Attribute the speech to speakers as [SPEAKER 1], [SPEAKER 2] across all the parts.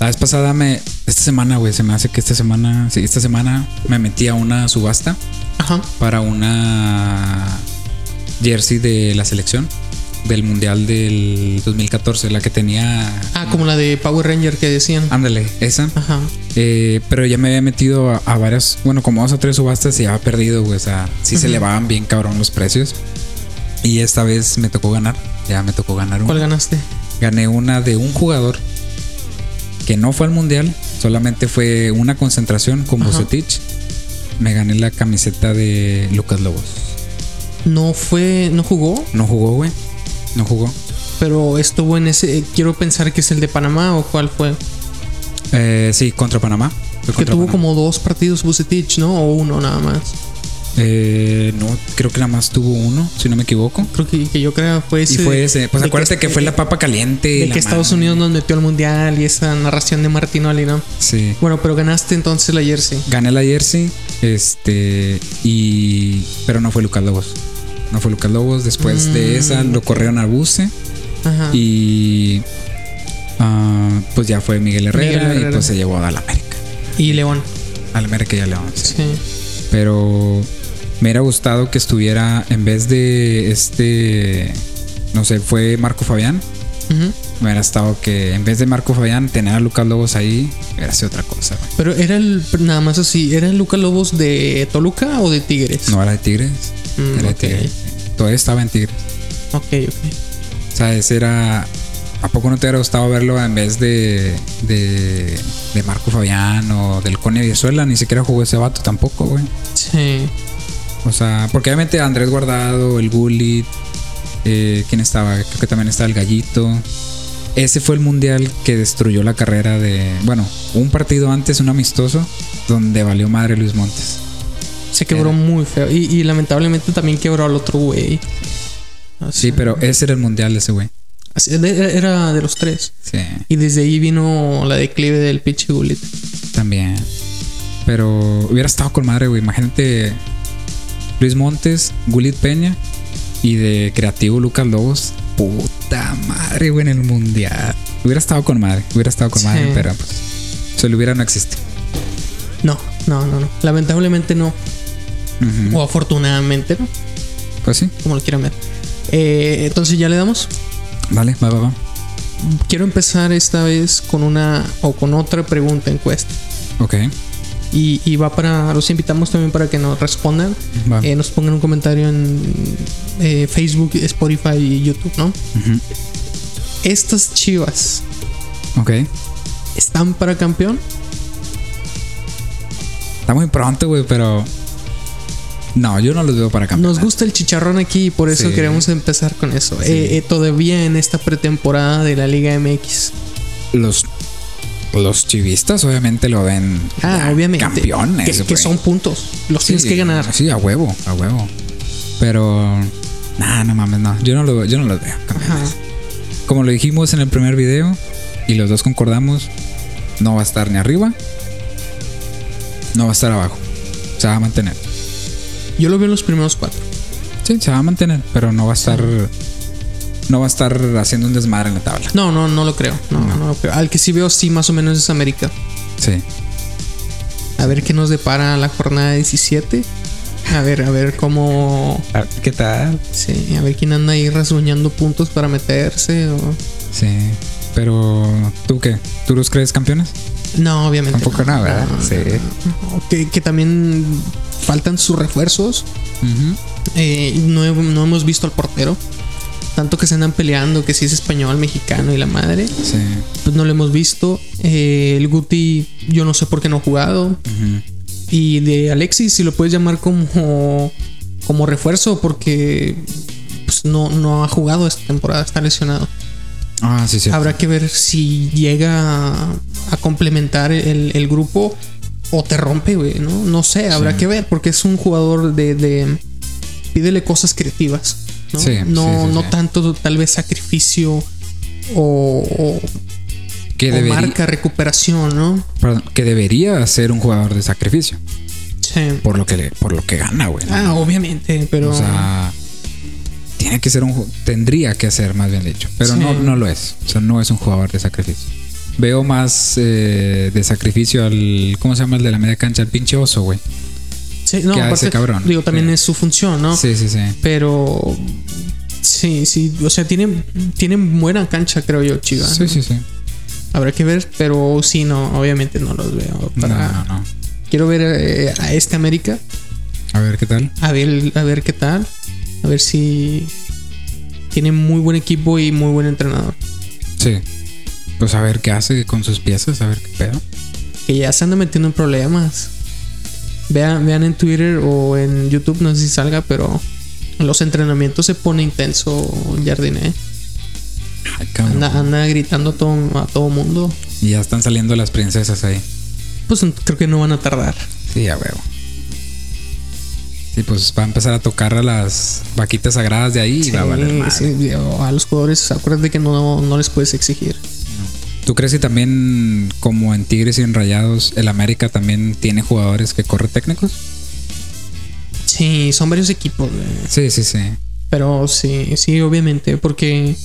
[SPEAKER 1] La vez pasada me. Esta semana, güey, se me hace que esta semana. Sí, esta semana me metí a una subasta
[SPEAKER 2] Ajá.
[SPEAKER 1] para una jersey de la selección del mundial del 2014, la que tenía.
[SPEAKER 2] Ah, como la de Power Ranger que decían.
[SPEAKER 1] Ándale, esa.
[SPEAKER 2] Ajá.
[SPEAKER 1] Eh, pero ya me había metido a, a varias, bueno, como dos o tres subastas y había perdido, güey. O sea, sí se
[SPEAKER 2] Ujú.
[SPEAKER 1] le van bien cabrón los precios. Y esta vez me tocó ganar. Ya me tocó ganar
[SPEAKER 2] ¿Cuál
[SPEAKER 1] una.
[SPEAKER 2] ganaste?
[SPEAKER 1] Gané una de un jugador que no fue al mundial, solamente fue una concentración con
[SPEAKER 2] Ajá.
[SPEAKER 1] Bucetich. Me gané la camiseta de Lucas Lobos.
[SPEAKER 2] No fue, no jugó,
[SPEAKER 1] No jugó, güey. No jugó.
[SPEAKER 2] pero estuvo en ese. eh, quiero pensar que es el de Panamá o cuál fue.
[SPEAKER 1] Eh, sí, contra Panamá. Fue
[SPEAKER 2] Que
[SPEAKER 1] contra
[SPEAKER 2] tuvo
[SPEAKER 1] Panamá.
[SPEAKER 2] como dos partidos Bucetich, ¿no? O uno nada más.
[SPEAKER 1] Eh, no, creo que nada más tuvo uno, si no me equivoco.
[SPEAKER 2] Creo que, que yo creo fue ese.
[SPEAKER 1] Y fue ese. Pues
[SPEAKER 2] de eh,
[SPEAKER 1] acuérdate que, fue la papa caliente.
[SPEAKER 2] De
[SPEAKER 1] la
[SPEAKER 2] que Estados
[SPEAKER 1] madre.
[SPEAKER 2] Unidos nos metió al mundial y esa narración de Martinoli, ¿no?
[SPEAKER 1] Sí.
[SPEAKER 2] Bueno, pero ganaste entonces la jersey.
[SPEAKER 1] Gané la jersey. Este. Y. Pero no fue Lucas Lobos. No fue Lucas Lobos. Después
[SPEAKER 2] Mm.
[SPEAKER 1] de esa lo corrieron a Buse.
[SPEAKER 2] Ajá.
[SPEAKER 1] Y. ah, pues ya fue Miguel Herrera,
[SPEAKER 2] Miguel Herrera.
[SPEAKER 1] Y pues se llevó a la América.
[SPEAKER 2] Y León.
[SPEAKER 1] A la América y a León. sí.
[SPEAKER 2] Sí.
[SPEAKER 1] Pero. Me hubiera gustado que estuviera. En vez de este. No sé, fue Marco Fabián.
[SPEAKER 2] Ujú.
[SPEAKER 1] Me hubiera estado que en vez de Marco Fabián tener a Lucas Lobos ahí, hubiera sido otra cosa, güey.
[SPEAKER 2] Pero era el, nada más así, ¿era el Luca Lobos de Toluca o de Tigres?
[SPEAKER 1] No era de Tigres.
[SPEAKER 2] Mm,
[SPEAKER 1] era de
[SPEAKER 2] ok.
[SPEAKER 1] Tigres. Todavía estaba en Tigres.
[SPEAKER 2] Ok, ok.
[SPEAKER 1] O sea, ese era. ¿A poco no te hubiera gustado verlo en vez de, de, de Marco Fabián o del Cone Venezuela? Ni siquiera jugó ese vato tampoco, güey.
[SPEAKER 2] Sí.
[SPEAKER 1] O sea, porque obviamente Andrés Guardado, el Gullit, eh, ¿quién estaba? Creo que también estaba el Gallito. Ese fue el mundial que destruyó la carrera de. Bueno, un partido antes, un amistoso, donde valió madre Luis Montes.
[SPEAKER 2] Se quebró
[SPEAKER 1] Era.
[SPEAKER 2] muy feo. Y, y lamentablemente también quebró al otro güey. O
[SPEAKER 1] Sí,
[SPEAKER 2] sea,
[SPEAKER 1] pero ese era el mundial de ese güey.
[SPEAKER 2] así- Era era de los tres.
[SPEAKER 1] Sí,
[SPEAKER 2] Y desde ahí vino la declive del pinche Gullit.
[SPEAKER 1] también. Pero hubiera estado con madre, güey. Imagínate Luis Montes, Gullit Peña y de creativo Lucas Lobos. Puta madre, güey, en el mundial. Hubiera estado con madre, hubiera estado con
[SPEAKER 2] Sí.
[SPEAKER 1] madre, pero pues. Se lo hubiera no existe.
[SPEAKER 2] No, no, no, no. Lamentablemente no.
[SPEAKER 1] Ujú.
[SPEAKER 2] O afortunadamente no.
[SPEAKER 1] Pues sí,
[SPEAKER 2] Como lo quieran ver. Eh, entonces ya le damos.
[SPEAKER 1] vale, va, va, va.
[SPEAKER 2] Quiero empezar esta vez con una o con otra pregunta encuesta.
[SPEAKER 1] Ok,
[SPEAKER 2] Y, y va para. Los invitamos también para que nos respondan.
[SPEAKER 1] va.
[SPEAKER 2] Eh, nos pongan un comentario en eh, Facebook, Spotify y YouTube, ¿no?
[SPEAKER 1] Ujú.
[SPEAKER 2] Estas chivas
[SPEAKER 1] Ok.
[SPEAKER 2] están para campeón.
[SPEAKER 1] Está muy pronto, güey, pero. No, yo no los veo para campeonato.
[SPEAKER 2] Nos gusta el chicharrón aquí y por eso
[SPEAKER 1] Sí.
[SPEAKER 2] queremos empezar con eso.
[SPEAKER 1] Sí.
[SPEAKER 2] Eh, eh, todavía en esta pretemporada de la Liga MX.
[SPEAKER 1] Los, los chivistas, obviamente, lo ven.
[SPEAKER 2] Ah, obviamente.
[SPEAKER 1] Campeones.
[SPEAKER 2] Que, que
[SPEAKER 1] güey.
[SPEAKER 2] son puntos. Los tienes
[SPEAKER 1] Sí,
[SPEAKER 2] que ganar.
[SPEAKER 1] Sí, a huevo, a huevo. Pero. Nah, no mames, no. Yo no, lo, yo no los veo.
[SPEAKER 2] Ajá.
[SPEAKER 1] Como lo dijimos en el primer video y los dos concordamos, no va a estar ni arriba, no va a estar abajo. Se va a mantener.
[SPEAKER 2] Yo lo veo en los primeros cuatro.
[SPEAKER 1] Sí, se va a mantener, pero no va a estar. No va a estar haciendo un desmadre en la tabla.
[SPEAKER 2] No, no, no lo creo. No, no lo creo. Al que sí veo, sí, más o menos es América.
[SPEAKER 1] Sí.
[SPEAKER 2] A ver qué nos depara la jornada 17. A ver, a ver cómo.
[SPEAKER 1] ¿Qué tal?
[SPEAKER 2] Sí, a ver quién anda ahí rasguñando puntos para meterse. O...
[SPEAKER 1] Sí. Pero, ¿tú qué? ¿Tú los crees campeones?
[SPEAKER 2] No, obviamente.
[SPEAKER 1] Tampoco no, ¿verdad? Sí.
[SPEAKER 2] no. Que, que también faltan sus refuerzos. Eh, no, he- no hemos visto al portero. Tanto que se andan peleando, que si es español, mexicano y la madre.
[SPEAKER 1] Sí.
[SPEAKER 2] Pues no lo hemos visto. Eh, el Guti, yo no sé por qué no ha jugado.
[SPEAKER 1] Ujú.
[SPEAKER 2] Y de Alexis, si lo puedes llamar como, como refuerzo, porque pues, no, no ha jugado esta temporada, está lesionado.
[SPEAKER 1] Ah, sí, sí.
[SPEAKER 2] Habrá que ver si llega a, a complementar el, el grupo o te rompe, güey, ¿no? No sé, habrá que ver, porque es un jugador de. de- pídele cosas creativas, ¿no?
[SPEAKER 1] Sí,
[SPEAKER 2] no,
[SPEAKER 1] sí, sí,
[SPEAKER 2] no
[SPEAKER 1] sí.
[SPEAKER 2] tanto tal vez sacrificio o, o-
[SPEAKER 1] que,
[SPEAKER 2] o
[SPEAKER 1] debería,
[SPEAKER 2] marca recuperación, ¿no?
[SPEAKER 1] perdón, que debería ser un jugador de sacrificio.
[SPEAKER 2] Sí.
[SPEAKER 1] Por lo que, le- por lo que gana, güey. ¿no?
[SPEAKER 2] Ah, obviamente, pero.
[SPEAKER 1] O sea, tiene que ser un. ju- Tendría que ser, más bien dicho. Pero
[SPEAKER 2] Sí.
[SPEAKER 1] no, no lo es. O sea, no es un jugador de sacrificio. Veo más eh, de sacrificio al. ¿Cómo se llama el de la media cancha? El pinche oso, güey.
[SPEAKER 2] Sí, no,
[SPEAKER 1] que a ese
[SPEAKER 2] aparte,
[SPEAKER 1] cabrón.
[SPEAKER 2] digo, también
[SPEAKER 1] Pero-
[SPEAKER 2] es su función, ¿no?
[SPEAKER 1] Sí, sí, sí.
[SPEAKER 2] Pero sí, sí, o sea, tienen, tienen buena cancha, creo yo, Chivas.
[SPEAKER 1] Sí,
[SPEAKER 2] ¿no?
[SPEAKER 1] sí, sí.
[SPEAKER 2] Habrá que ver, pero sí, no, obviamente no los veo.
[SPEAKER 1] No,
[SPEAKER 2] para-
[SPEAKER 1] no, no.
[SPEAKER 2] Quiero ver eh, a este América,
[SPEAKER 1] A ver qué tal.
[SPEAKER 2] a ver, a ver qué tal, a ver si tiene muy buen equipo y muy buen entrenador.
[SPEAKER 1] Sí. Pues a ver qué hace con sus piezas, a ver qué pedo.
[SPEAKER 2] Que ya se anda metiendo en problemas. Vean, vean en Twitter o en YouTube, no sé si salga, pero en los entrenamientos se pone intenso Jardiné.
[SPEAKER 1] Ay, cabrón.
[SPEAKER 2] Anda, anda gritando a todo, a todo mundo.
[SPEAKER 1] Y ya están saliendo las princesas ahí.
[SPEAKER 2] Pues creo que no van a tardar.
[SPEAKER 1] Sí, a huevo. Sí, pues va a empezar a tocar a las vaquitas sagradas de ahí y va a valer madre.
[SPEAKER 2] sí, a los jugadores, acuérdate que no, no les puedes exigir.
[SPEAKER 1] ¿Tú crees que también, como en Tigres y en Rayados, el América también tiene jugadores que corre técnicos?
[SPEAKER 2] Sí, son varios equipos, güey.
[SPEAKER 1] Sí, sí, sí.
[SPEAKER 2] pero sí, sí, obviamente, porque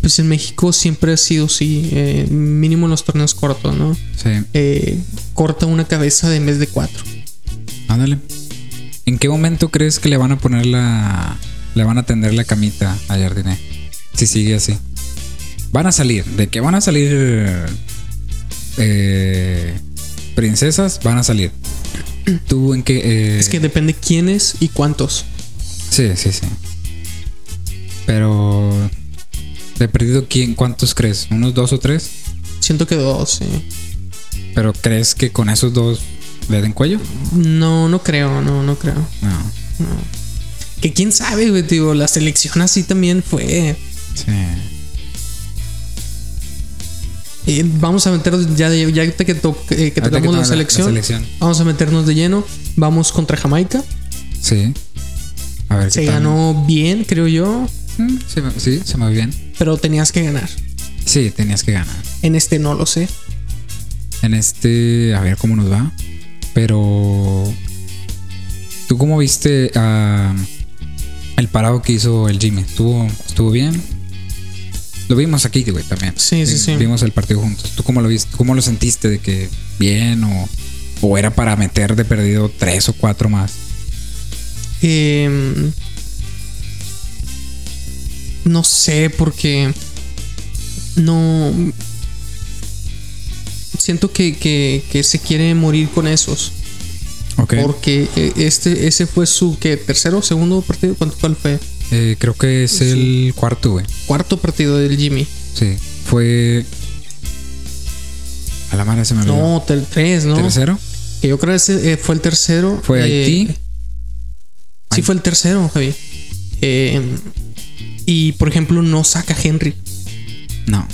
[SPEAKER 2] pues en México siempre ha sido sí, eh, mínimo en los torneos cortos, ¿no?
[SPEAKER 1] Sí.
[SPEAKER 2] Eh, corta una cabeza de en vez de cuatro.
[SPEAKER 1] Ándale. ¿En qué momento crees que le van a poner la. Le van a tender la camita a Jardiné? Si sigue así. Van a salir. De que van a salir. eh, princesas, van a salir. ¿Tú en qué. eh,
[SPEAKER 2] Es que depende quiénes y cuántos.
[SPEAKER 1] Sí, sí, sí. Pero. De perdido, ¿quién, ¿cuántos crees? ¿Unos dos o tres?
[SPEAKER 2] Siento que dos, eh. sí.
[SPEAKER 1] ¿Pero crees que con esos dos le den cuello?
[SPEAKER 2] No, no creo, no, no creo.
[SPEAKER 1] No.
[SPEAKER 2] no. Que quién sabe, güey, digo, la selección así también fue.
[SPEAKER 1] Sí.
[SPEAKER 2] Eh, vamos a meternos ya, de- ya que, to- eh, que
[SPEAKER 1] Ahorita
[SPEAKER 2] tocamos la,
[SPEAKER 1] toca
[SPEAKER 2] selección,
[SPEAKER 1] La selección.
[SPEAKER 2] Vamos a meternos de lleno. Vamos contra Jamaica.
[SPEAKER 1] Sí. A ver,
[SPEAKER 2] Se
[SPEAKER 1] ¿qué tal?
[SPEAKER 2] ganó bien, creo yo,
[SPEAKER 1] Mm, se me- sí, se me ve bien.
[SPEAKER 2] pero tenías que ganar.
[SPEAKER 1] Sí, tenías que ganar.
[SPEAKER 2] En este no lo sé.
[SPEAKER 1] En este, a ver cómo nos va. Pero. ¿Tú cómo viste ah, el parado que hizo el Jimmy? ¿Estuvo, estuvo bien? Lo vimos aquí, güey, también.
[SPEAKER 2] Sí, sí, sí.
[SPEAKER 1] Vimos el partido juntos. ¿Tú cómo lo viste? ¿Cómo lo sentiste de que bien o, o era para meter de perdido tres o cuatro más?
[SPEAKER 2] Eh, no sé, porque no. Siento que, que- que se quiere morir con esos.
[SPEAKER 1] Ok.
[SPEAKER 2] Porque eh, este, ese fue su ¿qué? tercero, segundo partido. ¿Cuánto cuál fue?
[SPEAKER 1] Eh, creo que es el cuarto, güey.
[SPEAKER 2] Cuarto partido del Jimmy.
[SPEAKER 1] Sí. Fue. A la madre se me olvidó.
[SPEAKER 2] No, tel- tres, ¿no?
[SPEAKER 1] ¿Tercero?
[SPEAKER 2] Que yo creo que ese eh, fue el tercero.
[SPEAKER 1] Fue
[SPEAKER 2] eh,
[SPEAKER 1] Haití.
[SPEAKER 2] Sí, fue el tercero, Javi. Eh, y por ejemplo, no saca Henry.
[SPEAKER 1] No.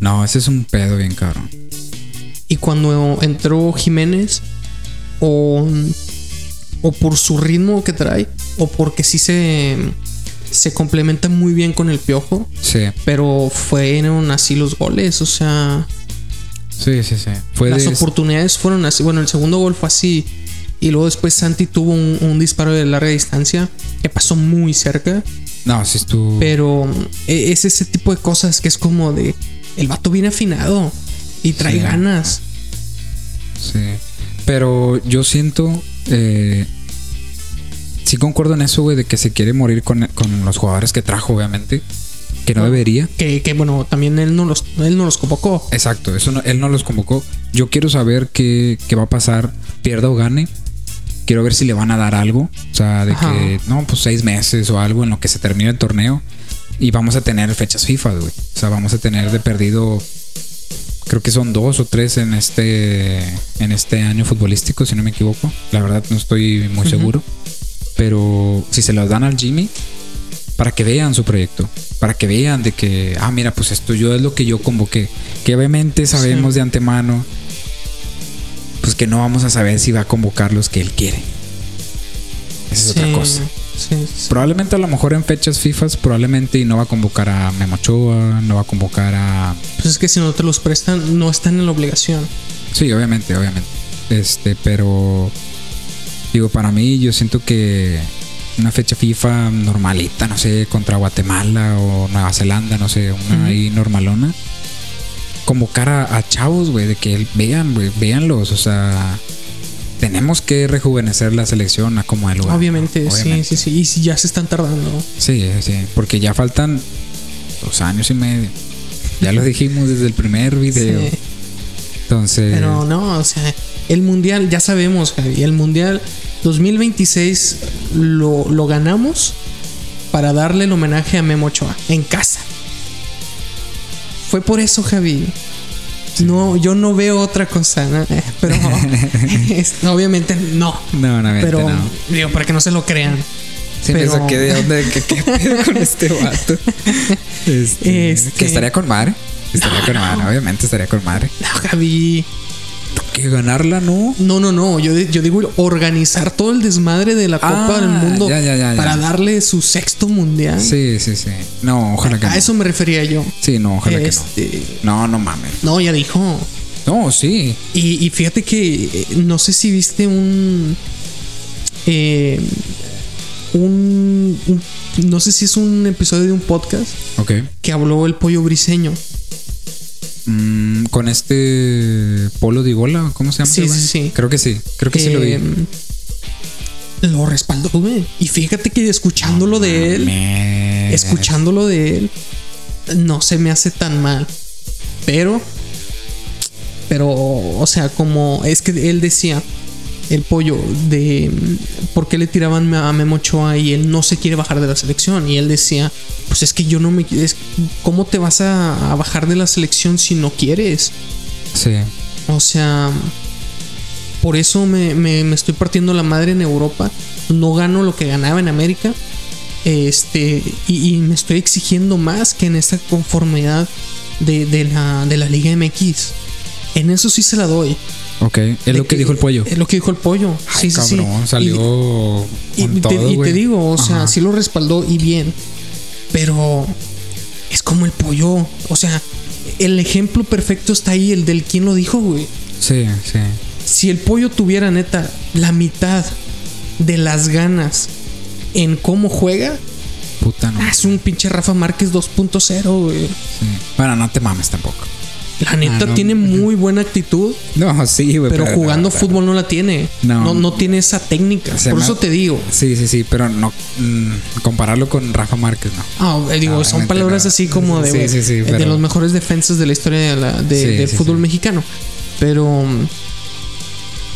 [SPEAKER 1] No, ese es un pedo bien cabrón.
[SPEAKER 2] Y cuando entró Jiménez, o, o por su ritmo que trae, o porque sí se, se complementa muy bien con el piojo,
[SPEAKER 1] Sí,
[SPEAKER 2] pero fueron así los goles. O sea,
[SPEAKER 1] sí, sí, sí. Fue
[SPEAKER 2] las
[SPEAKER 1] de-
[SPEAKER 2] oportunidades fueron así. Bueno, el segundo gol fue así. Y luego después Santi tuvo un, un disparo de larga distancia que pasó muy cerca.
[SPEAKER 1] No, si tú.
[SPEAKER 2] Pero e- es ese tipo de cosas que es como de. El vato viene afinado y trae
[SPEAKER 1] Sí.
[SPEAKER 2] ganas.
[SPEAKER 1] Sí. Pero yo siento. eh, sí, concuerdo en eso, güey, de que se quiere morir con, con los jugadores que trajo, obviamente. Que no debería.
[SPEAKER 2] Que, que, bueno, también él no los, él no los convocó.
[SPEAKER 1] Exacto, eso no- él no los convocó. Yo quiero saber qué, qué va a pasar, pierda o gane. Quiero ver si le van a dar algo. O sea, de
[SPEAKER 2] Ajá.
[SPEAKER 1] que, no, pues seis meses o algo en lo que se termine el torneo. Y vamos a tener fechas FIFA, güey. O sea, vamos a tener de perdido, creo que son dos o tres en este, en este año futbolístico, si no me equivoco. La verdad no estoy muy seguro. Pero si se los dan al Jimmy, para que vean su proyecto, para que vean de que, ah, mira, pues esto yo es lo que yo convoqué, que obviamente sabemos de antemano, pues que no vamos a saber si va a convocar los que él quiere. Esa es otra
[SPEAKER 2] Sí,
[SPEAKER 1] cosa.
[SPEAKER 2] sí, sí.
[SPEAKER 1] Probablemente a lo mejor en fechas FIFA, probablemente y no va a convocar a Memochoa, no va a convocar a...
[SPEAKER 2] Pues es que si no te los prestan, no están en la obligación.
[SPEAKER 1] Sí, obviamente, obviamente. Este, pero... Digo, para mí yo siento que una fecha FIFA normalita, no sé, contra Guatemala o Nueva Zelanda, no sé, una
[SPEAKER 2] Ujú.
[SPEAKER 1] ahí normalona. Convocar a, a chavos, güey, de que vean, güey, véanlos, o sea, tenemos que rejuvenecer la selección a como el lugar.
[SPEAKER 2] Obviamente,
[SPEAKER 1] ¿no?
[SPEAKER 2] sí,
[SPEAKER 1] Obviamente.
[SPEAKER 2] sí, sí. Y si ya se están tardando.
[SPEAKER 1] Sí, sí, porque ya faltan dos años y medio. Ya lo dijimos desde el primer video.
[SPEAKER 2] Sí.
[SPEAKER 1] Entonces,
[SPEAKER 2] Pero no, o sea, el mundial, ya sabemos, Javi, el mundial 2026 lo, lo ganamos para darle el homenaje a Memo Ochoa en casa. Fue por eso, Javi. No, yo no veo otra cosa, ¿no? Eh, pero es- obviamente no.
[SPEAKER 1] no, no,
[SPEAKER 2] Pero
[SPEAKER 1] no.
[SPEAKER 2] digo, para que no se lo crean.
[SPEAKER 1] Sí,
[SPEAKER 2] pero-
[SPEAKER 1] me saqué de onda de que qué pedo con este vato. Este,
[SPEAKER 2] Este-
[SPEAKER 1] Que Ah. estaría con madre. Estaría con madre, obviamente estaría con madre.
[SPEAKER 2] No, Javi.
[SPEAKER 1] Que ganarla no.
[SPEAKER 2] No, no, no. Yo, di- yo digo organizar todo el desmadre de la
[SPEAKER 1] Ah,
[SPEAKER 2] Copa del Mundo
[SPEAKER 1] ya, ya, ya, ya.
[SPEAKER 2] para darle su sexto mundial.
[SPEAKER 1] Sí, sí, sí. No, ojalá que no.
[SPEAKER 2] A eso me refería yo.
[SPEAKER 1] Sí, no, ojalá que no.
[SPEAKER 2] Este,
[SPEAKER 1] No, no mames.
[SPEAKER 2] no, ya dijo.
[SPEAKER 1] No, sí.
[SPEAKER 2] Y, y fíjate que eh, no sé si viste un, eh, un, un- No sé si es un episodio de un podcast
[SPEAKER 1] Ok.
[SPEAKER 2] que habló el pollo briseño.
[SPEAKER 1] Mm, con este Polo de Bola, ¿cómo se llama?
[SPEAKER 2] Sí,
[SPEAKER 1] ese güey?
[SPEAKER 2] sí, sí.
[SPEAKER 1] Creo que sí. Em, Creo que sí lo vi.
[SPEAKER 2] Eh, Lo respaldó, güey. Y fíjate que escuchándolo de él.
[SPEAKER 1] Mames.
[SPEAKER 2] escuchándolo de él, no se me hace tan mal. Pero, pero, o sea, como es que él decía, el pollo, de mm, por qué le tiraban a Memo Ochoa y él no se quiere bajar de la selección. Y él decía, pues es que yo no me. qui- Es, ¿Cómo te vas a, a bajar de la selección si no quieres?
[SPEAKER 1] Sí.
[SPEAKER 2] O sea, por eso me, me- me estoy partiendo la madre en Europa. No gano lo que ganaba en América. Este, y, y me estoy exigiendo más que en esta conformidad de, de la, de la Liga MX. En eso sí se la doy.
[SPEAKER 1] Ok. Es lo
[SPEAKER 2] De
[SPEAKER 1] que, dijo el pollo.
[SPEAKER 2] Es lo que dijo el pollo.
[SPEAKER 1] Ay,
[SPEAKER 2] sí, sí, sí.
[SPEAKER 1] cabrón,
[SPEAKER 2] Y-
[SPEAKER 1] salió.
[SPEAKER 2] y,
[SPEAKER 1] con
[SPEAKER 2] te-
[SPEAKER 1] todo,
[SPEAKER 2] y te,
[SPEAKER 1] güey.
[SPEAKER 2] digo, o sea,
[SPEAKER 1] Ajá.
[SPEAKER 2] sí lo respaldó y bien. Pero es como el pollo. O sea, el ejemplo perfecto está ahí, el del quien lo dijo, güey.
[SPEAKER 1] Sí, sí.
[SPEAKER 2] Si el pollo tuviera neta la mitad de las ganas en cómo juega,
[SPEAKER 1] Puta no.
[SPEAKER 2] Ah, es un pinche Rafa Márquez 2.0, güey.
[SPEAKER 1] Sí. Bueno, no te mames tampoco.
[SPEAKER 2] La neta
[SPEAKER 1] Ah, no.
[SPEAKER 2] tiene muy buena actitud,
[SPEAKER 1] No, sí, güey.
[SPEAKER 2] pero jugando
[SPEAKER 1] no,
[SPEAKER 2] fútbol no la tiene.
[SPEAKER 1] No.
[SPEAKER 2] No, no, tiene esa técnica.
[SPEAKER 1] Se
[SPEAKER 2] Por
[SPEAKER 1] me-
[SPEAKER 2] eso te digo.
[SPEAKER 1] Sí, sí, sí, pero no mm, compararlo con Rafa Márquez, no.
[SPEAKER 2] Ah, eh, digo,
[SPEAKER 1] No,
[SPEAKER 2] son
[SPEAKER 1] obviamente
[SPEAKER 2] palabras
[SPEAKER 1] no.
[SPEAKER 2] así como de,
[SPEAKER 1] Sí,
[SPEAKER 2] güey,
[SPEAKER 1] sí, sí,
[SPEAKER 2] eh, de
[SPEAKER 1] pero-
[SPEAKER 2] los mejores defensas de la historia de la- de-
[SPEAKER 1] Sí,
[SPEAKER 2] del
[SPEAKER 1] sí,
[SPEAKER 2] fútbol
[SPEAKER 1] sí.
[SPEAKER 2] mexicano. Pero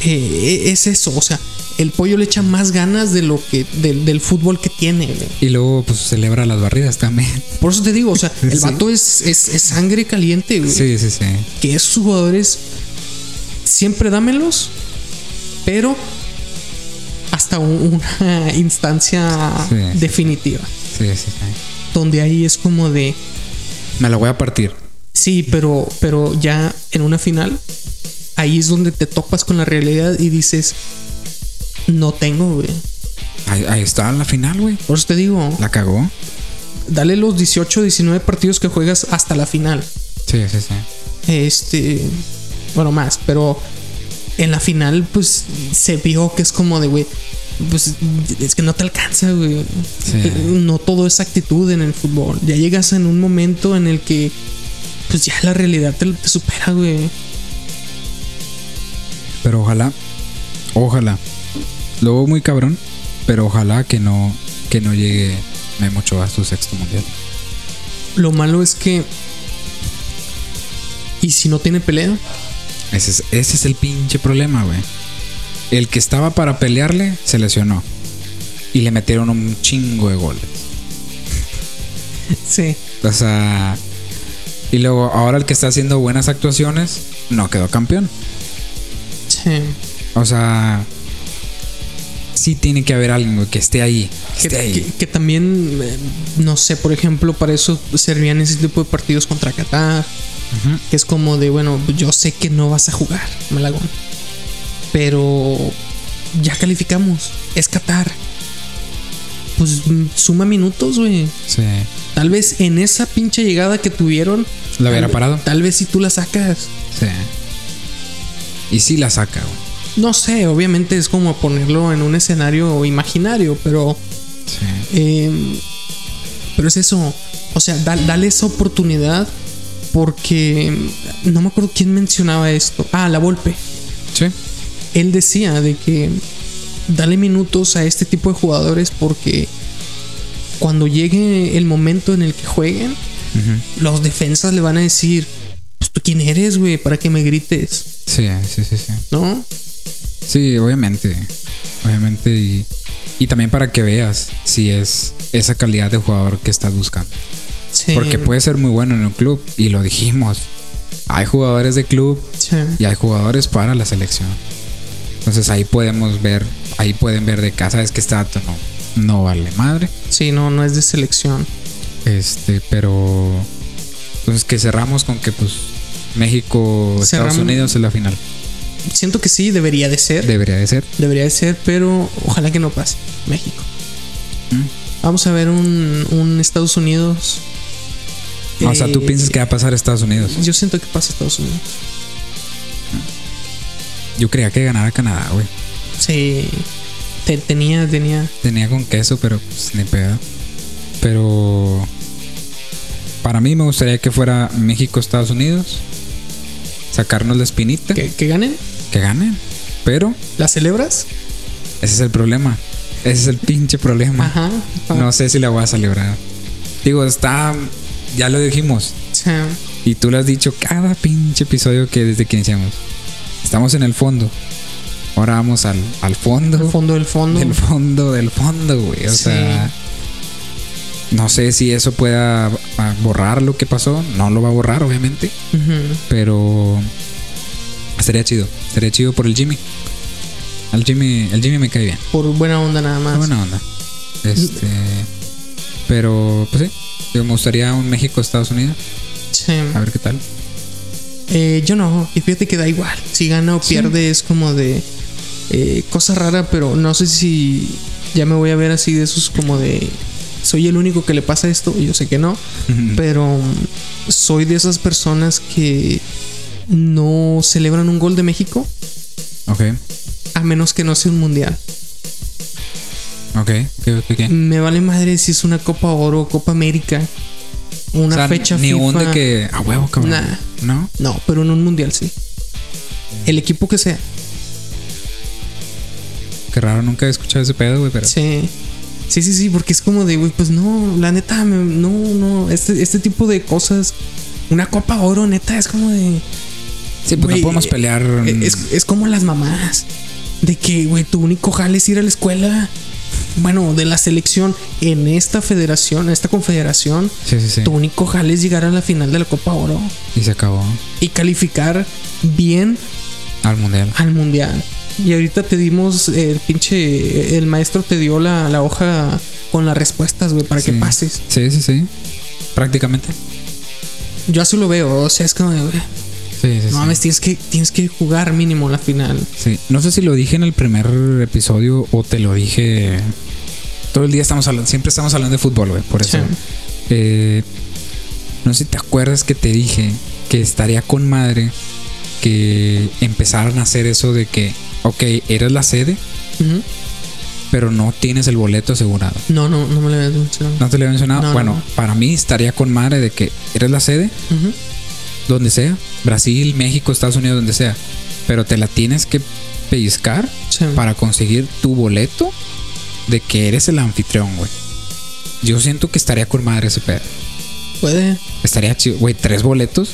[SPEAKER 2] eh, es eso, o sea, el pollo le echa más ganas de lo que del, del fútbol que tiene. güey.
[SPEAKER 1] Y luego pues celebra las barridas también.
[SPEAKER 2] Por eso te digo, o sea, el
[SPEAKER 1] Sí.
[SPEAKER 2] vato es, es, es sangre caliente, güey.
[SPEAKER 1] Sí, sí, sí.
[SPEAKER 2] Que esos jugadores siempre dámelos, pero hasta un- una instancia
[SPEAKER 1] Sí.
[SPEAKER 2] definitiva.
[SPEAKER 1] Sí, sí, sí.
[SPEAKER 2] Donde ahí es como de,
[SPEAKER 1] Me la voy a partir.
[SPEAKER 2] sí, pero, pero ya en una final, ahí es donde te topas con la realidad y dices, no tengo, güey.
[SPEAKER 1] Ahí, ahí está la final, güey.
[SPEAKER 2] Por eso te digo,
[SPEAKER 1] La cagó.
[SPEAKER 2] dale los 18, 19 partidos que juegas hasta la final.
[SPEAKER 1] Sí, sí, sí.
[SPEAKER 2] Este. Bueno, más, pero en la final, pues se vio que es como de, güey, pues es que no te alcanza, güey.
[SPEAKER 1] Sí.
[SPEAKER 2] No todo es actitud en el fútbol. Ya llegas en un momento en el que, pues ya la realidad te, te supera, güey.
[SPEAKER 1] Pero ojalá, ojalá. Lo veo muy cabrón, pero ojalá que no, que no llegue Memo Ochoa a su sexto mundial.
[SPEAKER 2] Lo malo es que. Y si no tiene pelea,
[SPEAKER 1] Ese es, ese es el pinche problema, güey. El que estaba para pelearle se lesionó. Y le metieron un chingo de goles.
[SPEAKER 2] sí.
[SPEAKER 1] O sea. Y luego, ahora el que está haciendo buenas actuaciones no quedó campeón.
[SPEAKER 2] sí.
[SPEAKER 1] O sea. Sí tiene que haber alguien, güey, que esté ahí. Que
[SPEAKER 2] Que,
[SPEAKER 1] esté ahí.
[SPEAKER 2] que- que también, eh, no sé, por ejemplo, para eso servían ese tipo de partidos contra Qatar.
[SPEAKER 1] Ujú.
[SPEAKER 2] que es como de, bueno, yo sé que no vas a jugar, Malagón. Pero ya calificamos, es Qatar. Pues mm, suma minutos, güey.
[SPEAKER 1] Sí.
[SPEAKER 2] Tal vez en esa pinche llegada que tuvieron.
[SPEAKER 1] La hubiera
[SPEAKER 2] tal-
[SPEAKER 1] parado.
[SPEAKER 2] Tal vez si tú la sacas.
[SPEAKER 1] Sí. Y sí la saca, güey.
[SPEAKER 2] No sé, obviamente es como ponerlo en un escenario imaginario, pero Eh, pero es eso. O sea, da- dale esa oportunidad. Porque em, no me acuerdo quién mencionaba esto. Ah, la Volpe.
[SPEAKER 1] Sí.
[SPEAKER 2] Él decía de que dale minutos a este tipo de jugadores porque cuando llegue el momento en el que jueguen,
[SPEAKER 1] Ujú.
[SPEAKER 2] los defensas le van a decir, pues tú quién eres, güey, para que me grites,
[SPEAKER 1] Sí, sí, sí, sí.
[SPEAKER 2] ¿no?
[SPEAKER 1] Sí, obviamente. Obviamente. Y, y también para que veas si es esa calidad de jugador que estás buscando.
[SPEAKER 2] Sí.
[SPEAKER 1] Porque puede ser muy bueno en un club. Y lo dijimos. Hay jugadores de club
[SPEAKER 2] Sí.
[SPEAKER 1] y hay jugadores para la selección. Entonces ahí podemos ver, ahí pueden ver de casa es que "Ah, está Este no, no vale madre.
[SPEAKER 2] Sí, no, no es de selección.
[SPEAKER 1] Este, pero entonces que cerramos con que pues México,
[SPEAKER 2] Cerramos. Eh,
[SPEAKER 1] Estados Unidos es la final.
[SPEAKER 2] Siento que sí, debería de ser.
[SPEAKER 1] Debería de ser.
[SPEAKER 2] debería de ser, pero ojalá que no pase. México.
[SPEAKER 1] Mm.
[SPEAKER 2] Vamos a ver un, un Estados Unidos.
[SPEAKER 1] O sea, tú
[SPEAKER 2] eh,
[SPEAKER 1] piensas que va a pasar a Estados Unidos.
[SPEAKER 2] Yo siento que pasa Estados Unidos.
[SPEAKER 1] Yo creía que ganara Canadá, güey.
[SPEAKER 2] Sí. Te- tenía, tenía.
[SPEAKER 1] Tenía con queso, pero pues, ni pega. Pero para mí me gustaría que fuera México, Estados Unidos. Sacarnos la espinita,
[SPEAKER 2] ¿Que, que ganen?
[SPEAKER 1] que ganen. Pero
[SPEAKER 2] ¿La celebras?
[SPEAKER 1] Ese es el problema. Ese es el pinche problema.
[SPEAKER 2] Ajá.
[SPEAKER 1] No sé si la voy a celebrar. Digo, está. Ya lo dijimos.
[SPEAKER 2] O sea,
[SPEAKER 1] Y tú lo has dicho cada pinche episodio que desde que iniciamos. Estamos en el fondo. Ahora vamos al, al fondo.
[SPEAKER 2] al fondo del fondo.
[SPEAKER 1] Del fondo, del fondo, güey. O
[SPEAKER 2] Sí.
[SPEAKER 1] sea. No sé si eso pueda ah, borrar lo que pasó. No lo va a borrar, obviamente.
[SPEAKER 2] Ujú.
[SPEAKER 1] Pero. Estaría chido. Estaría chido por el Jimmy. Al Jimmy, el Jimmy me cae bien.
[SPEAKER 2] Por buena onda nada más.
[SPEAKER 1] Qué buena onda. Este. Pero, pues sí. Yo me gustaría un México-Estados Unidos.
[SPEAKER 2] Sí.
[SPEAKER 1] A ver qué tal.
[SPEAKER 2] Eh, yo no. Y fíjate que da igual. Si gana o pierde es como de eh, cosa rara, pero no sé si ya me voy a ver así de esos como de soy el único que le pasa esto. Y yo sé que no, pero mm, soy de esas personas que no celebran un gol de México
[SPEAKER 1] ok.
[SPEAKER 2] a menos que no sea un mundial.
[SPEAKER 1] Ok. Ok, ok, ok.
[SPEAKER 2] Me vale madre si es una Copa Oro, Copa América, una
[SPEAKER 1] O sea,
[SPEAKER 2] fecha
[SPEAKER 1] Ni un
[SPEAKER 2] FIFA.
[SPEAKER 1] de que. A huevo, cabrón.
[SPEAKER 2] Nah.
[SPEAKER 1] No.
[SPEAKER 2] No, pero en un mundial sí. El equipo que sea.
[SPEAKER 1] Qué raro, nunca he escuchado ese pedo, güey. Pero.
[SPEAKER 2] Sí. Sí, sí, sí, porque es como de, güey, pues no, la neta, me- no, no, este, este tipo de cosas, una copa oro, neta, es como de...
[SPEAKER 1] Sí, pues
[SPEAKER 2] güey, eh,
[SPEAKER 1] no podemos pelear. mm,
[SPEAKER 2] Es, es como las mamás, de que, güey, tu único jale es ir a la escuela. Bueno, de la selección en esta federación, en esta confederación,
[SPEAKER 1] sí, sí, sí.
[SPEAKER 2] tu único jale es llegar a la final de la copa oro
[SPEAKER 1] Y se acabó.
[SPEAKER 2] y calificar bien
[SPEAKER 1] Al mundial.
[SPEAKER 2] al mundial. Y ahorita te dimos eh, el pinche. El maestro te dio la, la hoja con las respuestas, güey, para
[SPEAKER 1] Sí.
[SPEAKER 2] que pases.
[SPEAKER 1] Sí, sí, sí. Prácticamente.
[SPEAKER 2] Yo así lo veo, o sea, es como, de, güey,
[SPEAKER 1] Sí, sí, sí.
[SPEAKER 2] no mames, tienes que, tienes que jugar mínimo la final.
[SPEAKER 1] Sí, no sé si lo dije en el primer episodio o te lo dije. Todo el día estamos hablando, siempre estamos hablando de fútbol, güey, por eso.
[SPEAKER 2] Sí.
[SPEAKER 1] Eh, no sé si te acuerdas que te dije que estaría con madre que empezaran a hacer eso de que, ok, eres la sede,
[SPEAKER 2] Ujú.
[SPEAKER 1] pero no tienes el boleto asegurado.
[SPEAKER 2] No, no, no me lo habías mencionado.
[SPEAKER 1] No te lo he mencionado.
[SPEAKER 2] No, no,
[SPEAKER 1] bueno,
[SPEAKER 2] no.
[SPEAKER 1] para mí estaría con madre de que eres la sede,
[SPEAKER 2] Ujú.
[SPEAKER 1] donde sea, Brasil, México, Estados Unidos, donde sea, pero te la tienes que pellizcar
[SPEAKER 2] Sí.
[SPEAKER 1] para conseguir tu boleto de que eres el anfitrión, güey. Yo siento que estaría con madre ese pedo.
[SPEAKER 2] Puede.
[SPEAKER 1] Estaría chido, güey, tres boletos.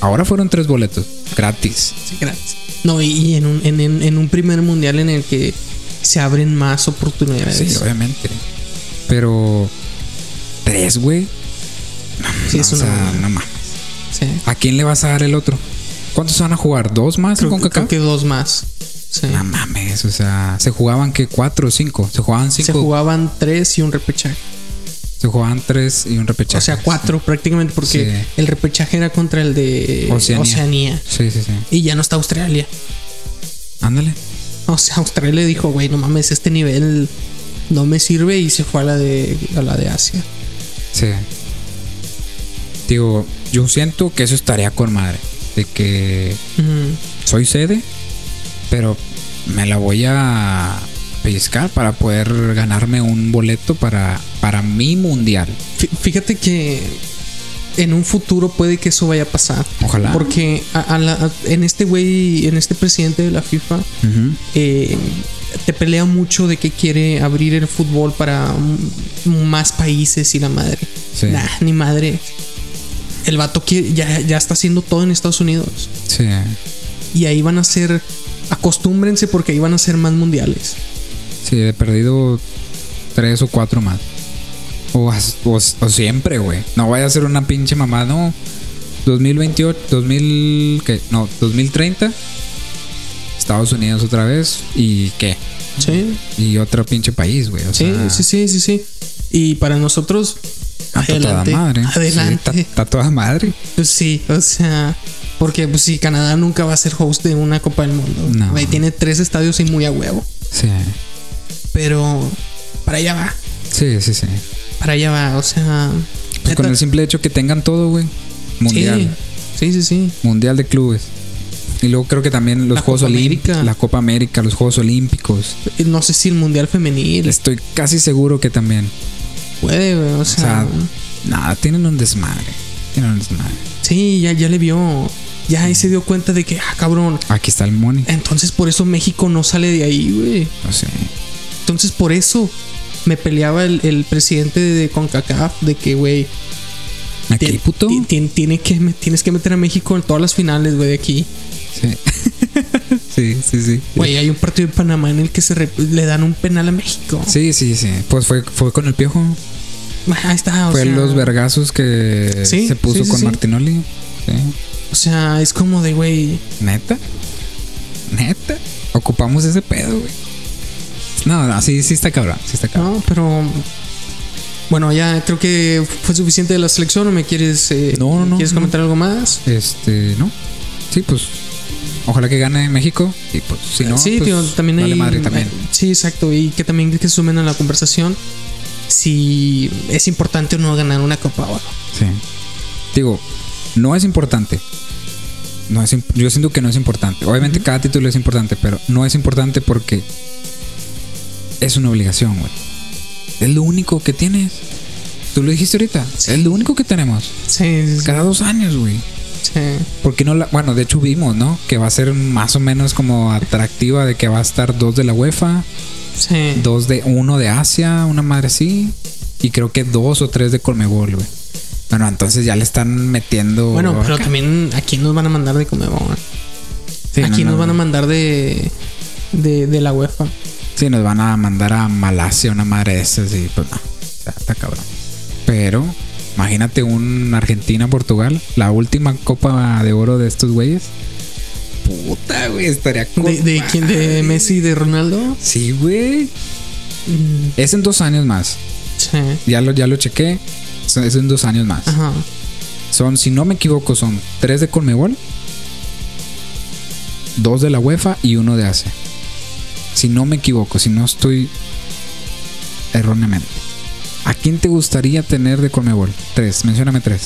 [SPEAKER 1] Ahora fueron tres boletos gratis.
[SPEAKER 2] Sí, gracias. No, y, y en, un, en, en- en un primer mundial en el que se abren más oportunidades.
[SPEAKER 1] Sí, obviamente. Pero tres, güey.
[SPEAKER 2] Sí,
[SPEAKER 1] No,
[SPEAKER 2] es
[SPEAKER 1] o
[SPEAKER 2] una
[SPEAKER 1] sea,
[SPEAKER 2] mamada.
[SPEAKER 1] no mames.
[SPEAKER 2] Sí.
[SPEAKER 1] ¿A quién le vas a dar el otro? ¿Cuántos van a jugar? ¿Dos más
[SPEAKER 2] Creo,
[SPEAKER 1] con
[SPEAKER 2] creo
[SPEAKER 1] Kaká?
[SPEAKER 2] que dos más. Sí.
[SPEAKER 1] No mames, o sea, se jugaban que cuatro o cinco. Se jugaban cinco.
[SPEAKER 2] Se
[SPEAKER 1] Se,
[SPEAKER 2] jugaban tres y un repechaje.
[SPEAKER 1] jugaban tres y un repechaje.
[SPEAKER 2] O sea, cuatro prácticamente porque
[SPEAKER 1] Sí.
[SPEAKER 2] el repechaje era contra el de
[SPEAKER 1] Oceanía.
[SPEAKER 2] Oceanía.
[SPEAKER 1] Sí, sí, sí.
[SPEAKER 2] Y ya no está Australia.
[SPEAKER 1] Ándale.
[SPEAKER 2] O sea, Australia dijo, güey, no mames, este nivel no me sirve y se fue a la de, a la de Asia.
[SPEAKER 1] Sí. Digo, yo siento que eso estaría con madre. De que
[SPEAKER 2] Ujú.
[SPEAKER 1] soy sede, pero me la voy a pellizcar para poder ganarme un boleto para, para mi mundial.
[SPEAKER 2] Fí- Fíjate que en un futuro puede que eso vaya a pasar.
[SPEAKER 1] Ojalá.
[SPEAKER 2] Porque a- a la- a- en este güey, en este presidente de la FIFA,
[SPEAKER 1] Ujú.
[SPEAKER 2] eh, te pelea mucho de que quiere abrir el fútbol para mm, más países y la madre.
[SPEAKER 1] Sí.
[SPEAKER 2] Nah, ni madre. El vato quiere- ya, ya está haciendo todo en Estados Unidos.
[SPEAKER 1] Sí.
[SPEAKER 2] Y ahí van a ser. Acostúmbrense porque ahí van a ser más mundiales.
[SPEAKER 1] Sí, he perdido tres o cuatro más. O, as- o, o siempre, güey. No vaya a ser una pinche mamá, no. 2028, 2000, ¿qué? No, 2030. Estados Unidos otra vez. ¿Y qué?
[SPEAKER 2] Sí.
[SPEAKER 1] Y otro pinche país, güey. O
[SPEAKER 2] Sí,
[SPEAKER 1] sea,
[SPEAKER 2] sí, sí, sí, sí. Y para nosotros,
[SPEAKER 1] Ah. a toda
[SPEAKER 2] adelante.
[SPEAKER 1] madre.
[SPEAKER 2] Adelante.
[SPEAKER 1] Sí, ta- ta toda madre.
[SPEAKER 2] Pues sí, o sea, porque pues sí, Canadá nunca va a ser host de una Copa del Mundo.
[SPEAKER 1] No.
[SPEAKER 2] Güey, tiene tres estadios y muy a huevo.
[SPEAKER 1] Sí,
[SPEAKER 2] Pero para allá va,
[SPEAKER 1] sí, sí, sí.
[SPEAKER 2] para allá va, o sea.
[SPEAKER 1] Pues con
[SPEAKER 2] neta,
[SPEAKER 1] el simple hecho que tengan todo, güey. Mundial.
[SPEAKER 2] Sí, sí, sí, sí.
[SPEAKER 1] Mundial de clubes. Y luego creo que también los
[SPEAKER 2] La
[SPEAKER 1] Juegos
[SPEAKER 2] Copa
[SPEAKER 1] Olímpicos.
[SPEAKER 2] América.
[SPEAKER 1] La Copa América, los Juegos Olímpicos.
[SPEAKER 2] No sé si el Mundial Femenil
[SPEAKER 1] Estoy casi seguro que también.
[SPEAKER 2] puede, güey, o
[SPEAKER 1] O sea,
[SPEAKER 2] sea.
[SPEAKER 1] nada, tienen un desmadre. Tienen un desmadre.
[SPEAKER 2] sí, ya, ya le vio. Ya ahí se dio cuenta de que, ah, cabrón.
[SPEAKER 1] Aquí está el money.
[SPEAKER 2] Entonces por eso México no sale de ahí, güey.
[SPEAKER 1] No sé.
[SPEAKER 2] Entonces por eso me peleaba el, el presidente de CONCACAF de que, güey,
[SPEAKER 1] Aquí,
[SPEAKER 2] ti-
[SPEAKER 1] puto.
[SPEAKER 2] ti- ti- tiene que, me- tienes que meter a México en todas las finales, güey, de aquí.
[SPEAKER 1] Sí. sí, sí, sí.
[SPEAKER 2] Güey, hay un partido en Panamá en el que se re- le dan un penal a México.
[SPEAKER 1] Sí, sí, sí. Pues fue, fue con el piojo.
[SPEAKER 2] Ahí está, o
[SPEAKER 1] fue
[SPEAKER 2] sea,
[SPEAKER 1] los vergazos que
[SPEAKER 2] Sí,
[SPEAKER 1] se puso
[SPEAKER 2] sí, sí,
[SPEAKER 1] con
[SPEAKER 2] sí.
[SPEAKER 1] Martinoli. Sí.
[SPEAKER 2] O sea, es como de, güey,
[SPEAKER 1] ¿Neta? ¿Neta? Ocupamos ese pedo, güey. No, no, sí, sí está cabrón, sí está cabrón.
[SPEAKER 2] no, pero bueno, ya creo que fue suficiente de la selección. ¿O me quieres, eh,
[SPEAKER 1] No, no, no,
[SPEAKER 2] quieres
[SPEAKER 1] no.
[SPEAKER 2] comentar algo más?
[SPEAKER 1] Este, ¿no? Sí, pues. Ojalá que gane México. Y pues, si no,
[SPEAKER 2] sí,
[SPEAKER 1] pues,
[SPEAKER 2] tío, también
[SPEAKER 1] vale
[SPEAKER 2] hay. eh,
[SPEAKER 1] madre también.
[SPEAKER 2] Sí, exacto. Y que también que se sumen a la conversación si es importante o no ganar una Copa Oro.
[SPEAKER 1] Sí. Digo, no es importante. No es, imp- yo siento que no es importante. Obviamente cada título es importante, pero no es importante porque es una obligación, güey. Es lo único que tienes. Tú lo dijiste ahorita.
[SPEAKER 2] Sí.
[SPEAKER 1] Es lo único que tenemos.
[SPEAKER 2] Sí, sí, sí,
[SPEAKER 1] Cada dos años, güey.
[SPEAKER 2] sí.
[SPEAKER 1] Porque no la, bueno, de hecho vimos, ¿no? Que va a ser más o menos como atractiva de que va a estar dos de la UEFA,
[SPEAKER 2] Sí.
[SPEAKER 1] dos de uno de Asia, una madre así, y creo que dos o tres de Colmebol, güey. Bueno, entonces ya le están metiendo.
[SPEAKER 2] Bueno, pero
[SPEAKER 1] acá.
[SPEAKER 2] también aquí nos van a mandar de Comebol.
[SPEAKER 1] Sí,
[SPEAKER 2] aquí
[SPEAKER 1] no,
[SPEAKER 2] nos
[SPEAKER 1] no,
[SPEAKER 2] van a
[SPEAKER 1] no.
[SPEAKER 2] mandar de, de, de la UEFA.
[SPEAKER 1] Sí, nos van a mandar a Malasia, una madre de esas, y pues no. O sea, está cabrón. Pero, imagínate un Argentina-Portugal, la última copa de oro de estos güeyes. Puta, güey, estaría
[SPEAKER 2] ¿De, de
[SPEAKER 1] con
[SPEAKER 2] quién? ¿De
[SPEAKER 1] madre.
[SPEAKER 2] Messi y de Ronaldo?
[SPEAKER 1] Sí, güey.
[SPEAKER 2] Mm,
[SPEAKER 1] Es en dos años más.
[SPEAKER 2] Sí.
[SPEAKER 1] Ya lo, ya lo chequé. Son- Es en dos años más.
[SPEAKER 2] Ajá.
[SPEAKER 1] Son, si no me equivoco, son tres de Conmebol, dos de la UEFA y uno de Asia. Si no me equivoco, si no estoy erróneamente. ¿A quién te gustaría tener de Conmebol? Tres, mencióname tres.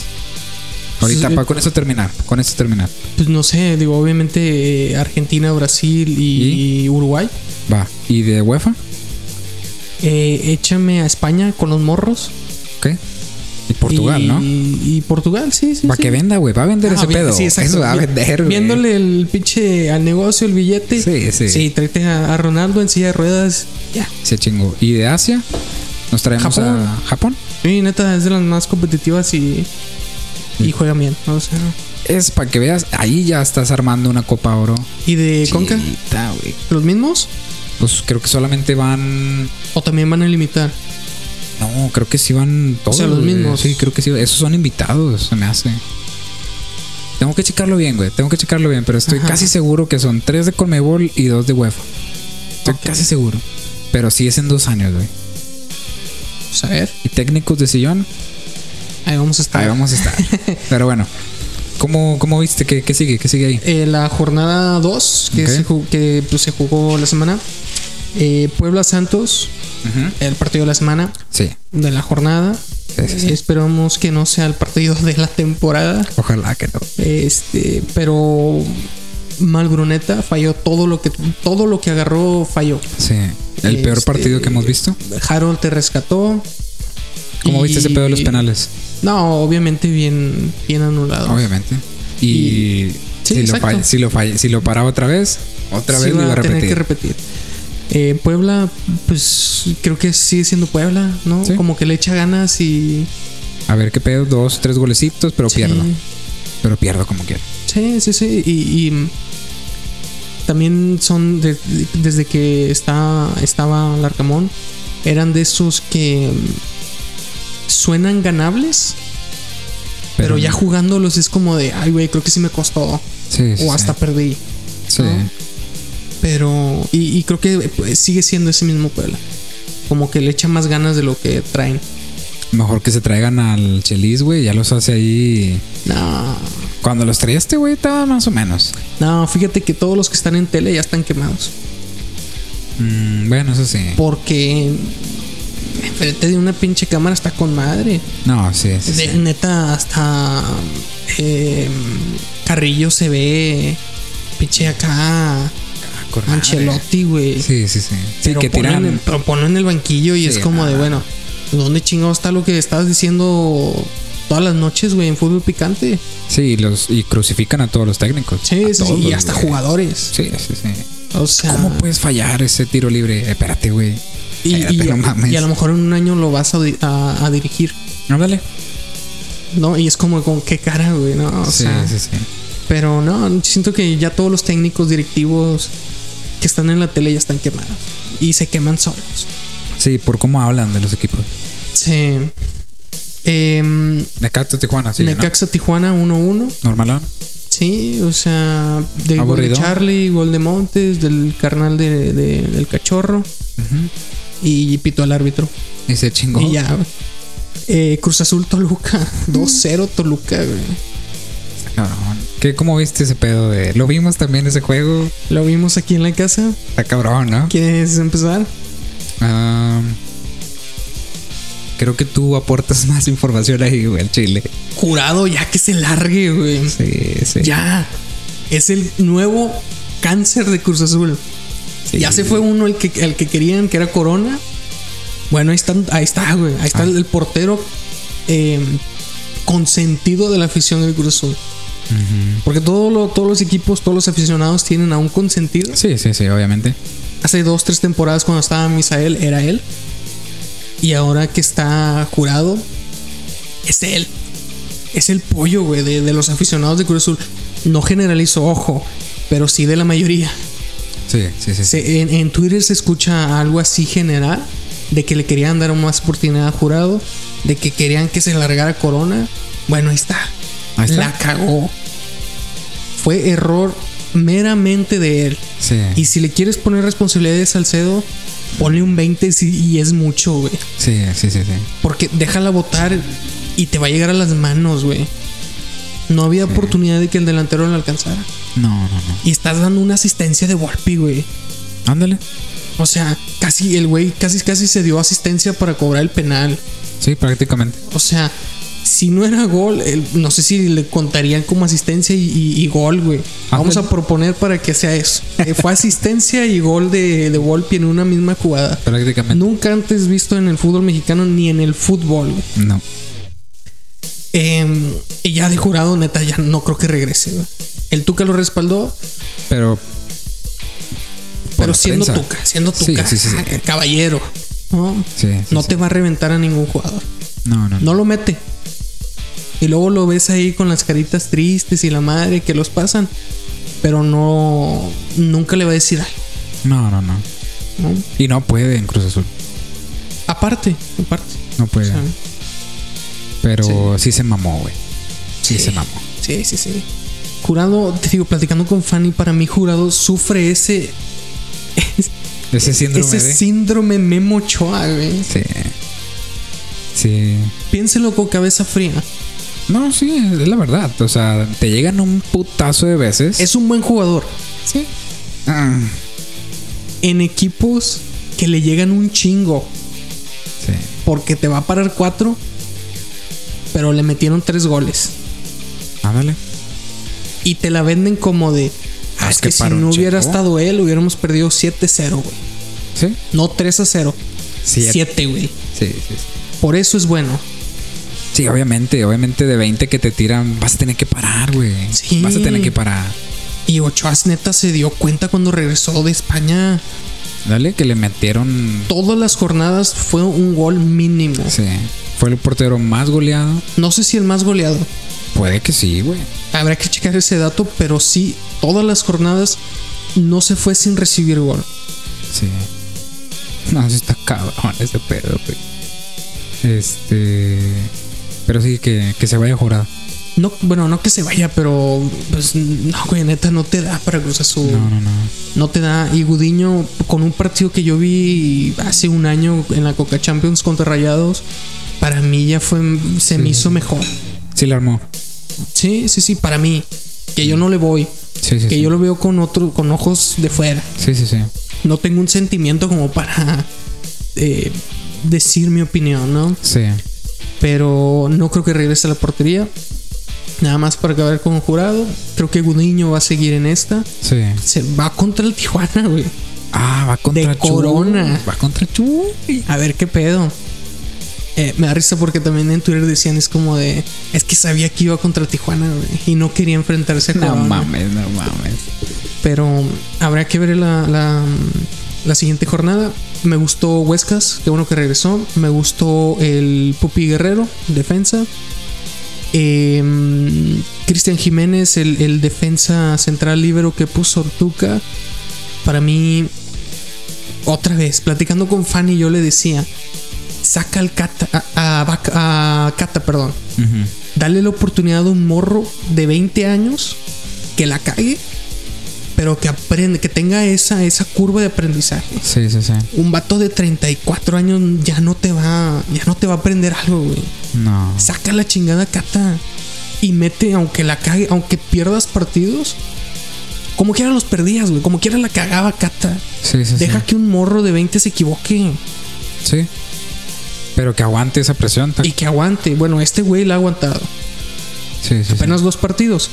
[SPEAKER 1] Ahorita,
[SPEAKER 2] Sí.
[SPEAKER 1] pa- con eso terminar, con eso terminar.
[SPEAKER 2] Pues no sé, digo, obviamente eh, Argentina, Brasil y, Uruguay.
[SPEAKER 1] Va. ¿Y de UEFA?
[SPEAKER 2] Eh, échame a España con los morros.
[SPEAKER 1] ¿Ok? Y Portugal,
[SPEAKER 2] y,
[SPEAKER 1] ¿no?
[SPEAKER 2] Y Portugal, sí, sí.
[SPEAKER 1] Para
[SPEAKER 2] sí.
[SPEAKER 1] que venda, güey. Va a vender
[SPEAKER 2] Ah,
[SPEAKER 1] ese
[SPEAKER 2] bien,
[SPEAKER 1] pedo.
[SPEAKER 2] sí, exacto.
[SPEAKER 1] eso va a
[SPEAKER 2] Bien,
[SPEAKER 1] vender, güey.
[SPEAKER 2] Viéndole el pinche al negocio, el billete.
[SPEAKER 1] Sí, sí.
[SPEAKER 2] Sí, tráete a, a Ronaldo en silla de ruedas. Ya.
[SPEAKER 1] Se chingó. ¿Y de Asia? Nos traemos
[SPEAKER 2] Japón.
[SPEAKER 1] a Japón.
[SPEAKER 2] Sí, neta, es de las más competitivas y, y
[SPEAKER 1] Mm.
[SPEAKER 2] juegan bien. O sea,
[SPEAKER 1] Es para que veas, ahí ya estás armando una copa oro.
[SPEAKER 2] ¿Y de Conca?
[SPEAKER 1] Chiquita, güey.
[SPEAKER 2] ¿Los mismos?
[SPEAKER 1] Pues creo que solamente van.
[SPEAKER 2] ¿O también van a limitar?
[SPEAKER 1] No, creo que sí van todos.
[SPEAKER 2] sea, los
[SPEAKER 1] güey.
[SPEAKER 2] mismos.
[SPEAKER 1] Sí, creo que sí. Esos son invitados, se me hace. Tengo que checarlo bien, güey. Tengo que checarlo bien, pero estoy
[SPEAKER 2] Ajá.
[SPEAKER 1] casi seguro que son tres de Colmebol y dos de UEFA. Estoy
[SPEAKER 2] Ok.
[SPEAKER 1] casi seguro. Pero sí es en dos años, güey.
[SPEAKER 2] Pues a ver,
[SPEAKER 1] Y técnicos de sillón,
[SPEAKER 2] ahí vamos a estar.
[SPEAKER 1] ahí vamos a estar. pero bueno, ¿cómo, cómo viste? ¿Qué, qué sigue? ¿Qué sigue ahí?
[SPEAKER 2] Eh, la jornada 2, que,
[SPEAKER 1] Ok.
[SPEAKER 2] se, ju- que pues, se jugó la semana. Eh, Puebla Santos,
[SPEAKER 1] Ujú.
[SPEAKER 2] el partido de la semana,
[SPEAKER 1] Sí.
[SPEAKER 2] de la jornada.
[SPEAKER 1] Sí, sí, sí.
[SPEAKER 2] Eh, esperamos que no sea el partido de la temporada.
[SPEAKER 1] Ojalá que no.
[SPEAKER 2] Este, pero mal Bruneta falló todo lo que todo lo que agarró falló.
[SPEAKER 1] Sí. El peor
[SPEAKER 2] Este,
[SPEAKER 1] partido que hemos visto.
[SPEAKER 2] Harold te rescató.
[SPEAKER 1] ¿Cómo viste ese
[SPEAKER 2] y-
[SPEAKER 1] pedo de los penales?
[SPEAKER 2] No, obviamente bien bien anulado.
[SPEAKER 1] Obviamente. Y,
[SPEAKER 2] Ah. sí,
[SPEAKER 1] si, lo
[SPEAKER 2] exacto.
[SPEAKER 1] falla- si, lo falla- si lo paraba otra vez, otra
[SPEAKER 2] Sí
[SPEAKER 1] vez lo
[SPEAKER 2] va
[SPEAKER 1] iba a
[SPEAKER 2] tener que
[SPEAKER 1] repetir.
[SPEAKER 2] repetir. Eh, Puebla, pues creo que sigue siendo Puebla, ¿no?
[SPEAKER 1] Sí.
[SPEAKER 2] Como que le echa ganas y
[SPEAKER 1] A ver qué pedo, dos, tres golecitos, pero
[SPEAKER 2] Sí.
[SPEAKER 1] pierdo. Pero pierdo como quiera.
[SPEAKER 2] Sí, sí, sí. Y, y también son de- desde que está, estaba Larcamón, eran de esos que mm, suenan ganables, pero, ya
[SPEAKER 1] no.
[SPEAKER 2] jugándolos es como de, ay, güey, creo que sí me costó.
[SPEAKER 1] Sí, sí,
[SPEAKER 2] o hasta perdí.
[SPEAKER 1] sí.
[SPEAKER 2] ¿no? Pero, y, y creo que pues, sigue siendo ese mismo Puebla. Como que le echa más ganas de lo que traen.
[SPEAKER 1] Mejor que se traigan al Chelis, güey. Ya los hace ahí.
[SPEAKER 2] No,
[SPEAKER 1] Cuando los traía este güey, estaba más o menos.
[SPEAKER 2] no, fíjate que todos los que están en tele ya están quemados.
[SPEAKER 1] Mm, bueno, eso sí.
[SPEAKER 2] Porque enfrente de una pinche cámara está con madre.
[SPEAKER 1] No, sí, sí.
[SPEAKER 2] De-
[SPEAKER 1] sí.
[SPEAKER 2] Neta, hasta eh, Carrillo se ve pinche acá.
[SPEAKER 1] Ah, con madre.
[SPEAKER 2] Ancelotti, güey.
[SPEAKER 1] Sí, sí, sí. Sí,
[SPEAKER 2] Pero
[SPEAKER 1] que
[SPEAKER 2] ponlo en
[SPEAKER 1] tiran.
[SPEAKER 2] el- pero ponlo en el banquillo y
[SPEAKER 1] Sí,
[SPEAKER 2] es como de,
[SPEAKER 1] nada.
[SPEAKER 2] bueno, ¿dónde chingado está lo que estabas diciendo todas las noches, güey, en fútbol picante?
[SPEAKER 1] Sí, los, y crucifican a todos los técnicos.
[SPEAKER 2] Sí,
[SPEAKER 1] A
[SPEAKER 2] sí, sí,
[SPEAKER 1] todos,
[SPEAKER 2] y hasta
[SPEAKER 1] güey.
[SPEAKER 2] jugadores.
[SPEAKER 1] Sí, sí, sí.
[SPEAKER 2] O sea,
[SPEAKER 1] ¿Cómo puedes fallar ese tiro libre? Eh, Espérate, güey.
[SPEAKER 2] y, y-
[SPEAKER 1] Espérate, no mames.
[SPEAKER 2] y a lo mejor en un año lo vas a, di- a- a dirigir,
[SPEAKER 1] Ándale.
[SPEAKER 2] ¿no? Y es como con qué cara, güey, ¿no? O
[SPEAKER 1] sí,
[SPEAKER 2] sea,
[SPEAKER 1] sí, sí.
[SPEAKER 2] Pero no, siento que ya todos los técnicos directivos que están en la tele ya están quemados. Y se queman solos.
[SPEAKER 1] Sí, por cómo hablan de los equipos.
[SPEAKER 2] Sí. Em,
[SPEAKER 1] Necaxa Tijuana, sí. este ¿no?
[SPEAKER 2] Necaxa Tijuana 1-1.
[SPEAKER 1] Normalón.
[SPEAKER 2] Sí, o sea, de gol de
[SPEAKER 1] Aburrido.
[SPEAKER 2] Charlie, gol de Montes, del carnal de, de- del cachorro
[SPEAKER 1] Ujú.
[SPEAKER 2] y pito al árbitro.
[SPEAKER 1] Y se chingó.
[SPEAKER 2] Y ya. Eh, Cruz Azul Toluca, 2-0 Toluca, güey.
[SPEAKER 1] Cabrón. ¿Qué, ¿Cómo viste ese pedo de.? Lo vimos también ese juego.
[SPEAKER 2] Lo vimos aquí en la casa.
[SPEAKER 1] Está cabrón,
[SPEAKER 2] Ah.
[SPEAKER 1] ¿no?
[SPEAKER 2] ¿Quieres empezar?
[SPEAKER 1] Am, creo que tú aportas más información ahí, güey, al Chile.
[SPEAKER 2] Jurado ya que se largue, güey.
[SPEAKER 1] Sí, sí.
[SPEAKER 2] Ya. Es el nuevo cáncer de Cruz Azul.
[SPEAKER 1] Sí.
[SPEAKER 2] Ya se fue uno el que, el que querían, que era Corona. Bueno, ahí está, ahí está, güey. Ahí está
[SPEAKER 1] Ah.
[SPEAKER 2] el, el portero eh, consentido de la afición del Cruz Azul. Porque todo lo- todos los equipos, todos los aficionados tienen a un consentido.
[SPEAKER 1] Sí, sí, sí, obviamente.
[SPEAKER 2] Hace dos, tres temporadas cuando estaba Misael, era él. Y ahora que está jurado, es él. Es el pollo, güey, de, de los aficionados de Cruz Azul. No generalizo, ojo, pero sí de la mayoría.
[SPEAKER 1] Sí, sí, sí. sí.
[SPEAKER 2] Se- en, en Twitter se escucha algo así general de que le querían dar más oportunidad a jurado, de que querían que se largara Corona. Bueno, ahí está.
[SPEAKER 1] Ahí está.
[SPEAKER 2] La cagó. Fue error meramente de él.
[SPEAKER 1] Sí.
[SPEAKER 2] Y si le quieres poner responsabilidad de Salcedo, ponle un 20 si- y es mucho, güey.
[SPEAKER 1] Sí, sí, sí, sí.
[SPEAKER 2] Porque déjala votar y te va a llegar a las manos, güey. No había oportunidad de que el delantero lo alcanzara.
[SPEAKER 1] No, no, no.
[SPEAKER 2] Y estás dando una asistencia de Volpi, güey.
[SPEAKER 1] Ándale.
[SPEAKER 2] O sea, casi el güey casi casi se dio asistencia para cobrar el penal.
[SPEAKER 1] Sí, prácticamente.
[SPEAKER 2] O sea, si no era gol, el- no sé si le contarían como asistencia y, y- y gol, güey. Vamos a
[SPEAKER 1] Ándale.
[SPEAKER 2] proponer para que sea eso. Eh, fue asistencia y gol de, de Volpi en una misma jugada.
[SPEAKER 1] Prácticamente.
[SPEAKER 2] Nunca antes visto en el fútbol mexicano ni en el fútbol. güey.
[SPEAKER 1] No.
[SPEAKER 2] Eh, y ya de jurado, neta, ya no creo que regrese. güey. El Tuca lo respaldó,
[SPEAKER 1] Pero. por
[SPEAKER 2] pero
[SPEAKER 1] la
[SPEAKER 2] siendo
[SPEAKER 1] prensa.
[SPEAKER 2] Tuca, siendo
[SPEAKER 1] Sí,
[SPEAKER 2] Tuca,
[SPEAKER 1] sí, sí, sí.
[SPEAKER 2] ah, caballero. No,
[SPEAKER 1] Sí, sí,
[SPEAKER 2] no
[SPEAKER 1] sí.
[SPEAKER 2] te va a reventar a ningún jugador.
[SPEAKER 1] No, no, no.
[SPEAKER 2] No lo mete. Y luego lo ves ahí con las caritas tristes y la madre que los pasan. Pero no. Nunca le va a decir algo.
[SPEAKER 1] No, no, no.
[SPEAKER 2] ¿no?
[SPEAKER 1] Y no puede en Cruz Azul.
[SPEAKER 2] Aparte, aparte.
[SPEAKER 1] No puede.
[SPEAKER 2] O sea,
[SPEAKER 1] Pero sí. se mamó, güey. Sí,
[SPEAKER 2] Sí.
[SPEAKER 1] se mamó.
[SPEAKER 2] sí, sí, sí. Jurado, te digo, platicando con Fanny, para mí Jurado sufre ese.
[SPEAKER 1] Ese síndrome
[SPEAKER 2] ese
[SPEAKER 1] de-
[SPEAKER 2] síndrome Memo Ochoa, güey.
[SPEAKER 1] Sí. Sí.
[SPEAKER 2] Piénselo con cabeza fría.
[SPEAKER 1] No, sí, es la verdad. O sea, te llegan un putazo de veces.
[SPEAKER 2] Es un buen jugador.
[SPEAKER 1] Sí. Ah,
[SPEAKER 2] En equipos que le llegan un chingo.
[SPEAKER 1] sí.
[SPEAKER 2] Porque te va a parar cuatro. Pero le metieron tres goles.
[SPEAKER 1] Ándale.
[SPEAKER 2] y te la venden como de, Ah, es que, si no hubiera estado él, hubiéramos perdido 7-0, güey.
[SPEAKER 1] Sí,
[SPEAKER 2] No 3-0,
[SPEAKER 1] sí,
[SPEAKER 2] 7, güey.
[SPEAKER 1] sí, sí, sí.
[SPEAKER 2] Por eso es bueno.
[SPEAKER 1] Sí, obviamente, obviamente de 20 que te tiran, vas a tener que parar, güey.
[SPEAKER 2] Sí.
[SPEAKER 1] Vas a tener que parar.
[SPEAKER 2] Y Ochoa neta se dio cuenta cuando regresó de España.
[SPEAKER 1] Dale, que le metieron.
[SPEAKER 2] Todas las jornadas fue un gol mínimo.
[SPEAKER 1] Sí. Fue el portero más goleado.
[SPEAKER 2] No sé si el más goleado.
[SPEAKER 1] Puede que sí, güey.
[SPEAKER 2] Habrá que checar ese dato, pero sí, todas las jornadas no se fue sin recibir gol.
[SPEAKER 1] Sí. No, sí está cabrón ese pedo, güey. Este. Pero sí, que, que se vaya jurado.
[SPEAKER 2] No, bueno, no que se vaya, pero pues no, güey, neta, no te da para Cruz Azul.
[SPEAKER 1] No, no, no.
[SPEAKER 2] No te da. Y Gudiño, con un partido que yo vi hace un año en la Coca Champions contra Rayados, para mí ya fue. Se me hizo mejor.
[SPEAKER 1] Sí, la armó.
[SPEAKER 2] Sí, sí, sí, para mí. Que yo no le voy.
[SPEAKER 1] Sí, sí,
[SPEAKER 2] Que
[SPEAKER 1] sí.
[SPEAKER 2] yo lo veo con otro, con ojos de fuera.
[SPEAKER 1] Sí, sí, sí.
[SPEAKER 2] No tengo un sentimiento como para eh, decir mi opinión, ¿no?
[SPEAKER 1] Sí.
[SPEAKER 2] Pero no creo que regrese a la portería. Nada más para acabar con jurado. Creo que Gudiño va a seguir en esta.
[SPEAKER 1] Sí.
[SPEAKER 2] Se va contra el Tijuana, güey.
[SPEAKER 1] Ah, va contra
[SPEAKER 2] De Corona.
[SPEAKER 1] Chuy. Va contra Chuy.
[SPEAKER 2] A ver qué pedo. Eh, me da risa porque también en Twitter decían es como de es que sabía que iba contra Tijuana güey, y no quería enfrentarse a
[SPEAKER 1] No
[SPEAKER 2] Corona".
[SPEAKER 1] mames, no mames.
[SPEAKER 2] Pero habrá que ver la, la, la siguiente jornada. Me gustó Huescas, qué bueno que regresó. Me gustó el Pupi Guerrero, defensa. Em, Cristian Jiménez, el, el defensa central libero que puso Ortuca. Para mí, otra vez, platicando con Fanny, yo le decía: saca al Cata, a, a Vaca- a Cata, perdón.
[SPEAKER 1] Ujú.
[SPEAKER 2] Dale la oportunidad a un morro de 20 años que la cague, pero que aprende, que tenga esa, esa curva de aprendizaje.
[SPEAKER 1] Sí, sí, sí.
[SPEAKER 2] Un vato de 34 años ya no te va, ya no te va a aprender algo, güey.
[SPEAKER 1] No.
[SPEAKER 2] Saca la chingada cata y mete, aunque la cague, aunque pierdas partidos, como quiera los perdías, güey. Como quiera la cagaba cata.
[SPEAKER 1] Sí, sí,
[SPEAKER 2] Deja
[SPEAKER 1] Pues sí.
[SPEAKER 2] que un morro de 20 se equivoque
[SPEAKER 1] Sí. Pero que aguante esa presión. ta-
[SPEAKER 2] y que aguante. Bueno, este güey la ha aguantado.
[SPEAKER 1] Sí, sí, sí.
[SPEAKER 2] Apenas dos partidos.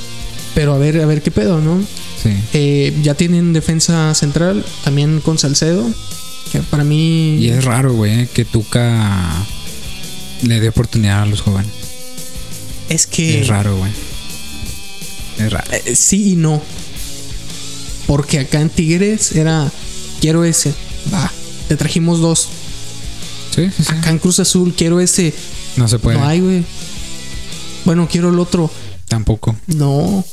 [SPEAKER 2] Pero a ver, a ver qué pedo, ¿no?
[SPEAKER 1] Sí.
[SPEAKER 2] Eh, ya tienen defensa central, también con Salcedo, que para mí...
[SPEAKER 1] Y es raro, güey, que Tuca le dé oportunidad a los jóvenes.
[SPEAKER 2] es que...
[SPEAKER 1] Es raro, güey. Es raro.
[SPEAKER 2] eh, sí y no. Porque acá en Tigres era, quiero ese, va, te trajimos dos.
[SPEAKER 1] Sí, sí, sí.
[SPEAKER 2] Acá en Cruz Azul, quiero ese,
[SPEAKER 1] No se puede.
[SPEAKER 2] no hay, güey. Bueno, quiero el otro,
[SPEAKER 1] Tampoco.
[SPEAKER 2] no.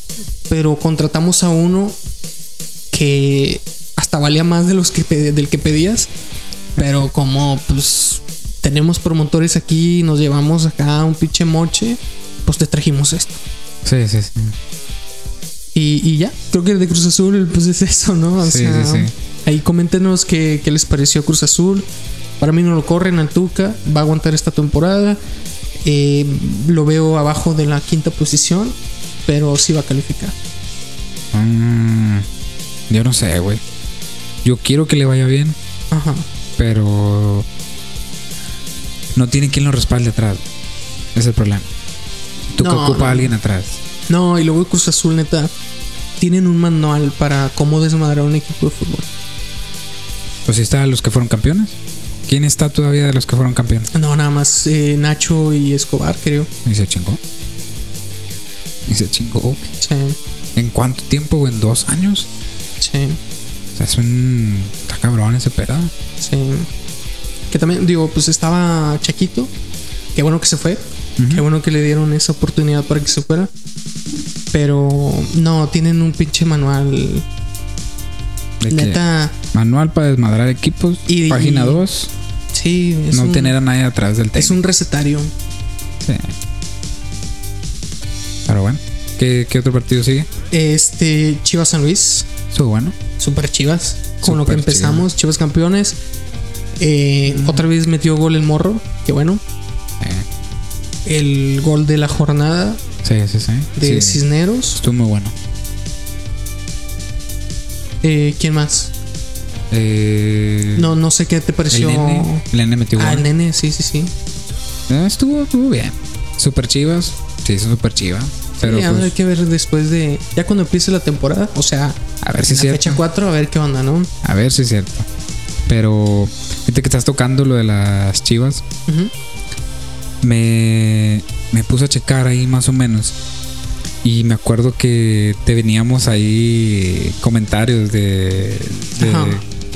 [SPEAKER 2] Pero contratamos a uno que hasta valía más de los que pe- del que pedías. Pero como pues tenemos promotores aquí, nos llevamos acá un pinche moche, pues te trajimos esto.
[SPEAKER 1] Sí, sí, sí.
[SPEAKER 2] Y, y ya, creo que de Cruz Azul, pues es eso, ¿no? O
[SPEAKER 1] Sí,
[SPEAKER 2] sea,
[SPEAKER 1] sí, sí.
[SPEAKER 2] ahí coméntenos qué, qué les pareció Cruz Azul. Para mí no lo corren al Tuca, va a aguantar esta temporada. Eh, lo veo abajo de la quinta posición, pero sí va a calificar.
[SPEAKER 1] Mm, yo no sé, güey. Yo quiero que le vaya bien,
[SPEAKER 2] Ajá.
[SPEAKER 1] pero no tiene quien lo respalde atrás. Ese Es el problema. Tuca
[SPEAKER 2] No,
[SPEAKER 1] ocupa
[SPEAKER 2] no.
[SPEAKER 1] a alguien atrás.
[SPEAKER 2] No, y luego Cruz Azul, neta, tienen un manual para cómo desmadrar un equipo de fútbol.
[SPEAKER 1] Pues si están los que fueron campeones. ¿Quién está todavía de los que fueron campeones?
[SPEAKER 2] No, nada más eh, Nacho y Escobar, creo.
[SPEAKER 1] Y se chingó. Y se chingó. güey.
[SPEAKER 2] Sí,
[SPEAKER 1] ¿En cuánto tiempo? güey? ¿En dos años?
[SPEAKER 2] sí.
[SPEAKER 1] O sea, es un. Está cabrón ese pedo.
[SPEAKER 2] Sí. Que también, digo, pues estaba Chaquito. Qué bueno que se fue. Qué bueno que le dieron esa oportunidad para que se fuera. Pero no, tienen un pinche manual.
[SPEAKER 1] De que
[SPEAKER 2] Neta,
[SPEAKER 1] manual para desmadrar equipos.
[SPEAKER 2] Y-
[SPEAKER 1] página
[SPEAKER 2] y-
[SPEAKER 1] 2.
[SPEAKER 2] sí. Es
[SPEAKER 1] No
[SPEAKER 2] un,
[SPEAKER 1] tener a nadie atrás del
[SPEAKER 2] Es
[SPEAKER 1] técnico.
[SPEAKER 2] un recetario.
[SPEAKER 1] Sí. Pero bueno. ¿Qué, qué otro partido sigue?
[SPEAKER 2] Este, Chivas San Luis,
[SPEAKER 1] Estuvo bueno.
[SPEAKER 2] Super Chivas. Con lo que
[SPEAKER 1] Super
[SPEAKER 2] empezamos, Chivas campeones. Eh, Otra vez metió gol el morro. Qué bueno.
[SPEAKER 1] Eh,
[SPEAKER 2] El gol de la jornada
[SPEAKER 1] sí, sí, sí.
[SPEAKER 2] de
[SPEAKER 1] Sí,
[SPEAKER 2] Cisneros.
[SPEAKER 1] Estuvo muy bueno.
[SPEAKER 2] Eh, ¿Quién más?
[SPEAKER 1] Eh,
[SPEAKER 2] No, no sé qué te
[SPEAKER 1] el
[SPEAKER 2] pareció.
[SPEAKER 1] nene, el nene metió
[SPEAKER 2] Ah,
[SPEAKER 1] gol.
[SPEAKER 2] el nene, sí, sí, sí.
[SPEAKER 1] Ah, Eh, estuvo, estuvo bien. Super Chivas. Sí, es Super Chivas. Pero
[SPEAKER 2] Sí,
[SPEAKER 1] pues,
[SPEAKER 2] ahora hay que ver después de. Ya cuando empiece la temporada, o sea,
[SPEAKER 1] a ver si es
[SPEAKER 2] en la
[SPEAKER 1] cierto.
[SPEAKER 2] fecha 4, a ver qué onda, ¿no?
[SPEAKER 1] A ver si es cierto. Pero, viste que estás tocando lo de las chivas.
[SPEAKER 2] Ujú.
[SPEAKER 1] me, me puse a checar ahí más o menos. Y me acuerdo que te veníamos ahí comentarios de, de,
[SPEAKER 2] Ajá.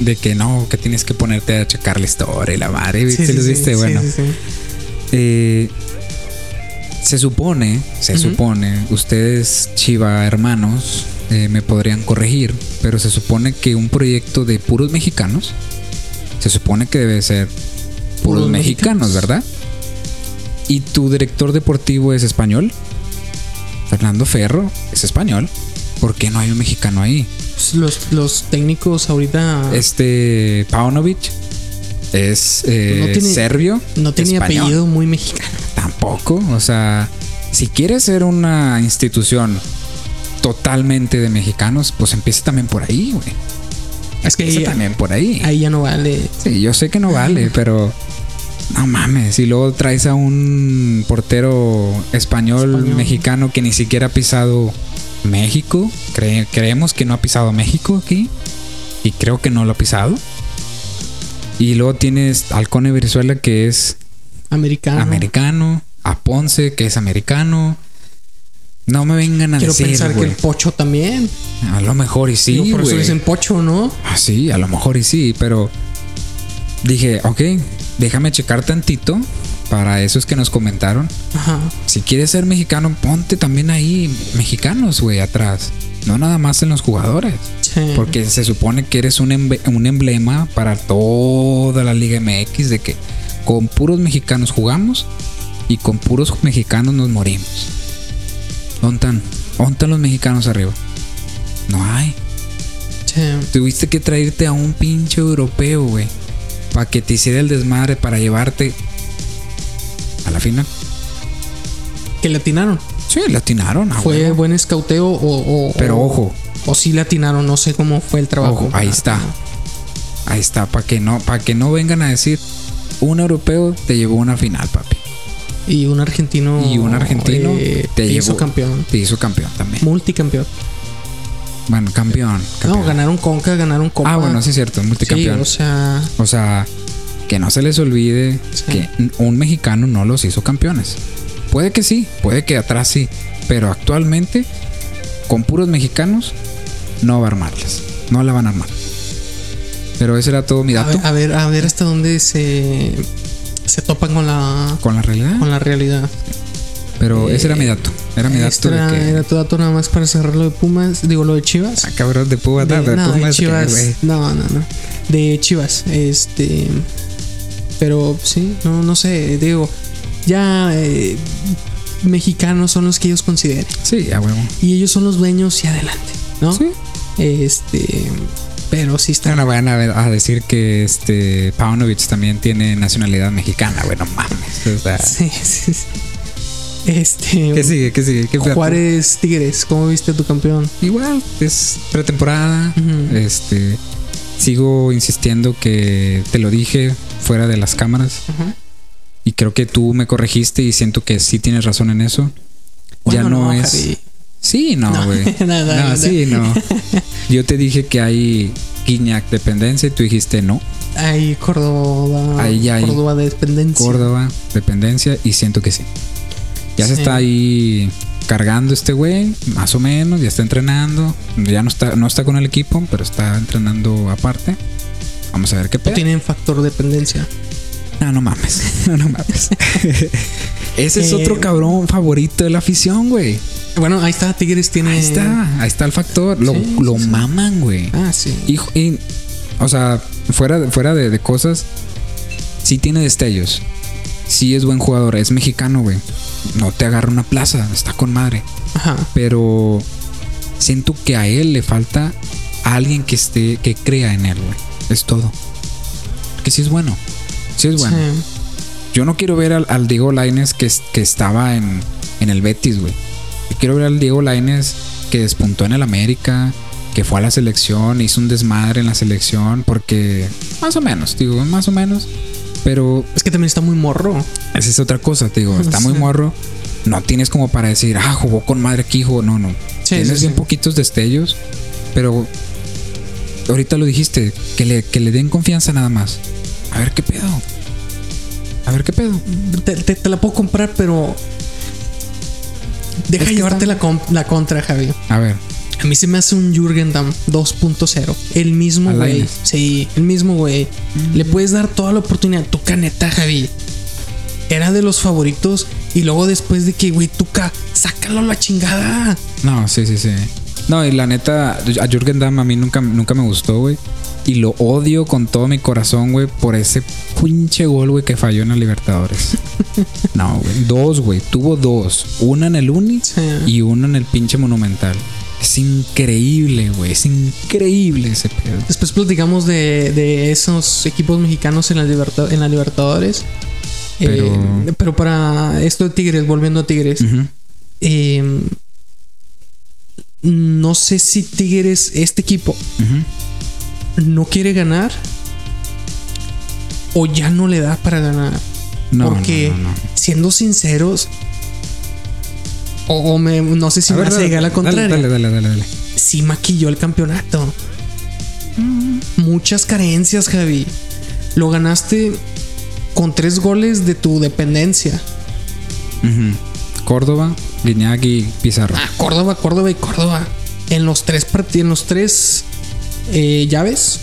[SPEAKER 1] de que no, que tienes que ponerte a checar la historia y la madre.
[SPEAKER 2] Sí,
[SPEAKER 1] ¿Se
[SPEAKER 2] sí,
[SPEAKER 1] los
[SPEAKER 2] sí,
[SPEAKER 1] viste?
[SPEAKER 2] sí,
[SPEAKER 1] bueno,
[SPEAKER 2] sí, sí.
[SPEAKER 1] eh, se supone, se
[SPEAKER 2] Ujú.
[SPEAKER 1] supone, ustedes chiva hermanos eh, me podrían corregir, pero se supone que un proyecto de puros mexicanos, se supone que debe ser puros,
[SPEAKER 2] Puros
[SPEAKER 1] mexicanos,
[SPEAKER 2] mexicanos.
[SPEAKER 1] ¿verdad? Y tu director deportivo es español, Fernando Ferro es español, ¿por qué no hay un mexicano ahí?
[SPEAKER 2] Pues Los, los técnicos ahorita
[SPEAKER 1] Este Paunovic es eh,
[SPEAKER 2] Pues No tiene-
[SPEAKER 1] serbio,
[SPEAKER 2] no tienen
[SPEAKER 1] español.
[SPEAKER 2] apellido muy mexicano.
[SPEAKER 1] Tampoco, o sea, si quieres ser una institución totalmente de mexicanos, pues empieza también por ahí, güey.
[SPEAKER 2] Es que
[SPEAKER 1] Empieza
[SPEAKER 2] ahí-
[SPEAKER 1] también por ahí.
[SPEAKER 2] Ahí ya no vale.
[SPEAKER 1] Sí, yo sé que no vale, pero no mames, y luego traes a un portero español,
[SPEAKER 2] Español.
[SPEAKER 1] mexicano que ni siquiera ha pisado México, Cre- creemos que no ha pisado México aquí y creo que no lo ha pisado. Y luego tienes al Cone Venezuela que es
[SPEAKER 2] Americano.
[SPEAKER 1] americano, a Ponce, que es americano. No me vengan a
[SPEAKER 2] Quiero
[SPEAKER 1] decir,
[SPEAKER 2] pensar que
[SPEAKER 1] güey.
[SPEAKER 2] el pocho también.
[SPEAKER 1] A lo mejor y sí,
[SPEAKER 2] Digo, por eso
[SPEAKER 1] güey.
[SPEAKER 2] dicen pocho, ¿no?
[SPEAKER 1] Ah, sí, a lo mejor y sí, pero dije, ok, déjame checar tantito para esos que nos comentaron.
[SPEAKER 2] Ajá.
[SPEAKER 1] Si quieres ser mexicano, ponte también ahí mexicanos, güey, atrás. No nada más en los jugadores.
[SPEAKER 2] Sí.
[SPEAKER 1] Porque se supone que eres un, embe- un emblema para toda la Liga MX de que con puros mexicanos jugamos y con puros mexicanos nos morimos. ¿Dónde están? ¿Dónde están los mexicanos arriba? No hay.
[SPEAKER 2] Sí.
[SPEAKER 1] Tuviste que traerte a un pinche europeo, güey. Para que te hiciera el desmadre, para llevarte a la final.
[SPEAKER 2] Que le atinaron.
[SPEAKER 1] Sí, le atinaron. a
[SPEAKER 2] ¿Fue
[SPEAKER 1] Ah, huevo.
[SPEAKER 2] buen escauteo o, o-
[SPEAKER 1] Pero
[SPEAKER 2] o-
[SPEAKER 1] ojo.
[SPEAKER 2] O sí le atinaron, no sé cómo fue el trabajo.
[SPEAKER 1] Ojo, ahí está. Ahí está, para que no, para que no vengan a decir un europeo te llevó a una final, papi.
[SPEAKER 2] Y un argentino.
[SPEAKER 1] Y un argentino
[SPEAKER 2] eh,
[SPEAKER 1] te
[SPEAKER 2] hizo
[SPEAKER 1] llevó-
[SPEAKER 2] campeón.
[SPEAKER 1] Te hizo campeón también.
[SPEAKER 2] Multicampeón.
[SPEAKER 1] Bueno, campeón.
[SPEAKER 2] No,
[SPEAKER 1] campeón.
[SPEAKER 2] ganaron Conca, ganaron Copa.
[SPEAKER 1] ah, bueno, sí es cierto,
[SPEAKER 2] Sí,
[SPEAKER 1] multicampeón.
[SPEAKER 2] o sea.
[SPEAKER 1] o sea, que no se les olvide
[SPEAKER 2] Sí.
[SPEAKER 1] que un mexicano no los hizo campeones. Puede que sí, puede que atrás sí, pero actualmente con puros mexicanos no va a armarlas, no la van a armar. Pero ese era todo mi
[SPEAKER 2] A
[SPEAKER 1] dato
[SPEAKER 2] ver, a ver, a ver hasta dónde se. Se topan con la.
[SPEAKER 1] con la realidad.
[SPEAKER 2] Con la realidad.
[SPEAKER 1] Pero ese era
[SPEAKER 2] Eh,
[SPEAKER 1] mi dato. Era mi dato
[SPEAKER 2] Extra,
[SPEAKER 1] de que.
[SPEAKER 2] Era tu dato nada más para cerrar lo de Pumas. Digo, lo de Chivas.
[SPEAKER 1] Ah, cabrón, de Pumas,
[SPEAKER 2] De-
[SPEAKER 1] no, de
[SPEAKER 2] no, de
[SPEAKER 1] Pumas, que,
[SPEAKER 2] Chivas.
[SPEAKER 1] güey.
[SPEAKER 2] no, no, no. De Chivas. Este. Pero sí, no, no sé. Digo, ya. eh, mexicanos son los que ellos consideren.
[SPEAKER 1] Sí, a huevo.
[SPEAKER 2] Y ellos son los dueños y adelante, ¿no?
[SPEAKER 1] Sí.
[SPEAKER 2] Este. Pero sí
[SPEAKER 1] No,
[SPEAKER 2] están.
[SPEAKER 1] no vayan a, ver- a decir que este Paunovic también tiene nacionalidad mexicana, bueno, mames. O sea,
[SPEAKER 2] Sí, sí, sí. Este.
[SPEAKER 1] ¿Qué sigue? ¿Qué sigue? ¿Qué plato?
[SPEAKER 2] Juárez Tigres, ¿cómo viste a tu campeón?
[SPEAKER 1] Igual, es pretemporada.
[SPEAKER 2] Ujú.
[SPEAKER 1] Este. Sigo insistiendo que te lo dije fuera de las cámaras. Y creo que tú me corregiste y siento que sí tienes razón en eso. ya
[SPEAKER 2] Bueno,
[SPEAKER 1] no, es.
[SPEAKER 2] Javi.
[SPEAKER 1] Sí, no,
[SPEAKER 2] No,
[SPEAKER 1] güey. No,
[SPEAKER 2] nada, nada.
[SPEAKER 1] sí, no. Yo te dije que hay Guiñac dependencia y tú dijiste no.
[SPEAKER 2] Ahí Córdoba.
[SPEAKER 1] Ahí ya hay.
[SPEAKER 2] Córdoba de dependencia.
[SPEAKER 1] Córdoba, dependencia y siento que sí. Ya se
[SPEAKER 2] Sí.
[SPEAKER 1] está ahí cargando este güey, más o menos, ya está entrenando. Ya no está, no está con el equipo, pero está entrenando aparte. Vamos a ver qué
[SPEAKER 2] No
[SPEAKER 1] pedo.
[SPEAKER 2] tienen factor dependencia.
[SPEAKER 1] No, no mames. No, no mames. Ese es
[SPEAKER 2] Eh,
[SPEAKER 1] otro cabrón favorito de la afición, güey.
[SPEAKER 2] Bueno, ahí está, Tigres tiene.
[SPEAKER 1] Ahí está, ahí está el factor. Lo,
[SPEAKER 2] eh. Sí,
[SPEAKER 1] lo
[SPEAKER 2] sí, sí.
[SPEAKER 1] maman, güey.
[SPEAKER 2] Ah, sí.
[SPEAKER 1] Y, y, o sea, fuera, de- fuera de, de cosas, sí tiene destellos. Sí es buen jugador, es mexicano, güey. No te agarra una plaza, está con madre.
[SPEAKER 2] Ajá.
[SPEAKER 1] Pero siento que a él le falta alguien que esté, que crea en él, güey. Es todo. Que sí es bueno. Sí es bueno.
[SPEAKER 2] Sí.
[SPEAKER 1] Yo no quiero ver al, al Diego Laines que, es- que estaba en, en el Betis, güey. Yo quiero ver al Diego Laines que despuntó en el América, que fue a la selección, hizo un desmadre en la selección, porque más o menos, digo, más o menos. Pero
[SPEAKER 2] Es que también está muy morro.
[SPEAKER 1] esa es otra cosa, te digo, está muy
[SPEAKER 2] Sí.
[SPEAKER 1] morro. no tienes como para decir, ah, jugó con madre aquí, jugó. No, no.
[SPEAKER 2] Sí,
[SPEAKER 1] tienes
[SPEAKER 2] sí, sí.
[SPEAKER 1] bien poquitos destellos, pero ahorita lo dijiste, que le, que le den confianza nada más. A ver qué pedo. A ver qué pedo.
[SPEAKER 2] Te, te- te la puedo comprar, pero. Deja
[SPEAKER 1] Es que
[SPEAKER 2] llevarte
[SPEAKER 1] está-
[SPEAKER 2] la, com- la contra, Javi.
[SPEAKER 1] A ver.
[SPEAKER 2] A mí se me hace un Jürgen Damm 2.0. El mismo
[SPEAKER 1] Alain.
[SPEAKER 2] güey. Sí, el mismo güey. Le
[SPEAKER 1] Mm.
[SPEAKER 2] puedes dar toda la oportunidad. Tuca, neta, Javi. Era de los favoritos. Y luego después de que, güey, Tuca, sácalo a la chingada.
[SPEAKER 1] No, sí, sí, sí. No, y la neta, a Jürgen Damm a mí nunca, nunca me gustó, güey. Y lo odio con todo mi corazón, güey, por ese pinche gol, güey, que falló en la Libertadores. no, güey. Dos, güey. Tuvo dos. Una en el Uni
[SPEAKER 2] Sí.
[SPEAKER 1] y una en el pinche Monumental. Es increíble, güey. Es increíble ese pedo.
[SPEAKER 2] Después platicamos de, de esos equipos mexicanos en la, liberta- en la Libertadores. Eh,
[SPEAKER 1] Pero-
[SPEAKER 2] pero para esto de Tigres, volviendo a Tigres.
[SPEAKER 1] Ujú.
[SPEAKER 2] eh, no sé si Tigres, este equipo,
[SPEAKER 1] Ujú.
[SPEAKER 2] no quiere ganar o ya no le da para ganar.
[SPEAKER 1] No,
[SPEAKER 2] Porque
[SPEAKER 1] no, no, no.
[SPEAKER 2] siendo sinceros, o, o me- no sé si
[SPEAKER 1] A
[SPEAKER 2] me
[SPEAKER 1] ver,
[SPEAKER 2] hace
[SPEAKER 1] dale,
[SPEAKER 2] llegar la
[SPEAKER 1] dale,
[SPEAKER 2] contraria,
[SPEAKER 1] Dale, dale, dale, dale.
[SPEAKER 2] sí maquilló el campeonato. Muchas carencias, Javi. Lo ganaste con tres goles de tu dependencia.
[SPEAKER 1] Ujú. Córdoba, Guiñac y Pizarro.
[SPEAKER 2] Ah, Córdoba, Córdoba y Córdoba. En los tres partidos, en los tres eh, llaves,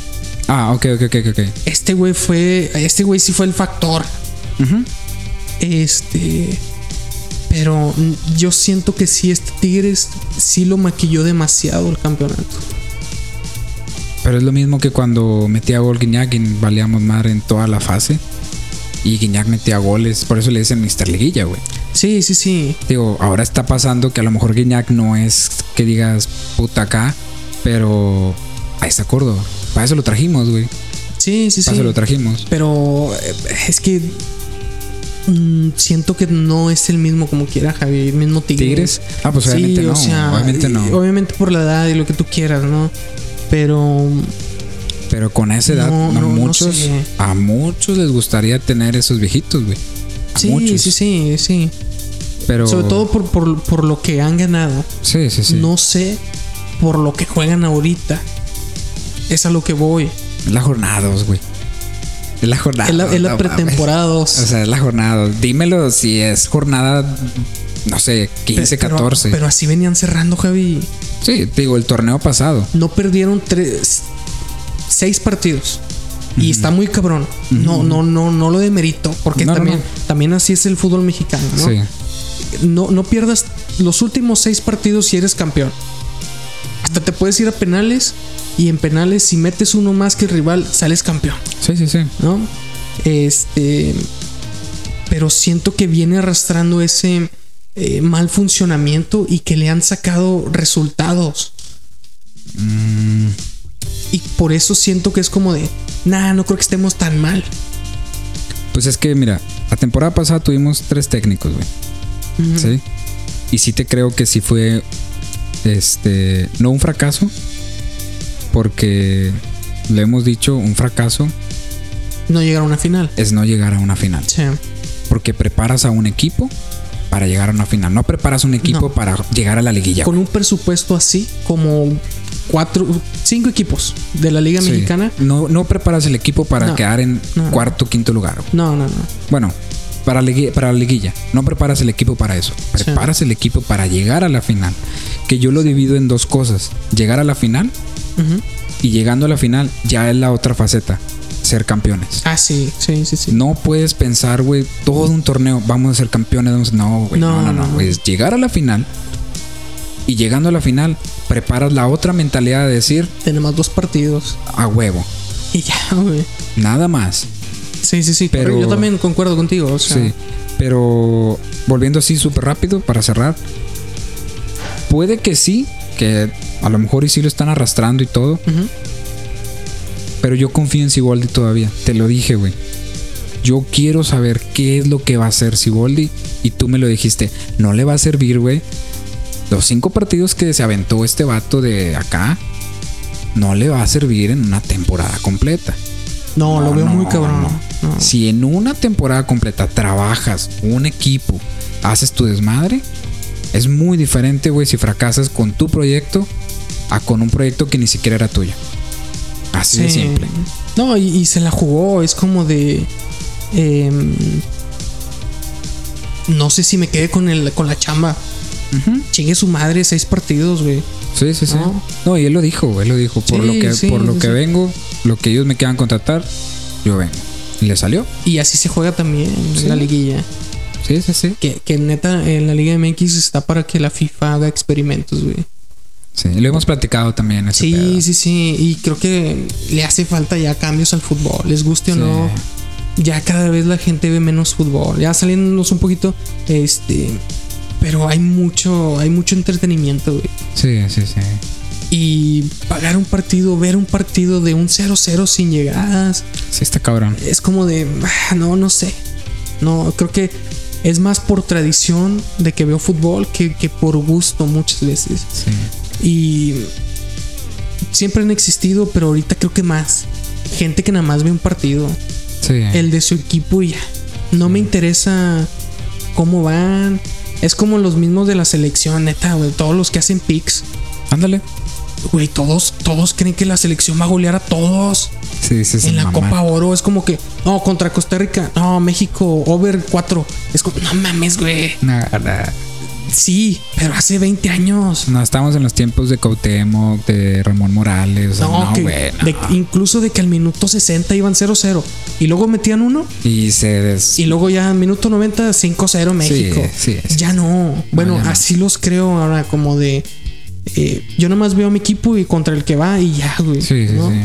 [SPEAKER 1] Ah, ok, ok, ok, ok.
[SPEAKER 2] este güey fue, este güey sí fue el factor.
[SPEAKER 1] Ujú.
[SPEAKER 2] Este, pero mm, yo siento que sí este Tigres sí lo maquilló demasiado el campeonato.
[SPEAKER 1] Pero es lo mismo que cuando metía gol Guiñac y valíamos madre en toda la fase. Y Guiñac metía goles, por eso le dicen Mr. Liguilla, güey.
[SPEAKER 2] Sí, sí, sí.
[SPEAKER 1] Digo, ahora está pasando que a lo mejor Guiñac no es que digas puta acá, pero ahí está Córdoba. Para eso lo trajimos, güey.
[SPEAKER 2] Sí, sí, sí.
[SPEAKER 1] Para eso lo trajimos.
[SPEAKER 2] Pero eh, es que mm, siento que no es el mismo como quiera, Javi, el mismo Tigres.
[SPEAKER 1] ¿Tigres? Ah, pues obviamente
[SPEAKER 2] Sí,
[SPEAKER 1] no. obviamente no.
[SPEAKER 2] y- Obviamente por la edad y lo que tú quieras, ¿no? Pero
[SPEAKER 1] Pero con esa edad,
[SPEAKER 2] No,
[SPEAKER 1] no,
[SPEAKER 2] no, no
[SPEAKER 1] muchos,
[SPEAKER 2] sé.
[SPEAKER 1] a muchos les gustaría tener esos viejitos, güey. A
[SPEAKER 2] sí,
[SPEAKER 1] muchos.
[SPEAKER 2] sí, sí, sí.
[SPEAKER 1] Pero,
[SPEAKER 2] Sobre todo por, por, por lo que han ganado.
[SPEAKER 1] Sí, sí, sí.
[SPEAKER 2] No sé por lo que juegan ahorita. Es a lo que voy.
[SPEAKER 1] Es la jornada, dos, güey. Es la jornada.
[SPEAKER 2] es la, es la
[SPEAKER 1] Ah, no mames.
[SPEAKER 2] pretemporada 2.
[SPEAKER 1] O sea, es la jornada. Dímelo si es jornada, no sé, 15,
[SPEAKER 2] Pero-
[SPEAKER 1] 14.
[SPEAKER 2] Pero así venían cerrando, Javi.
[SPEAKER 1] sí, te digo, el torneo pasado.
[SPEAKER 2] No perdieron tres, seis partidos. Y está muy cabrón. No, no, no, no lo demerito. Porque
[SPEAKER 1] No, no,
[SPEAKER 2] también,
[SPEAKER 1] no.
[SPEAKER 2] también así es el fútbol mexicano, ¿no?
[SPEAKER 1] Sí.
[SPEAKER 2] no, no pierdas los últimos seis partidos si eres campeón. Hasta te puedes ir a penales y en penales si metes uno más que el rival sales campeón,
[SPEAKER 1] Sí, sí, sí.
[SPEAKER 2] ¿no? Este, pero siento que viene arrastrando ese eh, mal funcionamiento y que le han sacado resultados.
[SPEAKER 1] Mm.
[SPEAKER 2] Y por eso siento que es como de, nah, no creo que estemos tan mal.
[SPEAKER 1] Pues es que, mira, la temporada pasada tuvimos tres técnicos, güey. Sí. Y sí te creo que sí fue, este, no un fracaso, porque le hemos dicho, un fracaso
[SPEAKER 2] No llegar a una final.
[SPEAKER 1] es no llegar a una final.
[SPEAKER 2] Sí.
[SPEAKER 1] Porque preparas a un equipo para llegar a una final. No preparas un equipo
[SPEAKER 2] No.
[SPEAKER 1] para llegar a la liguilla.
[SPEAKER 2] con un presupuesto así como cuatro, cinco equipos de la Liga
[SPEAKER 1] Sí.
[SPEAKER 2] Mexicana.
[SPEAKER 1] No, no preparas el equipo para
[SPEAKER 2] No.
[SPEAKER 1] quedar en
[SPEAKER 2] No.
[SPEAKER 1] cuarto, quinto lugar. güey.
[SPEAKER 2] No, no, no.
[SPEAKER 1] Bueno, para, ligui- para la liguilla. No preparas el equipo para eso.
[SPEAKER 2] Sí.
[SPEAKER 1] Preparas el equipo para llegar a la final. Que yo lo divido en dos cosas. Llegar a la final
[SPEAKER 2] Ujú.
[SPEAKER 1] y llegando a la final ya es la otra faceta. Ser campeones.
[SPEAKER 2] Ah, sí, sí, sí, sí.
[SPEAKER 1] No puedes pensar, güey, todo un torneo, vamos a ser campeones. vamos a- No, güey, no, no,
[SPEAKER 2] No,
[SPEAKER 1] no.
[SPEAKER 2] no.
[SPEAKER 1] güey. Es llegar a la final y llegando a la final, preparas la otra mentalidad de decir,
[SPEAKER 2] Tenemos dos partidos
[SPEAKER 1] a huevo,
[SPEAKER 2] y ya, güey.
[SPEAKER 1] nada más.
[SPEAKER 2] Sí, sí, sí.
[SPEAKER 1] Pero-
[SPEAKER 2] Pero yo también concuerdo contigo. O sea,
[SPEAKER 1] Sí, pero volviendo así súper rápido para cerrar, puede que sí, que a lo mejor y sí lo están arrastrando y todo,
[SPEAKER 2] Ujú.
[SPEAKER 1] pero yo confío en Siboldi todavía, te lo dije, güey. Yo quiero saber qué es lo que va a hacer Siboldi y tú me lo dijiste, no le va a servir, güey. Los cinco partidos que se aventó este vato de acá, no le va a servir en una temporada completa.
[SPEAKER 2] No, lo veo muy cabrón. no.
[SPEAKER 1] Si en una temporada completa trabajas un equipo, haces tu desmadre, es muy diferente, güey, si fracasas con tu proyecto a con un proyecto que ni siquiera era tuyo. Así de
[SPEAKER 2] Sí.
[SPEAKER 1] simple.
[SPEAKER 2] No, y, y se la jugó. Es como de. em, no sé si me quedé con, el, con la chamba.
[SPEAKER 1] Ujú.
[SPEAKER 2] Chingue su madre, seis partidos, güey.
[SPEAKER 1] Sí, sí, sí.
[SPEAKER 2] ¿No?
[SPEAKER 1] No, y él lo dijo, él lo dijo. Por
[SPEAKER 2] Sí,
[SPEAKER 1] lo que,
[SPEAKER 2] sí,
[SPEAKER 1] por lo
[SPEAKER 2] sí,
[SPEAKER 1] que
[SPEAKER 2] sí.
[SPEAKER 1] vengo, lo que ellos me quieran contratar, yo vengo. Y le salió.
[SPEAKER 2] Y así se juega también
[SPEAKER 1] Sí.
[SPEAKER 2] la liguilla.
[SPEAKER 1] Sí, sí, sí.
[SPEAKER 2] Que, que neta, en la Liga MX está para que la FIFA haga experimentos, güey.
[SPEAKER 1] Sí, lo hemos platicado también. ese
[SPEAKER 2] Sí,
[SPEAKER 1] pedo.
[SPEAKER 2] sí, sí. Y creo que le hace falta ya cambios al fútbol. Les guste o
[SPEAKER 1] Sí.
[SPEAKER 2] no. Ya cada vez la gente ve menos fútbol. Ya saliéndonos un poquito, este. Pero hay mucho, hay mucho entretenimiento, güey.
[SPEAKER 1] Sí, sí, sí.
[SPEAKER 2] Y pagar un partido, ver un partido de un 0-0 sin llegadas,
[SPEAKER 1] Sí, está cabrón.
[SPEAKER 2] es como de, ah, no, no sé. No, creo que es más por tradición de que veo fútbol que, que por gusto muchas veces.
[SPEAKER 1] Sí.
[SPEAKER 2] Y siempre han existido, pero ahorita creo que más. Gente que nada más ve un partido,
[SPEAKER 1] Sí.
[SPEAKER 2] el de su equipo y ya. No me interesa cómo van. Es como los mismos de la selección, neta, güey. Todos los que hacen picks.
[SPEAKER 1] Ándale.
[SPEAKER 2] Güey, todos, todos creen que la selección va a golear a todos.
[SPEAKER 1] Sí, sí, sí.
[SPEAKER 2] en la
[SPEAKER 1] mamá.
[SPEAKER 2] Copa Oro es como que, no, contra Costa Rica, no, México, over 4. Es como, no mames, güey.
[SPEAKER 1] Nada.
[SPEAKER 2] Sí, pero hace 20 años.
[SPEAKER 1] No, estamos en los tiempos de Cuauhtémoc, de Ramón Morales.
[SPEAKER 2] No,
[SPEAKER 1] No,
[SPEAKER 2] que
[SPEAKER 1] güey. no.
[SPEAKER 2] de- incluso de que al minuto 60 iban 0-0 y luego metían uno
[SPEAKER 1] Y se des...
[SPEAKER 2] y luego ya al minuto 90 5-0 México.
[SPEAKER 1] sí, sí.
[SPEAKER 2] Ya no. Bueno,
[SPEAKER 1] ya no.
[SPEAKER 2] así los creo ahora como de eh, yo nomás veo a mi equipo y contra el que va y ya, güey.
[SPEAKER 1] Sí, sí,
[SPEAKER 2] ¿no?
[SPEAKER 1] sí.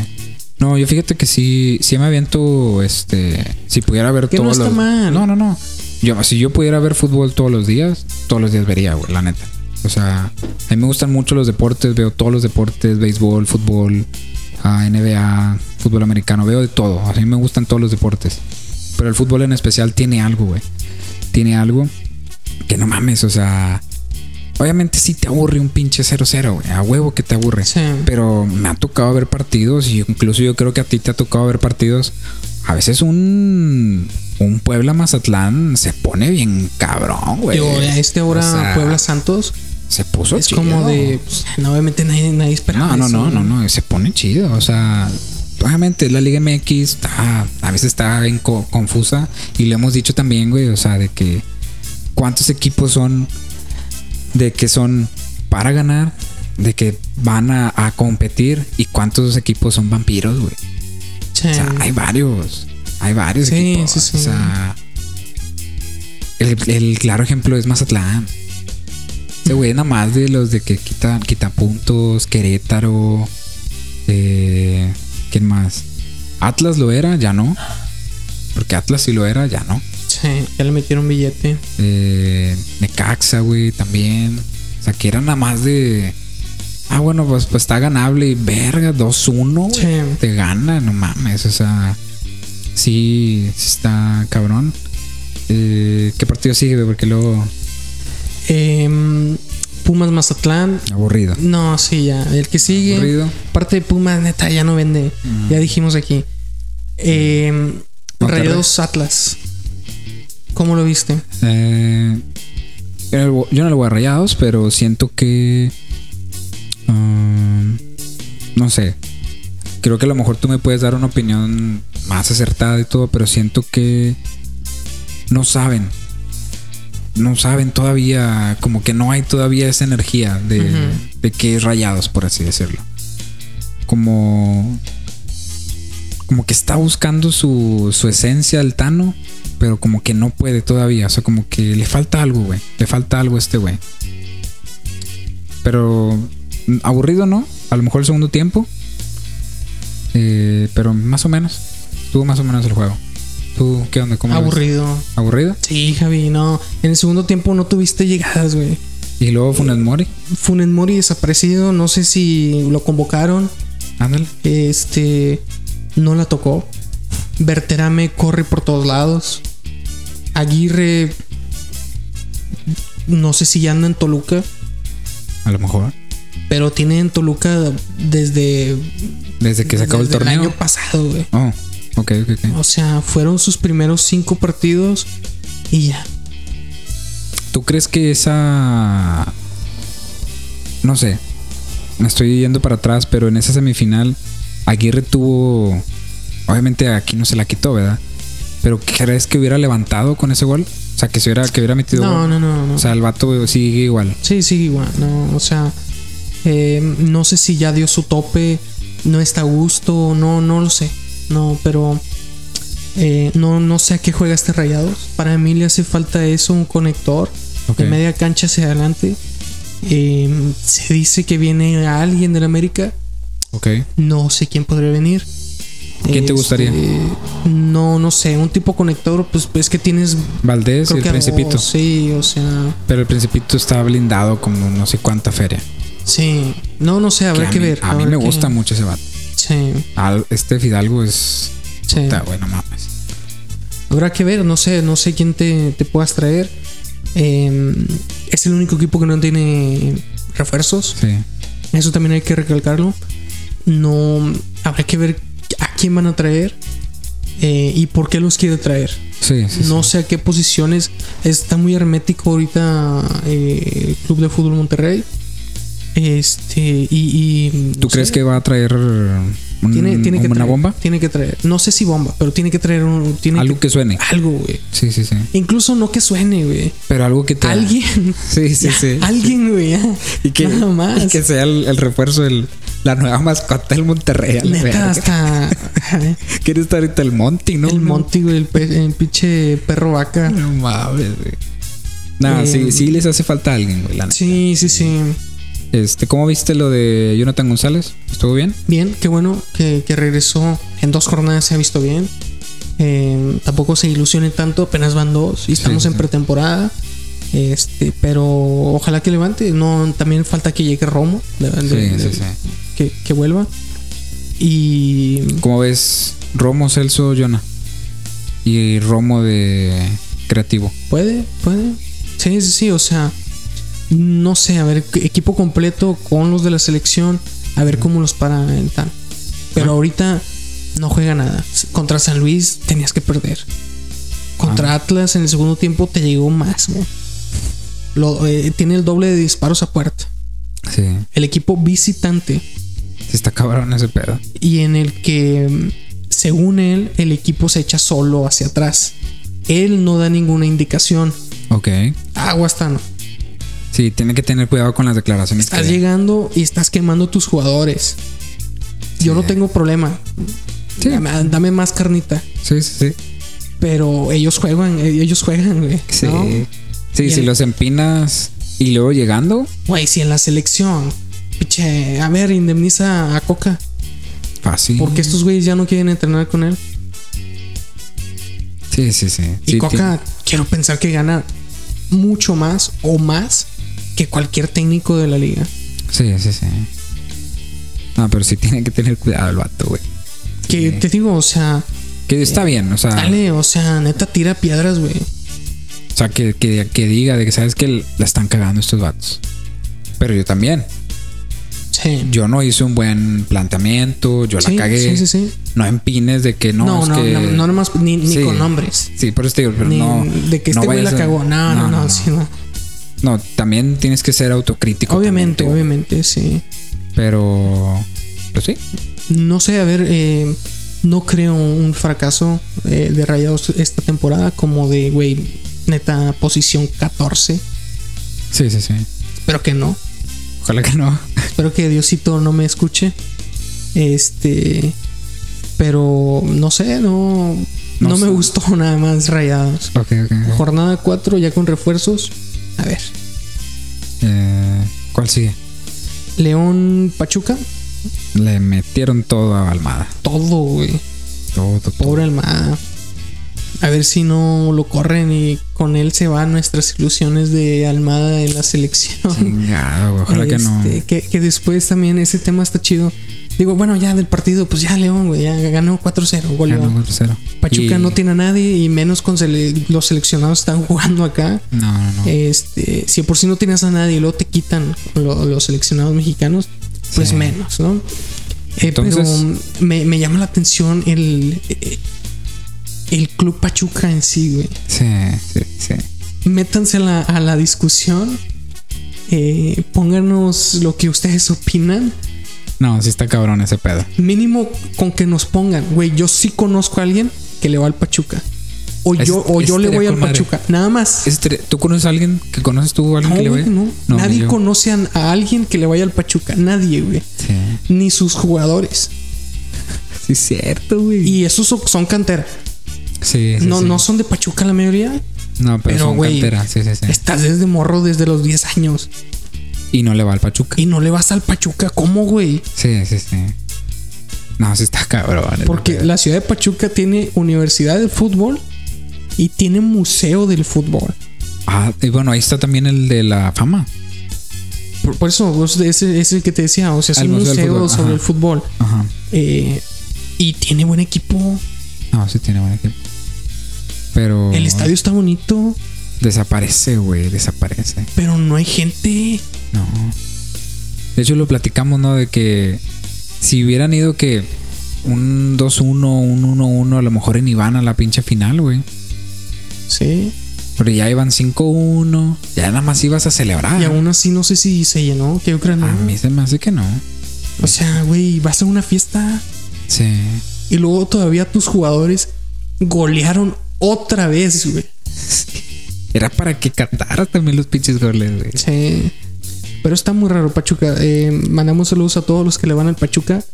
[SPEAKER 1] No, yo fíjate que sí, sí me aviento, este, si pudiera ver
[SPEAKER 2] Que no
[SPEAKER 1] todos
[SPEAKER 2] está
[SPEAKER 1] los-
[SPEAKER 2] mal.
[SPEAKER 1] No, no, no. Yo, si yo pudiera ver fútbol todos los días, todos los días vería, güey, la neta. O sea, a mí me gustan mucho los deportes, veo todos los deportes, béisbol, fútbol, ah, NBA, fútbol americano, veo de todo. A mí me gustan todos los deportes. Pero el fútbol en especial tiene algo, güey. Tiene algo que no mames, o sea... Obviamente sí te aburre un pinche 0-0, güey. A huevo que te aburre.
[SPEAKER 2] Sí.
[SPEAKER 1] Pero me ha tocado ver partidos y incluso yo creo que a ti te ha tocado ver partidos. A veces un, un Puebla Mazatlán se pone bien cabrón, güey.
[SPEAKER 2] Yo, a este ahora
[SPEAKER 1] O sea,
[SPEAKER 2] Puebla Santos
[SPEAKER 1] se puso
[SPEAKER 2] es
[SPEAKER 1] chido.
[SPEAKER 2] como de pues, no, obviamente nadie, nadie esperaba
[SPEAKER 1] No, no,
[SPEAKER 2] eso,
[SPEAKER 1] no, no, no, se pone chido. O sea, obviamente la Liga MX está, a veces está bien co- confusa. Y lo hemos dicho también, güey, o sea, de que cuántos equipos son, de que son para ganar, de que van a, a competir y cuántos equipos son vampiros, güey.
[SPEAKER 2] Sí.
[SPEAKER 1] O sea, hay varios, hay varios
[SPEAKER 2] Sí,
[SPEAKER 1] equipos.
[SPEAKER 2] sí, sí.
[SPEAKER 1] O sea, el, el claro ejemplo es Mazatlán.
[SPEAKER 2] Mm.
[SPEAKER 1] Ese güey nada más de los de que quitan, quita puntos, Querétaro, eh, ¿quién más? Atlas lo era, ya no. Porque Atlas sí lo era, ya no.
[SPEAKER 2] Sí, ya le metieron billete.
[SPEAKER 1] Eh, Necaxa, güey, también. O sea, que era nada más de. Ah, bueno, pues, pues está ganable y verga, 2-1, güey.
[SPEAKER 2] Sí.
[SPEAKER 1] Te gana, no mames. O sea, sí, sí está cabrón. Eh, ¿Qué partido sigue, güey? Porque luego
[SPEAKER 2] Em, Pumas Mazatlán.
[SPEAKER 1] aburrido.
[SPEAKER 2] No, sí, ya. El que sigue.
[SPEAKER 1] Aburrido.
[SPEAKER 2] Parte de Pumas, neta, ya no vende.
[SPEAKER 1] Mm.
[SPEAKER 2] Ya dijimos aquí. Em,
[SPEAKER 1] Monterrey.
[SPEAKER 2] Rayados Atlas. ¿Cómo lo viste?
[SPEAKER 1] Eh, yo no lo- yo no lo voy a rayados, pero siento que. um, no sé. Creo que a lo mejor tú me puedes dar una opinión más acertada y todo, pero siento que. No saben. No saben todavía. Como que no hay todavía esa energía de,
[SPEAKER 2] Ujú.
[SPEAKER 1] de que es rayados, por así decirlo. Como. Como que está buscando su, su esencia el Tano, pero como que no puede todavía. O sea, como que le falta algo, güey. Le falta algo a este güey. Pero mm, aburrido, ¿no? A lo mejor el segundo tiempo. Eh, pero más o menos. Tuvo más o menos el juego. ¿Tú qué onda? ¿Cómo lo ves?
[SPEAKER 2] Aburrido.
[SPEAKER 1] ¿Aburrido?
[SPEAKER 2] Sí, Javi, no. En el segundo tiempo no tuviste llegadas, güey.
[SPEAKER 1] Y luego Funes Mori.
[SPEAKER 2] Funes Mori desaparecido. No sé si lo convocaron.
[SPEAKER 1] Ándale.
[SPEAKER 2] Este. No la tocó. Berterame corre por todos lados. Aguirre. No sé si ya anda en Toluca.
[SPEAKER 1] A lo mejor.
[SPEAKER 2] Pero tiene en Toluca desde.
[SPEAKER 1] Desde que se acabó el
[SPEAKER 2] desde
[SPEAKER 1] torneo.
[SPEAKER 2] año pasado, güey.
[SPEAKER 1] Oh, Ok, ok, ok.
[SPEAKER 2] O sea, fueron sus primeros cinco partidos y ya.
[SPEAKER 1] ¿Tú crees que esa... No sé, me estoy yendo para atrás, pero en esa semifinal Aguirre tuvo... Obviamente aquí no se la quitó, ¿verdad? Pero ¿crees que hubiera levantado con ese gol? O sea, que, se hubiera, que hubiera metido...
[SPEAKER 2] No,
[SPEAKER 1] gol.
[SPEAKER 2] no, no, no.
[SPEAKER 1] O sea, el vato sigue igual.
[SPEAKER 2] Sí, sí, igual. No, o sea, eh, no sé si ya dio su tope, no está a gusto, no, no lo sé. No, pero eh, no, no sé a qué juega este Rayados. Para mí le hace falta eso, un conector
[SPEAKER 1] Ok.
[SPEAKER 2] de media cancha hacia adelante. Eh, se dice que viene alguien del América.
[SPEAKER 1] Ok.
[SPEAKER 2] No sé quién podría venir. Este,
[SPEAKER 1] ¿Quién te gustaría?
[SPEAKER 2] No, no sé. Un tipo conector, pues, pues que tienes.
[SPEAKER 1] Valdés y
[SPEAKER 2] creo
[SPEAKER 1] el
[SPEAKER 2] que a dos,
[SPEAKER 1] Principito.
[SPEAKER 2] Sí, o sea.
[SPEAKER 1] Pero el Principito está blindado como no sé cuánta feria.
[SPEAKER 2] Sí. No, no sé. Habrá que,
[SPEAKER 1] a mí,
[SPEAKER 2] ver.
[SPEAKER 1] A mí
[SPEAKER 2] habrá
[SPEAKER 1] me
[SPEAKER 2] que-
[SPEAKER 1] gusta mucho ese vato.
[SPEAKER 2] Sí,
[SPEAKER 1] Al- este Fidalgo es.
[SPEAKER 2] sí.
[SPEAKER 1] Puta, bueno, mames.
[SPEAKER 2] Habrá que ver. No sé. No sé quién te, te puedas traer. Eh, es el único equipo que no tiene refuerzos.
[SPEAKER 1] Sí.
[SPEAKER 2] Eso también hay que recalcarlo. No. Habrá que ver a quién van a traer. eh, y por qué los quiere traer.
[SPEAKER 1] Sí, sí.
[SPEAKER 2] No sé a qué posiciones. Está muy hermético ahorita eh, el Club de Fútbol Monterrey. Este, y. y,
[SPEAKER 1] ¿Tú
[SPEAKER 2] no
[SPEAKER 1] crees
[SPEAKER 2] sé,
[SPEAKER 1] que va a traer un-
[SPEAKER 2] tiene, tiene que
[SPEAKER 1] una
[SPEAKER 2] traer-
[SPEAKER 1] bomba?
[SPEAKER 2] Tiene que traer. No sé si bomba, pero tiene que traer un. Tiene
[SPEAKER 1] Algo que suene.
[SPEAKER 2] algo, güey.
[SPEAKER 1] Sí, sí, sí.
[SPEAKER 2] Incluso no que suene, güey.
[SPEAKER 1] Pero algo que te.
[SPEAKER 2] Alguien.
[SPEAKER 1] Sí, sí, sí.
[SPEAKER 2] Alguien, güey. ya.
[SPEAKER 1] Y que,
[SPEAKER 2] Nada más.
[SPEAKER 1] y que sea el, el refuerzo, el, la nueva mascota del Monterrey. a la verga.
[SPEAKER 2] Neta, hasta.
[SPEAKER 1] ¿Quién está ahorita? El Monty, ¿no?
[SPEAKER 2] el Monty, güey, el, pe- el pinche perro vaca.
[SPEAKER 1] No mames, güey. Nah,
[SPEAKER 2] Eh,
[SPEAKER 1] sí, sí les hace falta a alguien, güey. la neta.
[SPEAKER 2] Sí, sí, sí.
[SPEAKER 1] Este, ¿Cómo viste lo de Jonathan González? ¿Estuvo bien?
[SPEAKER 2] Bien, qué bueno que, que regresó. En dos jornadas se ha visto bien. Eh, tampoco se ilusione tanto, apenas van dos y estamos
[SPEAKER 1] sí,
[SPEAKER 2] en
[SPEAKER 1] sí.
[SPEAKER 2] pretemporada. Este, pero ojalá que levante. No, también falta que llegue Romo, de- de- de- Que, que vuelva. Y
[SPEAKER 1] ¿Cómo ves Romo, Celso, Jonah? Y Romo de creativo.
[SPEAKER 2] puede, puede. Sí, sí, sí. O sea, no sé, a ver, equipo completo con los de la selección, a ver cómo los para en tal. Pero ahorita no juega nada. Contra San Luis tenías que perder. Contra Atlas en el segundo tiempo te llegó más. güey. Lo- eh, tiene el doble de disparos a puerta.
[SPEAKER 1] Sí.
[SPEAKER 2] El equipo visitante
[SPEAKER 1] Sí está cabrón ese pedo.
[SPEAKER 2] y en el que, mm, según él, el equipo se echa solo hacia atrás. Él no da ninguna indicación.
[SPEAKER 1] Ok.
[SPEAKER 2] Aguas, Tano.
[SPEAKER 1] Sí, tiene que tener cuidado con las declaraciones. que
[SPEAKER 2] Estás
[SPEAKER 1] da.
[SPEAKER 2] llegando y estás quemando tus jugadores. Yo no tengo problema.
[SPEAKER 1] Sí.
[SPEAKER 2] Dame, dame más carnita.
[SPEAKER 1] Sí, sí, sí.
[SPEAKER 2] Pero ellos juegan, eh, ellos juegan, güey.
[SPEAKER 1] Sí.
[SPEAKER 2] ¿no?
[SPEAKER 1] Sí,
[SPEAKER 2] Y
[SPEAKER 1] si
[SPEAKER 2] el-
[SPEAKER 1] los empinas y luego llegando,
[SPEAKER 2] Güey, si en la selección, piche, a ver, indemniza a Coca.
[SPEAKER 1] fácil.
[SPEAKER 2] Porque estos güeyes ya no quieren entrenar con él.
[SPEAKER 1] Sí, sí, sí.
[SPEAKER 2] Y
[SPEAKER 1] Sí,
[SPEAKER 2] Coca, quiero pensar que gana mucho más o más que cualquier técnico de la liga.
[SPEAKER 1] tiene- Sí, sí, sí. Ah, pero sí tiene que tener cuidado el vato, güey.
[SPEAKER 2] Que te digo, o sea,
[SPEAKER 1] Que está bien, o sea.
[SPEAKER 2] dale, o sea, neta tira piedras, güey.
[SPEAKER 1] O sea, que, que- que diga de que sabes que la están cagando estos vatos. Pero yo también.
[SPEAKER 2] Sí.
[SPEAKER 1] Yo no hice un buen planteamiento, yo
[SPEAKER 2] Sí,
[SPEAKER 1] la cagué.
[SPEAKER 2] sí, sí, sí.
[SPEAKER 1] No empines de que no,
[SPEAKER 2] No,
[SPEAKER 1] es
[SPEAKER 2] no,
[SPEAKER 1] que...
[SPEAKER 2] no, no nomás ni, ni
[SPEAKER 1] Sí.
[SPEAKER 2] con nombres.
[SPEAKER 1] Sí, por eso te digo, pero
[SPEAKER 2] Ni-
[SPEAKER 1] no.
[SPEAKER 2] de que este
[SPEAKER 1] no
[SPEAKER 2] güey la
[SPEAKER 1] vayas a-
[SPEAKER 2] cagó. No, no, no, sí, no.
[SPEAKER 1] No, también tienes que ser autocrítico.
[SPEAKER 2] Obviamente,
[SPEAKER 1] también
[SPEAKER 2] obviamente, sí.
[SPEAKER 1] tú. Pero. Pero sí.
[SPEAKER 2] No sé, a ver, eh, no creo un fracaso eh, de Rayados esta temporada como de, güey, neta posición 14.
[SPEAKER 1] Sí, sí, sí.
[SPEAKER 2] Espero que no.
[SPEAKER 1] Ojalá que no.
[SPEAKER 2] Espero que Diosito no me escuche. Este. Pero no sé, no. No,
[SPEAKER 1] No
[SPEAKER 2] me
[SPEAKER 1] sé.
[SPEAKER 2] gustó nada más rayados.
[SPEAKER 1] Ok, ok. ok.
[SPEAKER 2] Jornada 4 ya con refuerzos. A ver.
[SPEAKER 1] Eh, ¿Cuál sigue?
[SPEAKER 2] León Pachuca.
[SPEAKER 1] Le metieron todo a Almada.
[SPEAKER 2] Todo, güey.
[SPEAKER 1] Todo, todo.
[SPEAKER 2] Pobre Almada. A ver si no lo corren y con él se van nuestras ilusiones de Almada en la selección.
[SPEAKER 1] Chingado, güey. Ojalá que no.
[SPEAKER 2] Este, que, que después también ese tema está chido. Digo, bueno, ya del partido, pues ya León, güey, ya ganó 4-0, gol
[SPEAKER 1] Ya no,
[SPEAKER 2] León.
[SPEAKER 1] cuatro cero.
[SPEAKER 2] Pachuca
[SPEAKER 1] Y-
[SPEAKER 2] no tiene a nadie y menos con sele- los seleccionados están jugando acá.
[SPEAKER 1] No, no, no.
[SPEAKER 2] Este, si de por si no tienes a nadie y luego te quitan lo- los seleccionados mexicanos, pues
[SPEAKER 1] Sí.
[SPEAKER 2] menos, ¿no? Eh,
[SPEAKER 1] Entonces-
[SPEAKER 2] pero me, me llama la atención el, eh, el Club Pachuca en sí, güey.
[SPEAKER 1] Sí, sí, sí.
[SPEAKER 2] Métanse a la, a la discusión. eh, pónganos lo que ustedes opinan.
[SPEAKER 1] No, sí está cabrón ese pedo.
[SPEAKER 2] Mínimo con que nos pongan, güey, yo sí conozco a alguien que le va al Pachuca. O
[SPEAKER 1] Es-
[SPEAKER 2] yo, o yo le
[SPEAKER 1] estaría
[SPEAKER 2] voy al
[SPEAKER 1] con madre.
[SPEAKER 2] Pachuca. Nada más.
[SPEAKER 1] Ese tre- ¿Tú conoces a alguien que conoces tú a alguien
[SPEAKER 2] No,
[SPEAKER 1] que le
[SPEAKER 2] güey,
[SPEAKER 1] vaya?
[SPEAKER 2] no. Nadie
[SPEAKER 1] ni yo.
[SPEAKER 2] conoce a, a alguien que le vaya al Pachuca. Nadie, güey.
[SPEAKER 1] Sí,
[SPEAKER 2] Ni sus jugadores.
[SPEAKER 1] sí, es cierto, güey.
[SPEAKER 2] Y esos so- son cantera.
[SPEAKER 1] Sí, sí,
[SPEAKER 2] no,
[SPEAKER 1] sí.
[SPEAKER 2] no son de Pachuca la mayoría.
[SPEAKER 1] No, pero,
[SPEAKER 2] pero,
[SPEAKER 1] son
[SPEAKER 2] güey,
[SPEAKER 1] cantera. Sí, sí, sí.
[SPEAKER 2] Estás desde morro desde los 10 años.
[SPEAKER 1] Y no le va al Pachuca.
[SPEAKER 2] Y no le vas al Pachuca. ¿Cómo, güey?
[SPEAKER 1] Sí, sí, sí. No, sí está cabrón. ese
[SPEAKER 2] Porque
[SPEAKER 1] pedo.
[SPEAKER 2] la ciudad de Pachuca tiene universidad de fútbol y tiene museo del fútbol.
[SPEAKER 1] Ah, y bueno, ahí está también el de la fama.
[SPEAKER 2] Por, por eso pues, ese ese es el que te decía. O sea, es
[SPEAKER 1] Al
[SPEAKER 2] un
[SPEAKER 1] museo del
[SPEAKER 2] museo
[SPEAKER 1] fútbol,
[SPEAKER 2] sobre
[SPEAKER 1] ajá.
[SPEAKER 2] el fútbol.
[SPEAKER 1] Ajá.
[SPEAKER 2] Eh, y tiene buen equipo.
[SPEAKER 1] No, sí tiene buen equipo. Pero.
[SPEAKER 2] El estadio está bonito,
[SPEAKER 1] Desaparece, güey. Desaparece.
[SPEAKER 2] pero no hay gente.
[SPEAKER 1] No. De hecho, lo platicamos, ¿no? De que si hubieran ido que un 2-1, un 1-1, a lo mejor en iban a la pinche final, güey.
[SPEAKER 2] Sí.
[SPEAKER 1] Pero ya iban 5-1. Ya nada más ibas a celebrar.
[SPEAKER 2] Y aún así no sé si se llenó, que yo creo no.
[SPEAKER 1] A mí se Ah, me hace que no.
[SPEAKER 2] O sea, güey, vas a una fiesta
[SPEAKER 1] Sí.
[SPEAKER 2] y luego todavía tus jugadores golearon otra vez, güey.
[SPEAKER 1] Era para que cantara también los pinches goles, güey.
[SPEAKER 2] Sí. Pero está muy raro, Pachuca. Eh, mandamos saludos a todos los que le van al Pachuca.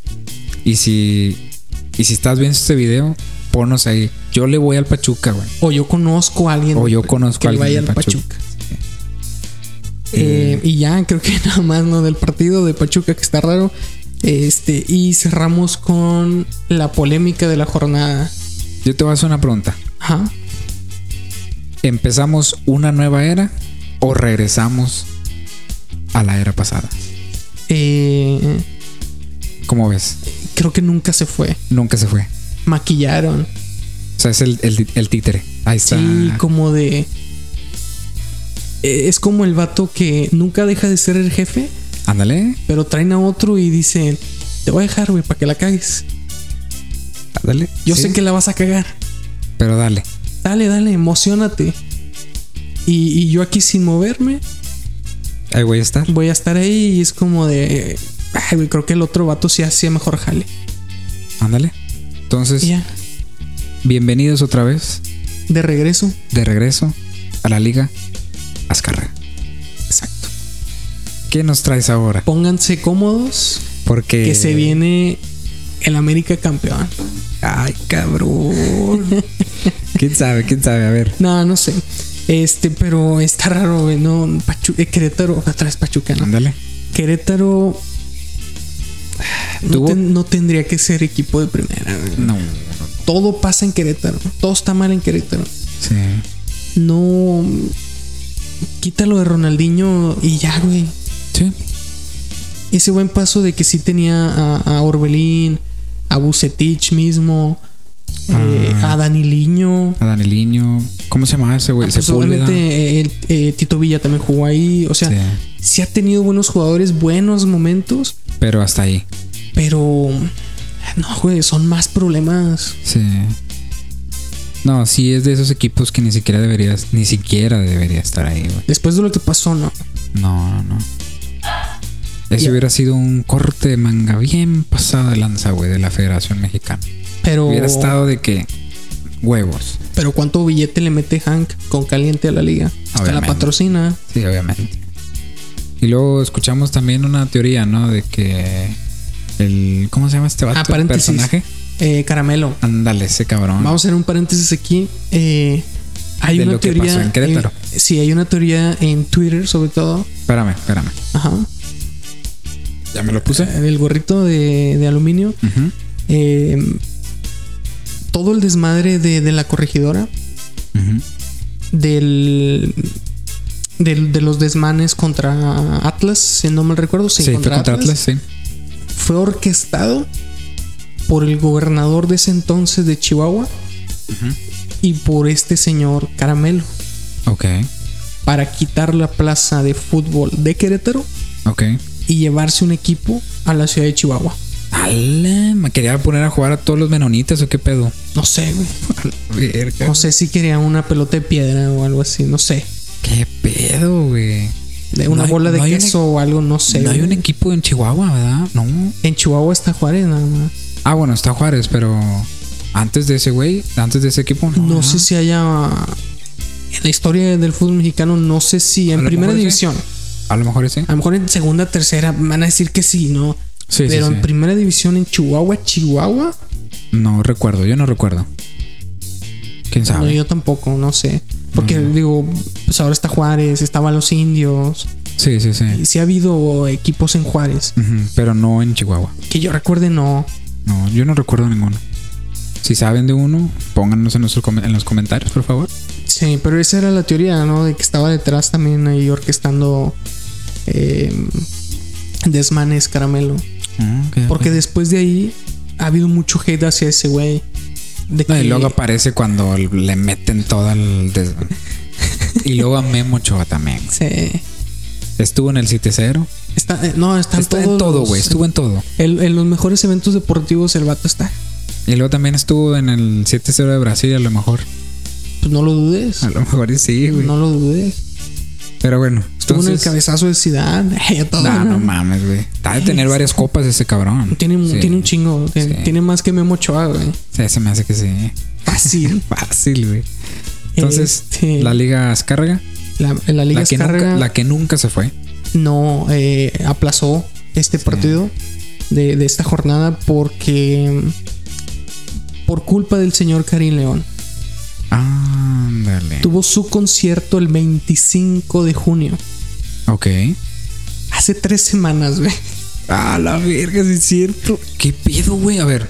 [SPEAKER 1] Y si, y si estás viendo este video, ponos ahí. Yo le voy al Pachuca, güey.
[SPEAKER 2] O yo conozco a alguien.
[SPEAKER 1] O yo conozco
[SPEAKER 2] que
[SPEAKER 1] a
[SPEAKER 2] le
[SPEAKER 1] alguien
[SPEAKER 2] vaya al
[SPEAKER 1] del Pachuca.
[SPEAKER 2] Pachuca. Eh, y ya, creo que nada más, ¿no? Del partido de Pachuca, que está raro. Este, y cerramos con la polémica de la jornada.
[SPEAKER 1] Yo te voy a hacer una pregunta.
[SPEAKER 2] Ajá.
[SPEAKER 1] ¿Empezamos una nueva era o regresamos a la era pasada?
[SPEAKER 2] Eh,
[SPEAKER 1] ¿Cómo ves?
[SPEAKER 2] creo que nunca se fue.
[SPEAKER 1] Nunca se fue.
[SPEAKER 2] Maquillaron.
[SPEAKER 1] O sea, es el, el- el títere. Ahí está.
[SPEAKER 2] Sí, como de. Eh, Es como el vato que nunca deja de ser el jefe,
[SPEAKER 1] Ándale,
[SPEAKER 2] pero traen a otro y dicen: Te voy a dejar, güey, para que la cagues.
[SPEAKER 1] ándale.
[SPEAKER 2] Yo
[SPEAKER 1] Sí,
[SPEAKER 2] sé que la vas a cagar.
[SPEAKER 1] Pero dale.
[SPEAKER 2] Dale, dale, emocionate. Y, y yo aquí sin moverme,
[SPEAKER 1] Ahí voy a estar.
[SPEAKER 2] voy a estar ahí y es como de. Ay, güey, creo que el otro vato sí hacía mejor jale.
[SPEAKER 1] Ándale. Entonces,
[SPEAKER 2] Y ya,
[SPEAKER 1] bienvenidos otra vez
[SPEAKER 2] de regreso.
[SPEAKER 1] de regreso a la Liga Azcarra.
[SPEAKER 2] Exacto.
[SPEAKER 1] ¿Qué nos traes ahora?
[SPEAKER 2] Pónganse cómodos,
[SPEAKER 1] Porque.
[SPEAKER 2] que se viene el América campeón.
[SPEAKER 1] Ay, cabrón. ¿Quién sabe? ¿Quién sabe? A ver.
[SPEAKER 2] No, no sé. Este, pero está raro, güey. No, Pachu- eh, Querétaro, atrás Pachuca, ¿no?
[SPEAKER 1] Ándale.
[SPEAKER 2] Querétaro. ah, No,
[SPEAKER 1] Tuvo-
[SPEAKER 2] ten- no tendría que ser equipo de primera. güey.
[SPEAKER 1] No.
[SPEAKER 2] Todo pasa en Querétaro. Todo está mal en Querétaro.
[SPEAKER 1] Sí.
[SPEAKER 2] No. Quítalo de Ronaldinho y ya, güey.
[SPEAKER 1] Sí.
[SPEAKER 2] Ese buen paso de que sí tenía a, a Orbelín, a Bucetich mismo, eh, a Daniliño.
[SPEAKER 1] A Daniliño. ¿Cómo se llama ese Ah. güey?
[SPEAKER 2] Pues
[SPEAKER 1] Sepúlveda.
[SPEAKER 2] obviamente eh, el, eh, Tito Villa también jugó ahí. O sea,
[SPEAKER 1] Sí.
[SPEAKER 2] sí ha tenido buenos jugadores, buenos momentos,
[SPEAKER 1] Pero hasta ahí.
[SPEAKER 2] pero no, güey, son más problemas.
[SPEAKER 1] Sí. No, sí es de esos equipos que ni siquiera deberías, ni siquiera debería estar ahí, güey.
[SPEAKER 2] Después de lo que pasó, no.
[SPEAKER 1] No, no, no. Ese
[SPEAKER 2] Ya.
[SPEAKER 1] hubiera sido un corte de manga bien pasado de lanza, güey, de la Federación Mexicana.
[SPEAKER 2] Pero,
[SPEAKER 1] Hubiera estado de que huevos.
[SPEAKER 2] pero ¿cuánto billete le mete Hank con caliente a la liga? Hasta la
[SPEAKER 1] Obviamente.
[SPEAKER 2] patrocina.
[SPEAKER 1] Sí, obviamente. Y luego escuchamos también una teoría, ¿no? De que el ¿cómo se llama este vato?
[SPEAKER 2] Ah,
[SPEAKER 1] el
[SPEAKER 2] paréntesis.
[SPEAKER 1] personaje.
[SPEAKER 2] Eh, caramelo.
[SPEAKER 1] Ándale, ese cabrón.
[SPEAKER 2] Vamos a hacer un paréntesis aquí. Eh, hay
[SPEAKER 1] De
[SPEAKER 2] una
[SPEAKER 1] lo que
[SPEAKER 2] teoría.
[SPEAKER 1] pasó en Querétaro.
[SPEAKER 2] eh, sí, hay una teoría en Twitter, sobre todo.
[SPEAKER 1] Espérame, espérame.
[SPEAKER 2] Ajá.
[SPEAKER 1] Ya me lo puse.
[SPEAKER 2] El gorrito de, de aluminio.
[SPEAKER 1] Ujú,
[SPEAKER 2] Eh, todo el desmadre de, de la corregidora.
[SPEAKER 1] ujú.
[SPEAKER 2] del, del- de los desmanes contra Atlas, si no mal recuerdo, sí,
[SPEAKER 1] Sí, fue contra Atlas, sí.
[SPEAKER 2] fue orquestado por el gobernador de ese entonces de Chihuahua y por este señor Caramelo
[SPEAKER 1] Ok,
[SPEAKER 2] para quitar la plaza de fútbol de Querétaro
[SPEAKER 1] ok.
[SPEAKER 2] y llevarse un equipo a la ciudad de Chihuahua.
[SPEAKER 1] A ¡Ala! Me quería poner a jugar a todos los menonitas o qué pedo.
[SPEAKER 2] No sé, güey.
[SPEAKER 1] Verga.
[SPEAKER 2] No sé si quería una pelota de piedra o algo así, no sé.
[SPEAKER 1] ¿Qué pedo, güey?
[SPEAKER 2] De una
[SPEAKER 1] No hay-
[SPEAKER 2] bola de
[SPEAKER 1] no hay un
[SPEAKER 2] queso o algo, no sé.
[SPEAKER 1] no hay un
[SPEAKER 2] güey.
[SPEAKER 1] equipo en Chihuahua, ¿verdad? No.
[SPEAKER 2] En Chihuahua está Juárez nada más.
[SPEAKER 1] Ah, bueno, está Juárez, pero antes de ese güey, antes de ese equipo, no.
[SPEAKER 2] No
[SPEAKER 1] ¿verdad?
[SPEAKER 2] sé si haya. En la historia del fútbol mexicano, no sé si
[SPEAKER 1] A
[SPEAKER 2] en
[SPEAKER 1] lo
[SPEAKER 2] primera
[SPEAKER 1] mejor sí.
[SPEAKER 2] división.
[SPEAKER 1] A lo mejor ese.
[SPEAKER 2] A lo mejor en segunda, tercera van a decir que sí, ¿no?
[SPEAKER 1] Sí, sí,
[SPEAKER 2] Pero en
[SPEAKER 1] sí.
[SPEAKER 2] primera división en Chihuahua, Chihuahua.
[SPEAKER 1] No recuerdo, yo no recuerdo. ¿Quién sabe?
[SPEAKER 2] No, yo tampoco, no sé. Porque digo, pues ahora está Juárez, estaban los indios.
[SPEAKER 1] Sí, sí, sí.
[SPEAKER 2] Y sí ha habido equipos en Juárez.
[SPEAKER 1] Ujú, Pero no en Chihuahua.
[SPEAKER 2] Que yo recuerde, no.
[SPEAKER 1] No, yo no recuerdo ninguno. Si saben de uno, pónganos en, nuestro com- en los comentarios, por favor.
[SPEAKER 2] Sí, pero esa era la teoría, ¿no? De que estaba detrás también ahí orquestando eh, desmanes caramelo.
[SPEAKER 1] Ah,
[SPEAKER 2] Porque después de ahí ha habido mucho hate hacia ese güey. De
[SPEAKER 1] No, Ah, y
[SPEAKER 2] que-
[SPEAKER 1] luego aparece cuando le meten todo el... des- y luego a Memo Ochoa también.
[SPEAKER 2] se-
[SPEAKER 1] Estuvo en el 7-0.
[SPEAKER 2] está, eh, no, están
[SPEAKER 1] Está
[SPEAKER 2] todos
[SPEAKER 1] en todo,
[SPEAKER 2] los-
[SPEAKER 1] güey. Estuvo en todo.
[SPEAKER 2] el- en los mejores eventos deportivos el vato está.
[SPEAKER 1] Y luego también estuvo en el 7-0 de Brasil, a lo mejor.
[SPEAKER 2] Pues no lo dudes.
[SPEAKER 1] A lo mejor y Ah, sí, güey.
[SPEAKER 2] No lo dudes.
[SPEAKER 1] Pero bueno,
[SPEAKER 2] Estuvo en el
[SPEAKER 1] entonces...
[SPEAKER 2] cabezazo de Zidane. eh, todo,
[SPEAKER 1] Nah,
[SPEAKER 2] ¿no?
[SPEAKER 1] no mames, güey. Está de tener varias copas ese cabrón.
[SPEAKER 2] Tiene, un-
[SPEAKER 1] Sí.
[SPEAKER 2] tiene un chingo. Tiene,
[SPEAKER 1] Sí.
[SPEAKER 2] tiene más que Memo Ochoa, güey.
[SPEAKER 1] Sí, se me hace que sí.
[SPEAKER 2] Fácil.
[SPEAKER 1] Fácil, güey. Entonces,
[SPEAKER 2] Este,
[SPEAKER 1] la Liga Azcárraga.
[SPEAKER 2] la, la Liga
[SPEAKER 1] la, que
[SPEAKER 2] Azcárraga-
[SPEAKER 1] nunca, la que nunca se fue.
[SPEAKER 2] no eh, aplazó este partido de, de esta jornada porque mm, por culpa del señor Karim León.
[SPEAKER 1] Ándale.
[SPEAKER 2] Tuvo su concierto el 25 de junio.
[SPEAKER 1] Ok.
[SPEAKER 2] Hace tres semanas, güey.
[SPEAKER 1] Ah, la verga, sí es cierto. ¿Qué pedo, güey? A ver.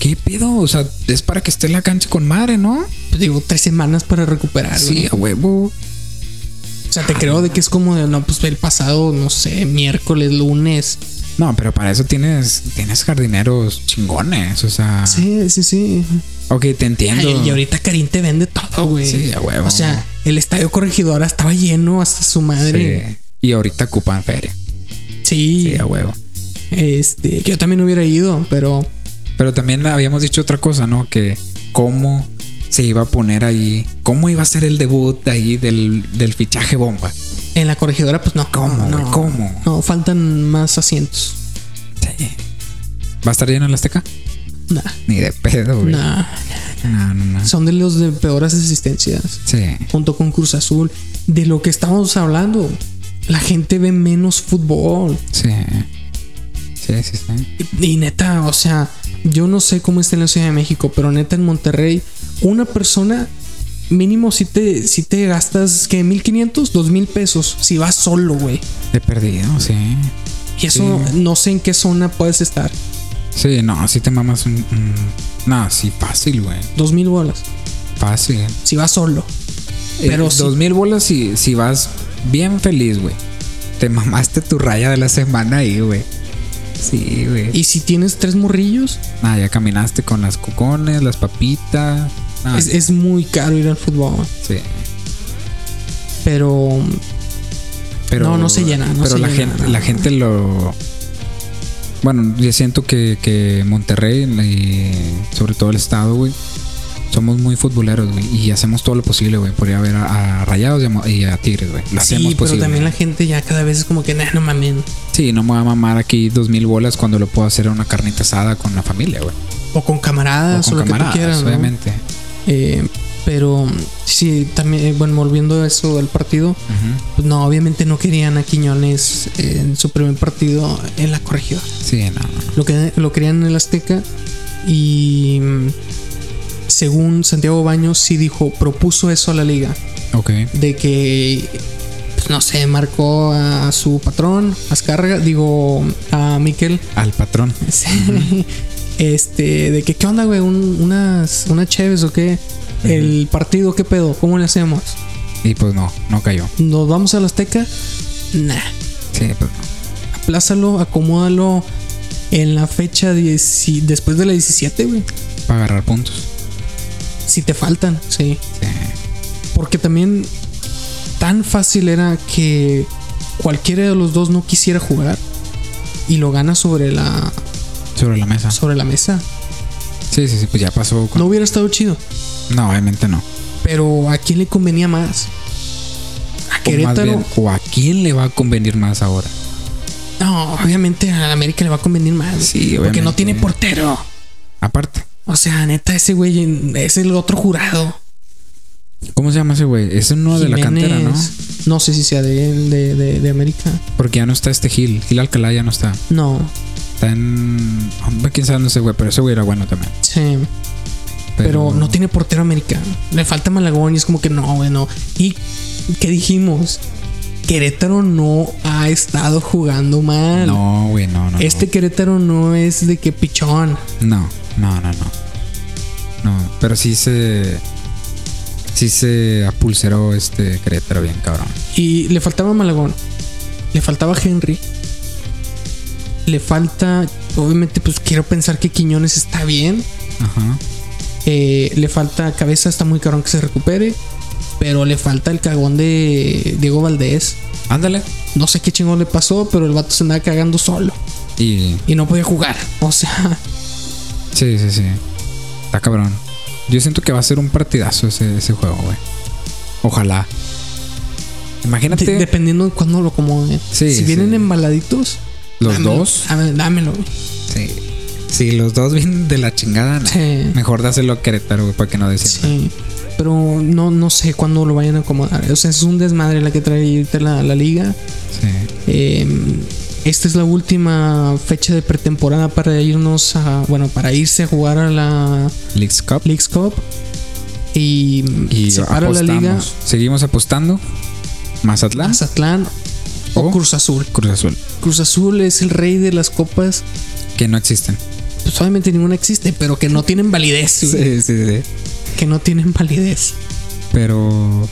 [SPEAKER 1] ¿Qué pedo? O sea, es para que esté en la cancha con madre, ¿no?
[SPEAKER 2] Pues digo, tres semanas para recuperarlo.
[SPEAKER 1] Sí, a huevo.
[SPEAKER 2] O sea, te creo de que es como de, no, pues el pasado, no sé, miércoles, lunes.
[SPEAKER 1] No, pero para eso tienes, tienes jardineros chingones. O sea.
[SPEAKER 2] Sí, sí, sí.
[SPEAKER 1] Ok, te entiendo.
[SPEAKER 2] Ah. Ay, y ahorita Karim te vende todo, güey.
[SPEAKER 1] Sí, a huevo.
[SPEAKER 2] O sea, el estadio corregidora estaba lleno hasta su madre.
[SPEAKER 1] Sí. Y ahorita ocupan feria.
[SPEAKER 2] Sí.
[SPEAKER 1] Sí, a huevo.
[SPEAKER 2] Este, que yo también hubiera ido, pero
[SPEAKER 1] Pero también habíamos dicho otra cosa, ¿no? Que cómo se iba a poner ahí, cómo iba a ser el debut ahí del, del fichaje bomba.
[SPEAKER 2] en la corregidora, pues no.
[SPEAKER 1] ¿Cómo,
[SPEAKER 2] No,
[SPEAKER 1] güey? ¿Cómo?
[SPEAKER 2] No, faltan más asientos.
[SPEAKER 1] Sí. ¿Va a estar lleno el Azteca?
[SPEAKER 2] Nah,
[SPEAKER 1] Ni de pedo, güey. No,
[SPEAKER 2] nah.
[SPEAKER 1] no, no.
[SPEAKER 2] Son de los de peores asistencias.
[SPEAKER 1] Sí.
[SPEAKER 2] Junto con Cruz Azul. De lo que estamos hablando. La gente ve menos fútbol.
[SPEAKER 1] Sí. Sí, sí, sí.
[SPEAKER 2] Y, y neta, o sea, yo no sé cómo está en la Ciudad de México, pero neta en Monterrey, una persona mínimo si te, si te gastas que 1500, 2000 pesos si vas solo, güey.
[SPEAKER 1] He perdido, sí.
[SPEAKER 2] Y eso
[SPEAKER 1] Sí.
[SPEAKER 2] no sé en qué zona puedes estar.
[SPEAKER 1] Sí, no, sí te mamas un. un- No, sí, fácil, güey.
[SPEAKER 2] 2000 bolas
[SPEAKER 1] Fácil.
[SPEAKER 2] si vas solo. Pero
[SPEAKER 1] Pero
[SPEAKER 2] sí.
[SPEAKER 1] Eh, dos mil bolas si, si vas bien feliz, güey. Te mamaste tu raya de la semana ahí, güey. Sí, güey.
[SPEAKER 2] Y si tienes tres morrillos,
[SPEAKER 1] Ah, ya caminaste con las cocones, las papitas. Ah,
[SPEAKER 2] es, es muy caro ir al fútbol.
[SPEAKER 1] sí.
[SPEAKER 2] Pero
[SPEAKER 1] Pero,
[SPEAKER 2] No, no se llena, no
[SPEAKER 1] pero
[SPEAKER 2] se
[SPEAKER 1] la
[SPEAKER 2] llena,
[SPEAKER 1] gente,
[SPEAKER 2] no.
[SPEAKER 1] la gente lo. Bueno, yo siento que, que Monterrey y sobre todo el estado, güey, somos muy futboleros, güey, y hacemos todo lo posible, güey, por ir a ver a, a Rayados y a Mo- y a, Tigres, güey. Lo
[SPEAKER 2] sí,
[SPEAKER 1] hacemos
[SPEAKER 2] pero
[SPEAKER 1] posible.
[SPEAKER 2] también la gente ya cada vez es como que, nah, no mamen.
[SPEAKER 1] Sí, no me va a mamar aquí dos mil bolas cuando lo puedo hacer en una carnita asada con la familia, güey.
[SPEAKER 2] O con
[SPEAKER 1] O
[SPEAKER 2] camaradas, o,
[SPEAKER 1] con
[SPEAKER 2] lo
[SPEAKER 1] camaradas,
[SPEAKER 2] Ah, que tú quieras. ¿no?
[SPEAKER 1] obviamente.
[SPEAKER 2] Eh, pero sí, también, eh, bueno, volviendo a eso del partido,
[SPEAKER 1] Ujú.
[SPEAKER 2] pues no, obviamente no querían a Quiñones eh, en su primer partido en la corregidora.
[SPEAKER 1] Sí, no, no.
[SPEAKER 2] Lo, que, lo querían en el Azteca y mm, según Santiago Baños sí dijo, propuso eso a la liga,
[SPEAKER 1] Ok.
[SPEAKER 2] de que, pues, no sé, marcó a, a su patrón, Ascarga, digo, a Miquel.
[SPEAKER 1] Al patrón.
[SPEAKER 2] Sí. Este, de que, ¿qué onda, güey? Un- unas, unas cheves o qué? El partido, ¿qué pedo? ¿Cómo le hacemos?
[SPEAKER 1] Y pues no, no cayó.
[SPEAKER 2] ¿Nos vamos a la Azteca? Nah.
[SPEAKER 1] Sí, pues no.
[SPEAKER 2] Aplázalo, acomódalo en la fecha dieci- después de la 17, güey.
[SPEAKER 1] Para agarrar puntos.
[SPEAKER 2] Si te faltan, sí.
[SPEAKER 1] Sí.
[SPEAKER 2] Porque también tan fácil era que cualquiera de los dos no quisiera jugar y lo gana sobre la,
[SPEAKER 1] sobre la mesa.
[SPEAKER 2] sobre la mesa.
[SPEAKER 1] Sí, sí, sí, pues ya pasó. con-
[SPEAKER 2] No hubiera estado chido.
[SPEAKER 1] No, obviamente no.
[SPEAKER 2] Pero ¿a quién le convenía más? ¿A
[SPEAKER 1] O más
[SPEAKER 2] Querétaro?
[SPEAKER 1] bien, ¿O a quién le va a convenir más ahora?
[SPEAKER 2] No, obviamente a América le va a convenir más. güey,
[SPEAKER 1] Sí,
[SPEAKER 2] Porque no
[SPEAKER 1] obviamente.
[SPEAKER 2] tiene portero.
[SPEAKER 1] Aparte.
[SPEAKER 2] O sea, neta, ese güey es el otro jurado.
[SPEAKER 1] ¿Cómo se llama ese güey? Es uno de la cantera, ¿no?
[SPEAKER 2] Jiménez. No sé si sea de él, de, de- de América.
[SPEAKER 1] Porque ya no está este Gil. Gil Alcalá ya no está.
[SPEAKER 2] No,
[SPEAKER 1] Está en. Hombre, quién sabe, no sé, güey, pero ese güey era bueno también.
[SPEAKER 2] sí. Pero, no tiene portero americano. Le falta Malagón y es como que no, güey, no. ¿Y qué dijimos? Querétaro no ha estado jugando mal.
[SPEAKER 1] No, güey, no, no.
[SPEAKER 2] Este Querétaro no es de que pichón.
[SPEAKER 1] No, no, no, no. No, pero sí se. Sí se apulseró este Querétaro bien, cabrón.
[SPEAKER 2] Y le faltaba Malagón. Le faltaba Henry. Le falta. Obviamente, pues quiero pensar que Quiñones está bien.
[SPEAKER 1] Ajá.
[SPEAKER 2] Eh, le falta cabeza, está muy cabrón que se recupere. Pero le falta el cagón de Diego Valdés.
[SPEAKER 1] Ándale.
[SPEAKER 2] No sé qué chingón le pasó, pero el vato se andaba cagando solo.
[SPEAKER 1] Y.
[SPEAKER 2] Y no podía jugar. O sea,
[SPEAKER 1] Sí, sí, sí. Está cabrón. Yo siento que va a ser un partidazo ese, ese juego, güey. Ojalá. Imagínate
[SPEAKER 2] de- dependiendo de cuándo lo acomoden.
[SPEAKER 1] Sí,
[SPEAKER 2] si
[SPEAKER 1] sí.
[SPEAKER 2] vienen embaladitos.
[SPEAKER 1] los
[SPEAKER 2] dámelo,
[SPEAKER 1] dos.
[SPEAKER 2] dame- Dámelo. güey.
[SPEAKER 1] Sí. Si los dos vienen de la chingada, no.
[SPEAKER 2] Sí.
[SPEAKER 1] mejor dáselo a Querétaro, güey, para que no descienda.
[SPEAKER 2] Sí. Pero no, no sé cuándo lo vayan a acomodar. O sea, es un desmadre la que trae ahorita la, la liga.
[SPEAKER 1] Sí.
[SPEAKER 2] Eh, esta es la última fecha de pretemporada para irnos a. Bueno, para irse a jugar a la
[SPEAKER 1] Leagues Cup.
[SPEAKER 2] Leagues Cup. Y,
[SPEAKER 1] Y
[SPEAKER 2] se para la
[SPEAKER 1] apostamos.
[SPEAKER 2] liga
[SPEAKER 1] Seguimos apostando. Mazatlán
[SPEAKER 2] Mazatlán o
[SPEAKER 1] o
[SPEAKER 2] Cruz Azul.
[SPEAKER 1] Cruz Azul.
[SPEAKER 2] Cruz Azul es el rey de las copas.
[SPEAKER 1] Que no existen.
[SPEAKER 2] Pues obviamente ninguna existe, pero que no tienen validez. güey.
[SPEAKER 1] sí, sí.
[SPEAKER 2] Que no tienen validez.
[SPEAKER 1] Pero.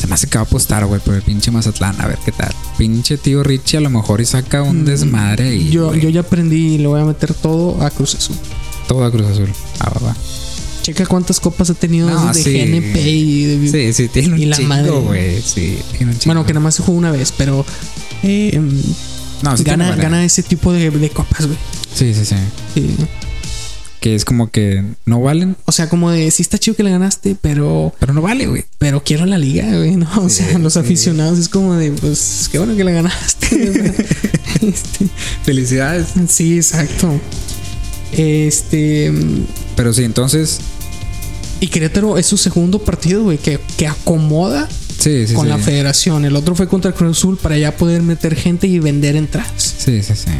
[SPEAKER 1] Se me hace que va a apostar, güey, por el pinche Mazatlán. A ver qué tal. Pinche tío Richie a lo mejor y saca un desmadre y.
[SPEAKER 2] Mm, Yo,
[SPEAKER 1] güey,
[SPEAKER 2] yo ya aprendí y le voy a meter todo a Cruz Azul.
[SPEAKER 1] Todo a Cruz Azul. Ah, va, va.
[SPEAKER 2] Checa cuántas copas ha tenido
[SPEAKER 1] No,
[SPEAKER 2] de
[SPEAKER 1] sí.
[SPEAKER 2] GNP y
[SPEAKER 1] Sí,
[SPEAKER 2] de-
[SPEAKER 1] sí, tiene un
[SPEAKER 2] Y la
[SPEAKER 1] chingo,
[SPEAKER 2] madre.
[SPEAKER 1] güey. Sí, tiene un chingo.
[SPEAKER 2] Bueno, que nada más se jugó una vez, pero eh, em,
[SPEAKER 1] no, sí tiene
[SPEAKER 2] gana,
[SPEAKER 1] varias.
[SPEAKER 2] gana ese tipo de, de copas, güey.
[SPEAKER 1] Sí, sí, sí.
[SPEAKER 2] Sí.
[SPEAKER 1] Que es como que no valen,
[SPEAKER 2] O sea, como de sí está chido que le ganaste, pero
[SPEAKER 1] pero no vale, güey.
[SPEAKER 2] pero quiero la liga, güey. ¿no? O
[SPEAKER 1] Sí,
[SPEAKER 2] sea, los
[SPEAKER 1] sí.
[SPEAKER 2] aficionados es como de pues qué bueno que la ganaste. güey. Este,
[SPEAKER 1] Felicidades.
[SPEAKER 2] sí, exacto. Este em,
[SPEAKER 1] Pero sí, entonces.
[SPEAKER 2] y Querétaro es su segundo partido, güey, que, que acomoda
[SPEAKER 1] Sí, sí,
[SPEAKER 2] con
[SPEAKER 1] sí.
[SPEAKER 2] la federación. El otro fue contra Cruz Azul para ya poder meter gente y vender entradas.
[SPEAKER 1] Sí, sí, sí.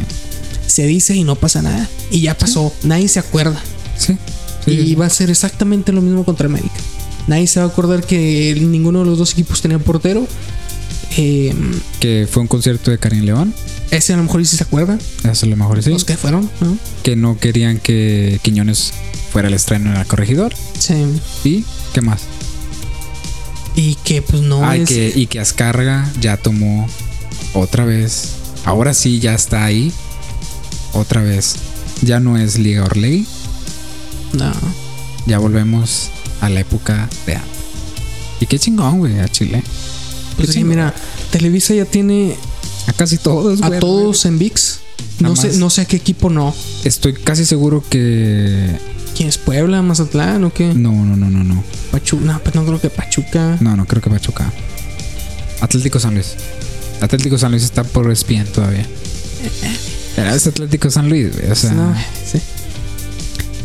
[SPEAKER 2] se dice y no pasa nada. Y ya pasó, nadie se acuerda.
[SPEAKER 1] Sí. sí,
[SPEAKER 2] y
[SPEAKER 1] sí.
[SPEAKER 2] va a ser exactamente lo mismo contra América. Nadie se va a acordar que ninguno de los dos equipos tenía portero. Eh,
[SPEAKER 1] Que fue un concierto de Karim León.
[SPEAKER 2] ese a lo mejor sí se acuerda,
[SPEAKER 1] Eso a lo mejor sí.
[SPEAKER 2] los que fueron, ¿no?
[SPEAKER 1] Que no querían que Quiñones fuera el estreno en el corregidor.
[SPEAKER 2] Sí.
[SPEAKER 1] ¿Y qué más?
[SPEAKER 2] Y que pues no
[SPEAKER 1] Ah, y
[SPEAKER 2] es.
[SPEAKER 1] que, y que Azcárraga ya tomó otra vez. Ahora sí ya está ahí. Otra vez. Ya no es Liga Orley.
[SPEAKER 2] No.
[SPEAKER 1] Ya volvemos a la época de antes. Y qué chingón, güey, a Chile. Qué
[SPEAKER 2] Pues sí,
[SPEAKER 1] chingón.
[SPEAKER 2] mira, Televisa ya tiene
[SPEAKER 1] A casi todos,
[SPEAKER 2] a
[SPEAKER 1] güey.
[SPEAKER 2] todos en VIX. No
[SPEAKER 1] Nada
[SPEAKER 2] sé,
[SPEAKER 1] más.
[SPEAKER 2] no sé a qué equipo no.
[SPEAKER 1] Estoy casi seguro que.
[SPEAKER 2] ¿Quién es Puebla, Mazatlán o qué?
[SPEAKER 1] No, no, no, no, no.
[SPEAKER 2] Pachuca. No, pues no creo que Pachuca.
[SPEAKER 1] No, no creo que Pachuca. Atlético San Luis. Atlético San Luis está por ESPN todavía. Pero es Atlético San Luis, güey, o sea,
[SPEAKER 2] No, sí.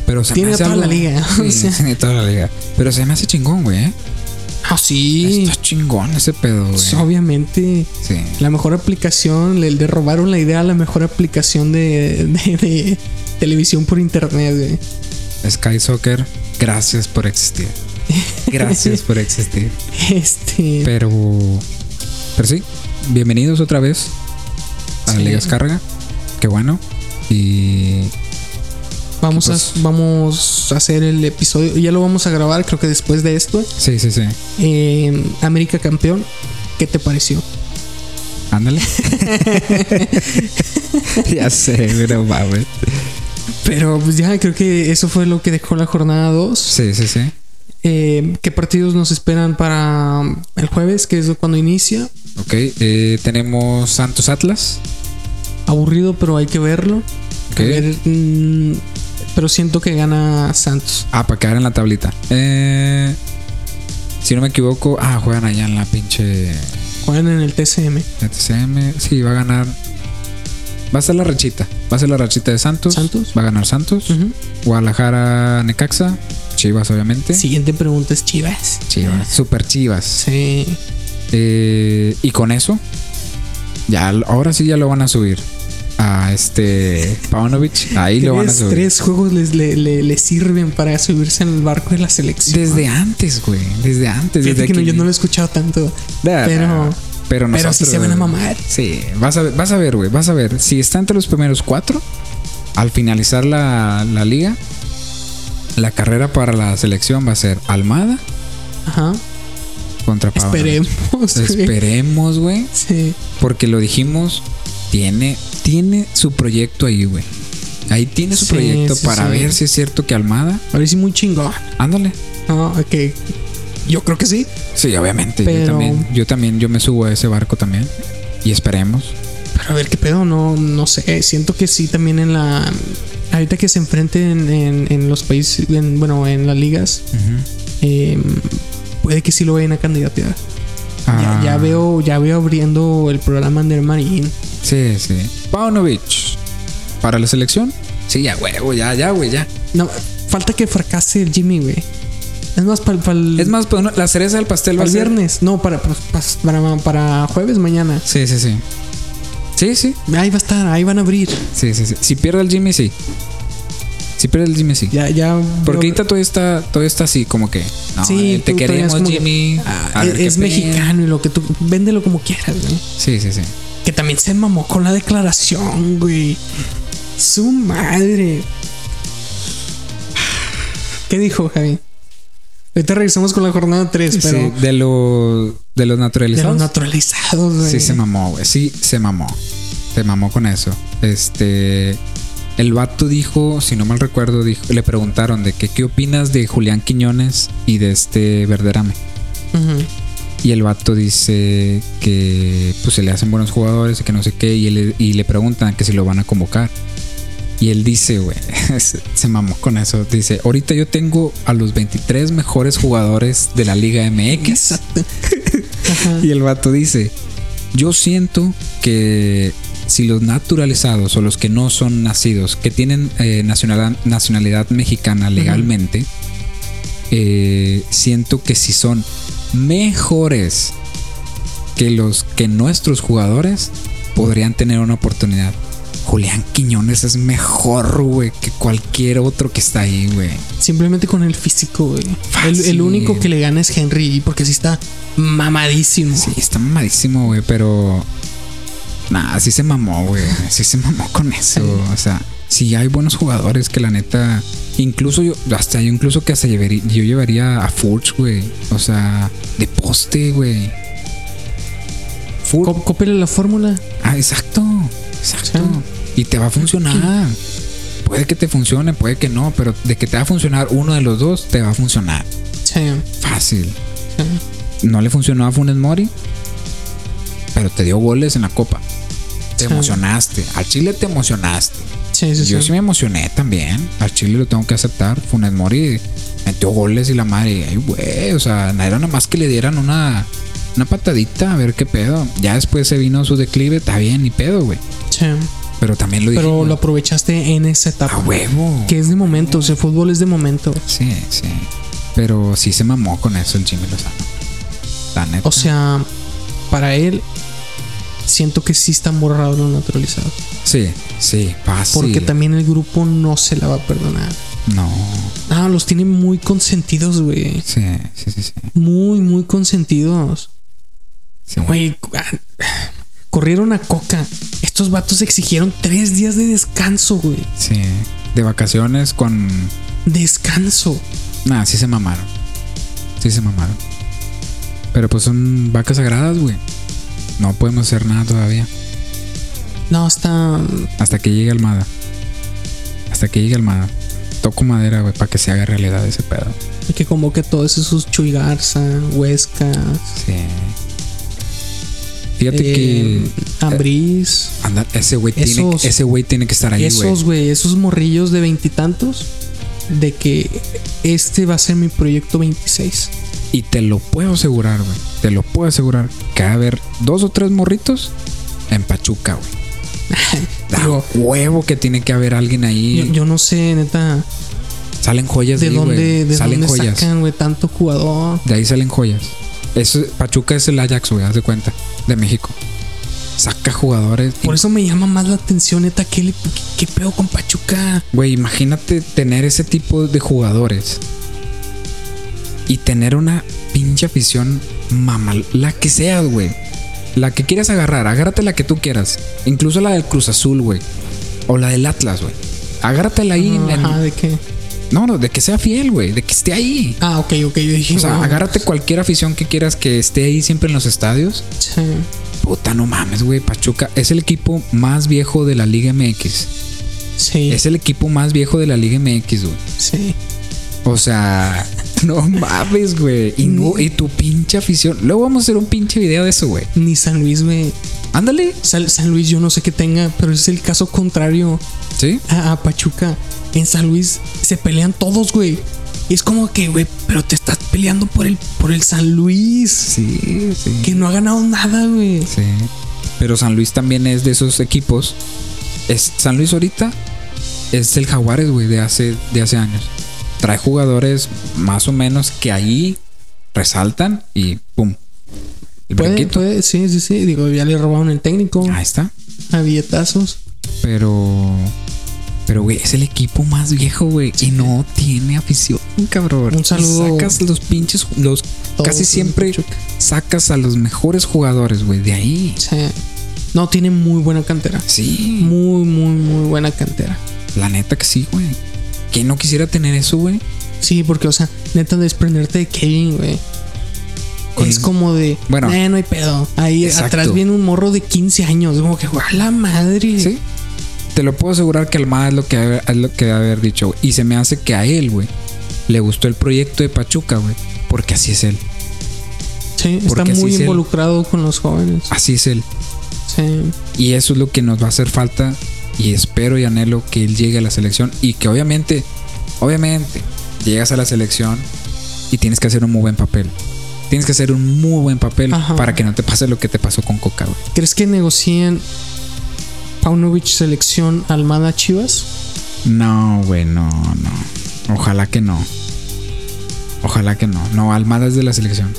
[SPEAKER 1] pero se me
[SPEAKER 2] Tiene
[SPEAKER 1] hace
[SPEAKER 2] toda la liga,
[SPEAKER 1] Sí,
[SPEAKER 2] o sea.
[SPEAKER 1] tiene toda la liga. Pero se me hace chingón, güey. ¿eh?
[SPEAKER 2] Ah, sí.
[SPEAKER 1] Está chingón ese pedo, güey.
[SPEAKER 2] Pues, obviamente.
[SPEAKER 1] Sí.
[SPEAKER 2] La mejor aplicación, le, le robaron la idea a la mejor aplicación de, de- de televisión por internet, güey.
[SPEAKER 1] Sky Soccer, gracias por existir. Gracias por existir.
[SPEAKER 2] Este.
[SPEAKER 1] Pero, pero sí, bienvenidos otra vez a la
[SPEAKER 2] Sí.
[SPEAKER 1] Liga Descarga. Qué bueno. Y
[SPEAKER 2] vamos,
[SPEAKER 1] pues-
[SPEAKER 2] a, vamos a hacer el episodio. Ya lo vamos a grabar, creo que después de esto.
[SPEAKER 1] sí, sí, sí.
[SPEAKER 2] Eh, América campeón. ¿Qué te pareció?
[SPEAKER 1] Ándale. ya sé, pero mames.
[SPEAKER 2] Pero pues ya creo que eso fue lo que dejó la jornada 2.
[SPEAKER 1] Sí, sí, sí.
[SPEAKER 2] ¿Qué partidos nos esperan para el jueves, que es cuando inicia?
[SPEAKER 1] Ok, eh, tenemos Santos Atlas.
[SPEAKER 2] aburrido, pero hay que verlo.
[SPEAKER 1] Ok.
[SPEAKER 2] A ver, mm, pero siento que gana Santos.
[SPEAKER 1] Ah, para quedar en la tablita. Eh, si no me equivoco, ah, juegan allá en la pinche
[SPEAKER 2] Juegan en el TCM.
[SPEAKER 1] TCM. Sí, va a ganar. Va a ser la rachita. Va a ser la rachita de Santos.
[SPEAKER 2] Santos.
[SPEAKER 1] Va a ganar Santos.
[SPEAKER 2] Ujú.
[SPEAKER 1] Guadalajara, Necaxa. Chivas, obviamente.
[SPEAKER 2] Siguiente pregunta es Chivas.
[SPEAKER 1] Chivas. Super Chivas.
[SPEAKER 2] Sí.
[SPEAKER 1] Eh, y con eso, ya ahora sí ya lo van a subir a este Pavanovic. Ahí lo van a
[SPEAKER 2] Tres-
[SPEAKER 1] subir.
[SPEAKER 2] Tres juegos les, le, le- le sirven para subirse en el barco de la selección.
[SPEAKER 1] Desde antes, güey. Desde antes.
[SPEAKER 2] Fíjate
[SPEAKER 1] desde
[SPEAKER 2] que no,
[SPEAKER 1] aquí.
[SPEAKER 2] yo no lo he escuchado tanto.
[SPEAKER 1] Nah,
[SPEAKER 2] pero-
[SPEAKER 1] pero,
[SPEAKER 2] pero sí
[SPEAKER 1] nosotros-
[SPEAKER 2] se van a mamar.
[SPEAKER 1] Sí, vas a ver, vas a ver, güey. Vas a ver. Si está entre los primeros cuatro, al finalizar la, la liga, la carrera para la selección va a ser Almada
[SPEAKER 2] Ajá.
[SPEAKER 1] contra Pavanovic.
[SPEAKER 2] Esperemos. güey.
[SPEAKER 1] Esperemos, güey.
[SPEAKER 2] Sí.
[SPEAKER 1] Porque lo dijimos, tiene, tiene su proyecto ahí, güey. Ahí tiene su
[SPEAKER 2] Sí,
[SPEAKER 1] proyecto
[SPEAKER 2] sí,
[SPEAKER 1] para
[SPEAKER 2] sí.
[SPEAKER 1] ver si es cierto que Almada.
[SPEAKER 2] A ver si muy chingón.
[SPEAKER 1] Ándale.
[SPEAKER 2] No, ok. Yo creo que sí.
[SPEAKER 1] Sí, obviamente. Yo
[SPEAKER 2] Pero-
[SPEAKER 1] también, yo también, yo me subo a ese barco también. Y esperemos.
[SPEAKER 2] Pero a ver qué pedo, no, no sé. Siento que sí también en la. Ahorita que se enfrenten en, en los países, en- bueno, en las ligas, eh, puede que sí lo vayan a candidatear.
[SPEAKER 1] Ah,
[SPEAKER 2] Ya, ya veo, ya veo abriendo el programa Under Marín.
[SPEAKER 1] Sí, sí. Paunovic. Para la selección. Sí, ya, huevo, ya, ya, güey, ya.
[SPEAKER 2] No, falta que fracase el Jimmy, güey. Es más, para
[SPEAKER 1] Es más, pues, no, la cereza del pastel va a
[SPEAKER 2] el
[SPEAKER 1] ser-
[SPEAKER 2] viernes. No, para, para- para, para jueves mañana.
[SPEAKER 1] Sí, sí, sí. Sí, sí.
[SPEAKER 2] Ahí va a estar, ahí van a abrir.
[SPEAKER 1] Sí, sí, sí. Si pierde el Jimmy, sí. Si pierde el Jimmy, sí.
[SPEAKER 2] Ya, ya.
[SPEAKER 1] Porque
[SPEAKER 2] veo-
[SPEAKER 1] ahorita todo está, todo está así, como que. No,
[SPEAKER 2] Sí,
[SPEAKER 1] eh, te
[SPEAKER 2] tú todavía es
[SPEAKER 1] queremos,
[SPEAKER 2] como que,
[SPEAKER 1] Jimmy.
[SPEAKER 2] ah,
[SPEAKER 1] a ver
[SPEAKER 2] es
[SPEAKER 1] qué
[SPEAKER 2] es
[SPEAKER 1] pedo".
[SPEAKER 2] mexicano y lo que tú. Véndelo como quieras, güey.
[SPEAKER 1] Sí, sí, sí.
[SPEAKER 2] Que también se mamó con la declaración, güey. Su madre. ¿Qué dijo, Javi? Ahorita regresamos con la jornada 3, pero.
[SPEAKER 1] Sí, de, lo, de los
[SPEAKER 2] De los
[SPEAKER 1] naturalizados.
[SPEAKER 2] naturalizados, güey.
[SPEAKER 1] sí, se mamó, güey. Sí, se mamó. Se mamó con eso. Este. El vato dijo, si no mal recuerdo, dijo, le preguntaron de que qué opinas de Julián Quiñones y de este Verderame.
[SPEAKER 2] Ujú.
[SPEAKER 1] Y el vato dice que pues se le hacen buenos jugadores y que no sé qué. Y, él- y le preguntan que si lo van a convocar. Y él dice, güey, se, se mamó con eso. Dice, ahorita yo tengo a los 23 mejores jugadores de la Liga MX.
[SPEAKER 2] Ajá.
[SPEAKER 1] Y el vato dice, yo siento que si los naturalizados o los que no son nacidos, que tienen eh, nacionalidad, nacionalidad mexicana legalmente, eh, siento que si son mejores que los que nuestros jugadores podrían tener una oportunidad. Julián Quiñones es mejor, güey, que cualquier otro que está ahí, güey.
[SPEAKER 2] Simplemente con el físico, güey. El, el
[SPEAKER 1] Fácil.
[SPEAKER 2] único que le gana es Henry, porque sí está mamadísimo.
[SPEAKER 1] Sí, está mamadísimo, güey, pero. Nah, sí se mamó, güey. Sí se mamó con eso. O sea, sí hay buenos jugadores que la neta. Incluso yo, hasta yo incluso que hasta llevaría, yo llevaría a Furch, güey. O sea, de poste, güey. Furch.
[SPEAKER 2] Có- cópiale la fórmula.
[SPEAKER 1] Ah, exacto. Exacto.
[SPEAKER 2] Sí.
[SPEAKER 1] Y te va a funcionar. Puede que te funcione, puede que no, pero de que te va a funcionar uno de los dos, te va a funcionar.
[SPEAKER 2] Sí,
[SPEAKER 1] Fácil.
[SPEAKER 2] sí.
[SPEAKER 1] No le funcionó a Funes Mori, pero te dio goles en la copa. Te
[SPEAKER 2] Sí.
[SPEAKER 1] emocionaste. Al Chile te emocionaste.
[SPEAKER 2] Sí, sí,
[SPEAKER 1] Yo
[SPEAKER 2] sí.
[SPEAKER 1] sí me emocioné también. Al Chile lo tengo que aceptar. Funes Mori metió goles y la madre. Ay, güey. O sea, no era nada más que le dieran una, una patadita a ver qué pedo. Ya después se vino su declive. Está bien, ni pedo, güey.
[SPEAKER 2] sí.
[SPEAKER 1] Pero también lo
[SPEAKER 2] Pero
[SPEAKER 1] dijimos.
[SPEAKER 2] lo aprovechaste en esa
[SPEAKER 1] A
[SPEAKER 2] etapa.
[SPEAKER 1] huevo.
[SPEAKER 2] Que es de momento, o sea, fútbol es de momento.
[SPEAKER 1] Sí, sí. Pero sí se mamó con eso el Jimmy Lozano. La neta.
[SPEAKER 2] O sea, para él, siento que sí están borrados los naturalizados.
[SPEAKER 1] sí, sí. Fácil.
[SPEAKER 2] Porque también el grupo no se la va a perdonar.
[SPEAKER 1] No.
[SPEAKER 2] Ah, los tienen muy consentidos, güey.
[SPEAKER 1] Sí, sí, sí, sí.
[SPEAKER 2] Muy, muy consentidos.
[SPEAKER 1] sí.
[SPEAKER 2] Güey, cu- ah, corrieron a Coca. Estos vatos exigieron tres días de descanso, güey.
[SPEAKER 1] Sí. De vacaciones con.
[SPEAKER 2] Descanso.
[SPEAKER 1] Nah, sí se mamaron. Sí se mamaron. Pero pues son vacas sagradas, güey. No podemos hacer nada todavía.
[SPEAKER 2] No, está.
[SPEAKER 1] Hasta que llegue Almada. Hasta que llegue Almada. Toco madera, güey, para que se haga realidad ese pedo.
[SPEAKER 2] Que convoque a todos esos Chuy Garza, Huesca.
[SPEAKER 1] Sí. Fíjate
[SPEAKER 2] Eh, Ambriz.
[SPEAKER 1] que. anda, ese güey tiene,
[SPEAKER 2] esos-
[SPEAKER 1] ese güey tiene que estar ahí, güey.
[SPEAKER 2] esos, güey, esos morrillos de veintitantos. De que este va a ser mi proyecto 26.
[SPEAKER 1] Y te lo puedo asegurar, güey. Te lo puedo asegurar. Que va a haber dos o tres morritos en Pachuca, güey. Da
[SPEAKER 2] Digo,
[SPEAKER 1] huevo que tiene que haber alguien ahí.
[SPEAKER 2] yo, yo no sé, neta,
[SPEAKER 1] salen joyas de
[SPEAKER 2] de
[SPEAKER 1] ahí, güey.
[SPEAKER 2] dónde, de
[SPEAKER 1] Salen
[SPEAKER 2] dónde
[SPEAKER 1] joyas.
[SPEAKER 2] sacan, güey, tanto jugador.
[SPEAKER 1] De ahí salen joyas. Eso- Pachuca es el Ajax, güey, haz de cuenta. De México. Saca jugadores.
[SPEAKER 2] Por eso me llama más la atención, neta, ¿qué, le- qué- qué pedo con Pachuca?
[SPEAKER 1] Güey, imagínate tener ese tipo de jugadores y tener una pinche afición mamal, la que seas, güey. La que quieras agarrar, agárrate la que tú quieras. Incluso la del Cruz Azul, güey. O la del Atlas, güey. Agárratela ahí. en-
[SPEAKER 2] Ajá, ¿de qué?
[SPEAKER 1] No, no, de que sea fiel, güey. De que esté ahí.
[SPEAKER 2] Ah, ok, ok, yo dije,
[SPEAKER 1] O sea,
[SPEAKER 2] wow.
[SPEAKER 1] agárrate cualquier afición que quieras que esté ahí siempre en los estadios.
[SPEAKER 2] Sí.
[SPEAKER 1] Puta, no mames, güey. Pachuca es el equipo más viejo de la Liga MX.
[SPEAKER 2] Sí,
[SPEAKER 1] Es el equipo más viejo de la Liga MX, güey.
[SPEAKER 2] sí.
[SPEAKER 1] O sea, no mames, güey. Y, no, y tu pinche afición. Luego vamos a hacer un pinche video de eso, güey.
[SPEAKER 2] Ni San Luis, güey.
[SPEAKER 1] Ándale.
[SPEAKER 2] San, San Luis, yo no sé qué tenga, pero es el caso contrario
[SPEAKER 1] Sí.
[SPEAKER 2] a, a Pachuca. En San Luis se pelean todos, güey. Y es como que, güey, pero te estás peleando por el, por el San Luis,
[SPEAKER 1] Sí, sí.
[SPEAKER 2] que no ha ganado nada, güey.
[SPEAKER 1] Sí. Pero San Luis también es de esos equipos. Es, San Luis ahorita es el Jaguares, güey, de hace, de hace años. Trae jugadores más o menos que ahí resaltan y pum. El
[SPEAKER 2] Puede,
[SPEAKER 1] brinquito.
[SPEAKER 2] puede, sí, sí, sí. Digo, ya le robaron el técnico
[SPEAKER 1] Ahí está.
[SPEAKER 2] a billetazos.
[SPEAKER 1] Pero. Pero, güey, es el equipo más viejo, güey. Y no tiene afición, cabrón.
[SPEAKER 2] Un saludo.
[SPEAKER 1] Sacas los pinches. Los,
[SPEAKER 2] Todos
[SPEAKER 1] casi
[SPEAKER 2] los
[SPEAKER 1] siempre
[SPEAKER 2] Pachuca.
[SPEAKER 1] sacas a los mejores jugadores, güey, de ahí.
[SPEAKER 2] Sí. No, tiene muy buena cantera.
[SPEAKER 1] Sí.
[SPEAKER 2] Muy, muy, muy buena cantera.
[SPEAKER 1] La neta que sí, güey. ¿Quién no quisiera tener eso, güey?
[SPEAKER 2] Sí, porque, o sea, neta, desprenderte de Kevin, güey.
[SPEAKER 1] Con-
[SPEAKER 2] Es como de,
[SPEAKER 1] Bueno.
[SPEAKER 2] bueno, no hay pedo. Ahí
[SPEAKER 1] Exacto.
[SPEAKER 2] atrás viene un morro de 15 años. Como que, a la madre.
[SPEAKER 1] Sí. Te lo puedo asegurar que Almada es lo que, debe- es lo que debe haber dicho. güey. Y se me hace que a él, güey, le gustó el proyecto de Pachuca, güey. Porque así es él.
[SPEAKER 2] Sí,
[SPEAKER 1] Porque
[SPEAKER 2] está
[SPEAKER 1] así
[SPEAKER 2] muy
[SPEAKER 1] es él.
[SPEAKER 2] involucrado con los jóvenes.
[SPEAKER 1] Así es él.
[SPEAKER 2] Sí,
[SPEAKER 1] Y eso es lo que nos va a hacer falta. Y espero y anhelo que él llegue a la selección. Y que obviamente, obviamente, llegas a la selección y tienes que hacer un muy buen papel. Tienes que hacer un muy buen papel
[SPEAKER 2] Ajá.
[SPEAKER 1] para que no te pase lo que te pasó con Coca, güey.
[SPEAKER 2] ¿Crees que negocien Paunovic selección Almada Chivas?
[SPEAKER 1] No, güey, no, no. Ojalá que no. Ojalá que no. No, Almada es de la selección.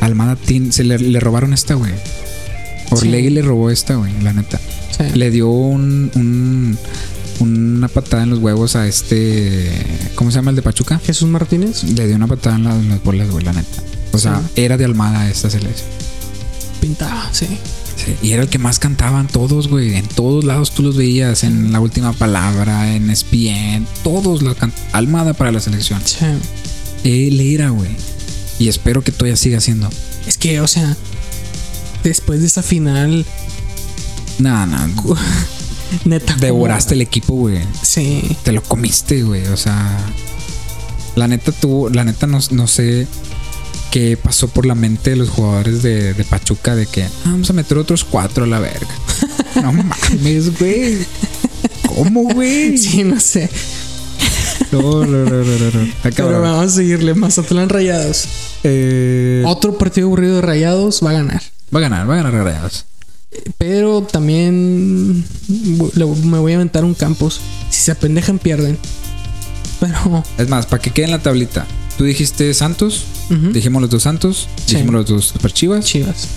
[SPEAKER 1] Almada tien- se le, le robaron esta, güey. Orlegui
[SPEAKER 2] Sí.
[SPEAKER 1] le robó esta, güey, la neta.
[SPEAKER 2] Sí.
[SPEAKER 1] le dio un, un- una patada en los huevos a este ¿cómo se llama el de Pachuca?
[SPEAKER 2] Jesús Martínez,
[SPEAKER 1] Le dio una patada en, la- en las bolas, güey, la neta. O sea, era de Almada esta selección.
[SPEAKER 2] pintaba, sí.
[SPEAKER 1] Sí, Y era el que más cantaban todos, güey. En todos lados tú los veías. En la última palabra, en E ESPN. Todos la can- Almada para la selección.
[SPEAKER 2] sí.
[SPEAKER 1] Él era, güey. Y espero que todavía siga siendo.
[SPEAKER 2] Es que, o sea, después de esa final,
[SPEAKER 1] Nada, nada.
[SPEAKER 2] neta. como-
[SPEAKER 1] Devoraste el equipo, güey.
[SPEAKER 2] Sí,
[SPEAKER 1] te lo comiste, güey. O sea, la neta tuvo, la neta no, no sé qué pasó por la mente de los jugadores de, de Pachuca de que "Ah, vamos a meter otros cuatro a la verga. No mames, güey. ¿Cómo, güey?
[SPEAKER 2] sí, no sé.
[SPEAKER 1] No, no, no, no, no, no. Está
[SPEAKER 2] Pero
[SPEAKER 1] cabrón.
[SPEAKER 2] vamos a seguirle. Mazatlán Rayados.
[SPEAKER 1] Eh,
[SPEAKER 2] Otro partido aburrido de Rayados va a ganar.
[SPEAKER 1] va a ganar, va a ganar Rayados.
[SPEAKER 2] Pero también bu- le- me voy a aventar un campos. Si se apendejan, pierden. Pero
[SPEAKER 1] Es más, para que quede en la tablita. Tú dijiste Santos,
[SPEAKER 2] Ujú.
[SPEAKER 1] dijimos los dos Santos,
[SPEAKER 2] Sí.
[SPEAKER 1] dijimos los dos Super Chivas.
[SPEAKER 2] Chivas.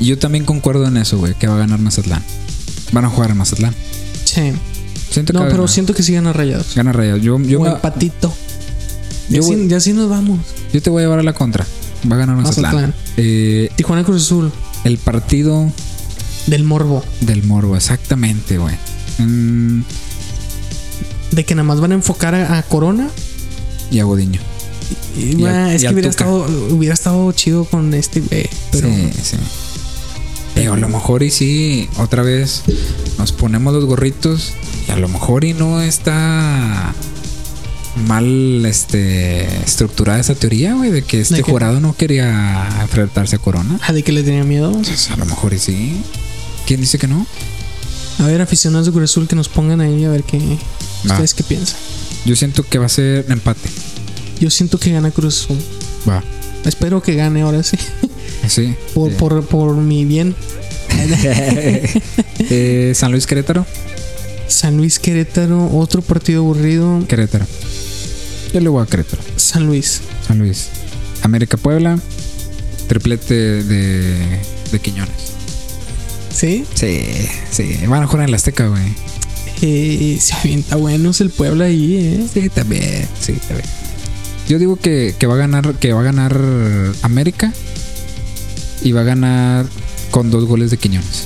[SPEAKER 1] Y yo también concuerdo en eso, güey, que va a ganar Mazatlán. Van a jugar en Mazatlán.
[SPEAKER 2] Sí.
[SPEAKER 1] Siento que
[SPEAKER 2] No,
[SPEAKER 1] va a
[SPEAKER 2] pero
[SPEAKER 1] ganar.
[SPEAKER 2] siento que sí ganan rayados.
[SPEAKER 1] Gana Rayados. Yo, yo,
[SPEAKER 2] o
[SPEAKER 1] me-
[SPEAKER 2] empatito.
[SPEAKER 1] yo
[SPEAKER 2] Ya
[SPEAKER 1] voy-
[SPEAKER 2] así, y así nos vamos.
[SPEAKER 1] yo te voy a llevar a la contra. Va a ganar Mazatlán.
[SPEAKER 2] Mazatlán.
[SPEAKER 1] Eh,
[SPEAKER 2] Tijuana Cruz Azul.
[SPEAKER 1] el partido
[SPEAKER 2] Del morbo.
[SPEAKER 1] del Morbo, exactamente, güey. Mm,
[SPEAKER 2] De que nada más van a enfocar a, a Corona.
[SPEAKER 1] y a Godiño.
[SPEAKER 2] Y,
[SPEAKER 1] Y al-
[SPEAKER 2] ah, es
[SPEAKER 1] y
[SPEAKER 2] que
[SPEAKER 1] al
[SPEAKER 2] hubiera
[SPEAKER 1] Tuca.
[SPEAKER 2] estado, hubiera estado chido con este. eh, pero
[SPEAKER 1] sí, sí. Pero a lo mejor y sí, otra vez nos ponemos los gorritos y a lo mejor y no está mal este, estructurada esa teoría, güey, de que este
[SPEAKER 2] ¿De qué?
[SPEAKER 1] jurado no quería enfrentarse a Corona.
[SPEAKER 2] Ah, de que le tenía miedo.
[SPEAKER 1] Pues, a lo mejor y sí. ¿Quién dice que no?
[SPEAKER 2] A ver, aficionados de Cruz Azul que nos pongan ahí a ver qué.
[SPEAKER 1] Va.
[SPEAKER 2] ¿Ustedes qué piensan?
[SPEAKER 1] Yo siento que va a ser empate.
[SPEAKER 2] Yo siento que gana Cruz Azul.
[SPEAKER 1] Va.
[SPEAKER 2] Espero que gane ahora sí.
[SPEAKER 1] Sí.
[SPEAKER 2] Por,
[SPEAKER 1] Eh,
[SPEAKER 2] por, por mi bien.
[SPEAKER 1] eh, San Luis Querétaro.
[SPEAKER 2] San Luis Querétaro, otro partido aburrido.
[SPEAKER 1] Querétaro. Yo le voy a Querétaro.
[SPEAKER 2] San Luis.
[SPEAKER 1] San Luis. América Puebla. Triplete de, de Quiñones.
[SPEAKER 2] ¿Sí?
[SPEAKER 1] Sí, sí. Van a jugar en la Azteca, güey.
[SPEAKER 2] Eh, se avienta buenos el Puebla ahí, ¿eh?
[SPEAKER 1] Sí, también. Sí, también. Yo digo que, que va a ganar, que va a ganar América y va a ganar con dos goles de Quiñones.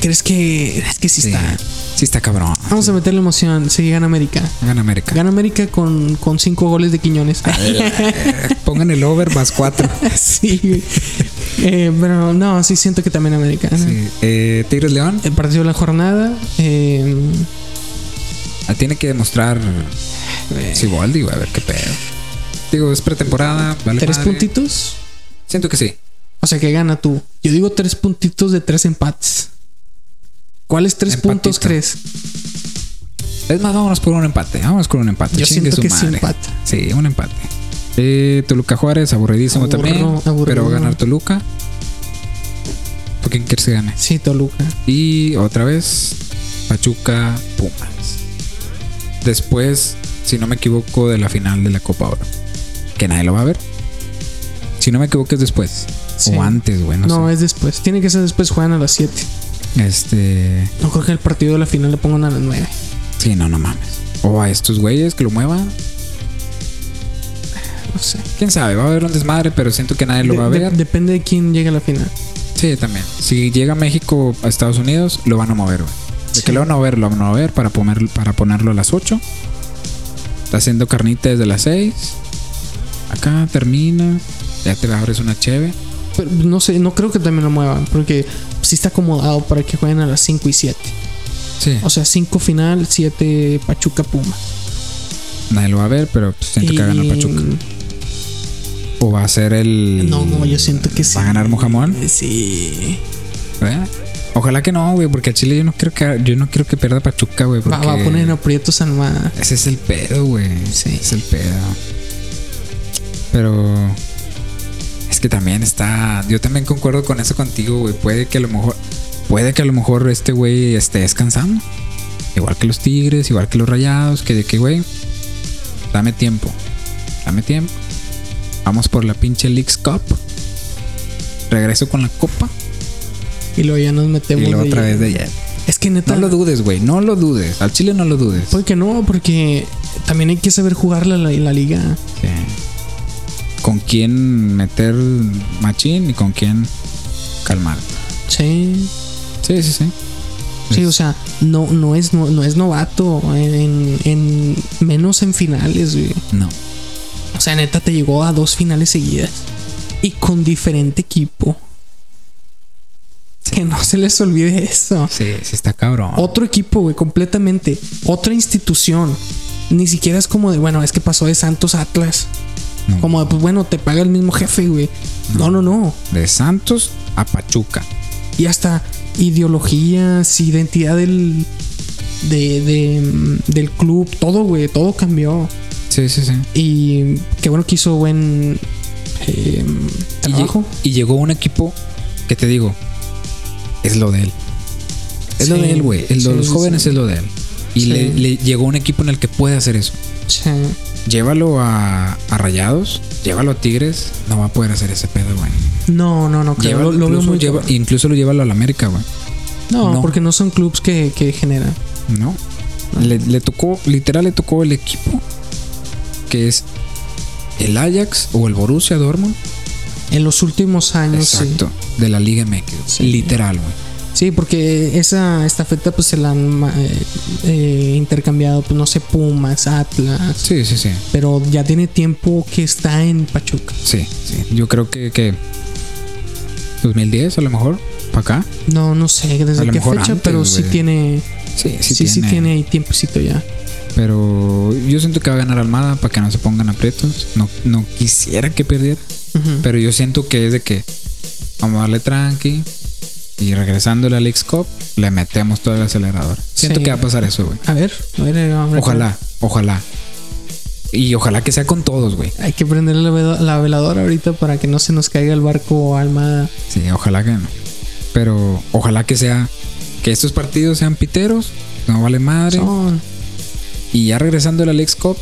[SPEAKER 2] ¿Crees que.? Es que sí, está.
[SPEAKER 1] sí está cabrón.
[SPEAKER 2] Vamos a meterle emoción. Sí, gana América.
[SPEAKER 1] Gana América.
[SPEAKER 2] Gana América con, con cinco goles de Quiñones.
[SPEAKER 1] Pongan el over más cuatro.
[SPEAKER 2] sí, güey. Eh, pero no, sí siento que también América.
[SPEAKER 1] Sí. Eh, Tigres León
[SPEAKER 2] El partido de la jornada. eh,
[SPEAKER 1] ah, tiene que demostrar Siboldi, güey, a ver qué pedo. Digo, es pretemporada. Vale
[SPEAKER 2] tres
[SPEAKER 1] madre.
[SPEAKER 2] puntitos.
[SPEAKER 1] Siento que sí.
[SPEAKER 2] O sea que gana tú. Yo digo tres puntitos de tres empates. ¿Cuáles tres
[SPEAKER 1] Empatito.
[SPEAKER 2] puntos crees?
[SPEAKER 1] Es más, vámonos por un empate. Vámonos con un empate.
[SPEAKER 2] Yo
[SPEAKER 1] Chingue
[SPEAKER 2] siento
[SPEAKER 1] su
[SPEAKER 2] que sí
[SPEAKER 1] madre.
[SPEAKER 2] empata.
[SPEAKER 1] Sí, un empate. Eh, Toluca Juárez, aburridísimo
[SPEAKER 2] Aburro,
[SPEAKER 1] también.
[SPEAKER 2] aburrido.
[SPEAKER 1] Pero va a ganar Toluca. ¿Por quién quieres que gane?
[SPEAKER 2] Sí, Toluca.
[SPEAKER 1] Y otra vez, Pachuca Pumas. Después, si no me equivoco, de la final de la Copa Oro. Que nadie lo va a ver. Si no me equivoco, es después.
[SPEAKER 2] Sí.
[SPEAKER 1] O antes, güey. No,
[SPEAKER 2] No, eh.
[SPEAKER 1] sé.
[SPEAKER 2] es después. Tiene que ser después. Juegan a las 7.
[SPEAKER 1] Este.
[SPEAKER 2] No creo que el partido de la final le pongan a las 9.
[SPEAKER 1] Sí, no, no mames. O a estos güeyes que lo muevan.
[SPEAKER 2] No sé.
[SPEAKER 1] Quién sabe, va a haber un desmadre, pero siento que nadie lo
[SPEAKER 2] De-
[SPEAKER 1] va a
[SPEAKER 2] de-
[SPEAKER 1] ver.
[SPEAKER 2] depende de quién llegue a la final.
[SPEAKER 1] Sí, también. Si llega México a Estados Unidos, lo van a mover, güey. De
[SPEAKER 2] Sí.
[SPEAKER 1] que lo van a mover, lo van a mover para, poner, para ponerlo a las 8. Está haciendo carnita desde las 6. Acá termina. Ya te abres una cheve.
[SPEAKER 2] Pero no sé, no creo que también lo muevan. Porque sí está acomodado para que jueguen a las 5 y 7.
[SPEAKER 1] Sí.
[SPEAKER 2] O sea, 5 final, 7 Pachuca Pumas.
[SPEAKER 1] Nadie lo va a ver, pero pues, siento que va a ganar
[SPEAKER 2] Y-
[SPEAKER 1] Pachuca. O va a ser el.
[SPEAKER 2] No, no, yo siento que sí.
[SPEAKER 1] ¿Va a ganar Mojamón?
[SPEAKER 2] Sí.
[SPEAKER 1] ¿Eh? Ojalá que no, güey, porque a Chile yo no quiero que, yo no quiero que pierda Pachuca, güey.
[SPEAKER 2] Va,
[SPEAKER 1] porque-
[SPEAKER 2] va a poner en aprietos a Almada.
[SPEAKER 1] Ese es el pedo, güey.
[SPEAKER 2] Sí.
[SPEAKER 1] Es el pedo. Pero. Es que también está. Yo también concuerdo con eso contigo, güey. Puede que a lo mejor. Puede que a lo mejor este güey esté descansando. Igual que los tigres, igual que los rayados. Que de que, güey. Dame tiempo. Dame tiempo. Vamos por la pinche Leagues Cup. Regreso con la copa.
[SPEAKER 2] Y luego ya nos metemos.
[SPEAKER 1] y luego
[SPEAKER 2] de
[SPEAKER 1] otra
[SPEAKER 2] lleno.
[SPEAKER 1] vez de allá.
[SPEAKER 2] Es que neta.
[SPEAKER 1] No lo dudes, güey. No lo dudes. Al Chile no lo dudes.
[SPEAKER 2] Puede que no, porque también hay que saber jugar la, la, la liga.
[SPEAKER 1] Sí. Eh, Con quién meter machín y con quién calmar.
[SPEAKER 2] Sí.
[SPEAKER 1] Sí, sí, sí.
[SPEAKER 2] Sí, o sea, no, no, es, no, no es novato. En, en- menos en finales, güey.
[SPEAKER 1] No.
[SPEAKER 2] O sea, neta te llegó a dos finales seguidas. Y con diferente equipo. Que no se les olvide eso.
[SPEAKER 1] Sí, sí está cabrón.
[SPEAKER 2] Otro equipo, güey, completamente. Otra institución. Ni siquiera es como de, bueno, es que pasó de Santos a Atlas.
[SPEAKER 1] No.
[SPEAKER 2] Como de, pues bueno, te paga el mismo jefe, güey. No, no, no.
[SPEAKER 1] De Santos a Pachuca.
[SPEAKER 2] Y hasta ideologías, identidad del, de, de, mm, del club, todo, güey, todo cambió.
[SPEAKER 1] Sí, sí, sí.
[SPEAKER 2] Y qué bueno que hizo buen eh,
[SPEAKER 1] Y,
[SPEAKER 2] trabajo.
[SPEAKER 1] lle- y llegó un equipo que te digo, es lo de él. Es lo
[SPEAKER 2] Sí.
[SPEAKER 1] de él, güey. El de
[SPEAKER 2] Sí,
[SPEAKER 1] los
[SPEAKER 2] sí,
[SPEAKER 1] jóvenes
[SPEAKER 2] sí.
[SPEAKER 1] es lo de él. Y
[SPEAKER 2] Sí.
[SPEAKER 1] le, le llegó un equipo en el que puede hacer eso.
[SPEAKER 2] Sí.
[SPEAKER 1] Llévalo a, a Rayados, llévalo a Tigres. No va a poder hacer ese pedo, güey.
[SPEAKER 2] No, no, no, creo.
[SPEAKER 1] Llévalo-
[SPEAKER 2] lo, lo veo
[SPEAKER 1] incluso
[SPEAKER 2] muy
[SPEAKER 1] lleva- incluso lo llévalo a la América, güey.
[SPEAKER 2] no,
[SPEAKER 1] no.
[SPEAKER 2] porque no son clubs que, que generan.
[SPEAKER 1] No. Le, le tocó, literal, le tocó el equipo que es el Ajax o el Borussia Dortmund.
[SPEAKER 2] En los últimos años, Ah, sí.
[SPEAKER 1] Exacto. De la Liga MX.
[SPEAKER 2] Sí.
[SPEAKER 1] Literal, güey.
[SPEAKER 2] Sí, porque esa estafeta pues se la han ma- eh, eh, intercambiado, pues no sé, Pumas, Atlas.
[SPEAKER 1] Sí, sí, sí.
[SPEAKER 2] Pero ya tiene tiempo que está en Pachuca.
[SPEAKER 1] Sí, sí. Yo creo que, que 2010 a lo mejor, para acá.
[SPEAKER 2] No, no sé
[SPEAKER 1] A lo
[SPEAKER 2] desde qué
[SPEAKER 1] mejor
[SPEAKER 2] fecha,
[SPEAKER 1] antes,
[SPEAKER 2] pero sí
[SPEAKER 1] güey.
[SPEAKER 2] tiene.
[SPEAKER 1] Sí,
[SPEAKER 2] Sí,
[SPEAKER 1] sí,
[SPEAKER 2] sí,
[SPEAKER 1] tiene.
[SPEAKER 2] tiene ahí tiempecito ya.
[SPEAKER 1] Pero yo siento que va a ganar Almada para que no se pongan aprietos. No, no quisiera que perdiera.
[SPEAKER 2] Ujú.
[SPEAKER 1] Pero yo siento que es de que vamos a darle tranqui. Y regresando a la Leagues Cup, le metemos todo el acelerador. Siento
[SPEAKER 2] Sí.
[SPEAKER 1] que va a pasar eso, güey.
[SPEAKER 2] A ver, a ver, eh, vamos a ver.
[SPEAKER 1] Ojalá, ojalá. Y ojalá que sea con todos, güey.
[SPEAKER 2] Hay que prender la, velo- la veladora ahorita para que no se nos caiga el barco Almada.
[SPEAKER 1] Sí, ojalá que no. Pero ojalá que sea. Que estos partidos sean piteros. No vale madre.
[SPEAKER 2] Son-
[SPEAKER 1] Y ya regresando a la Leagues Cup,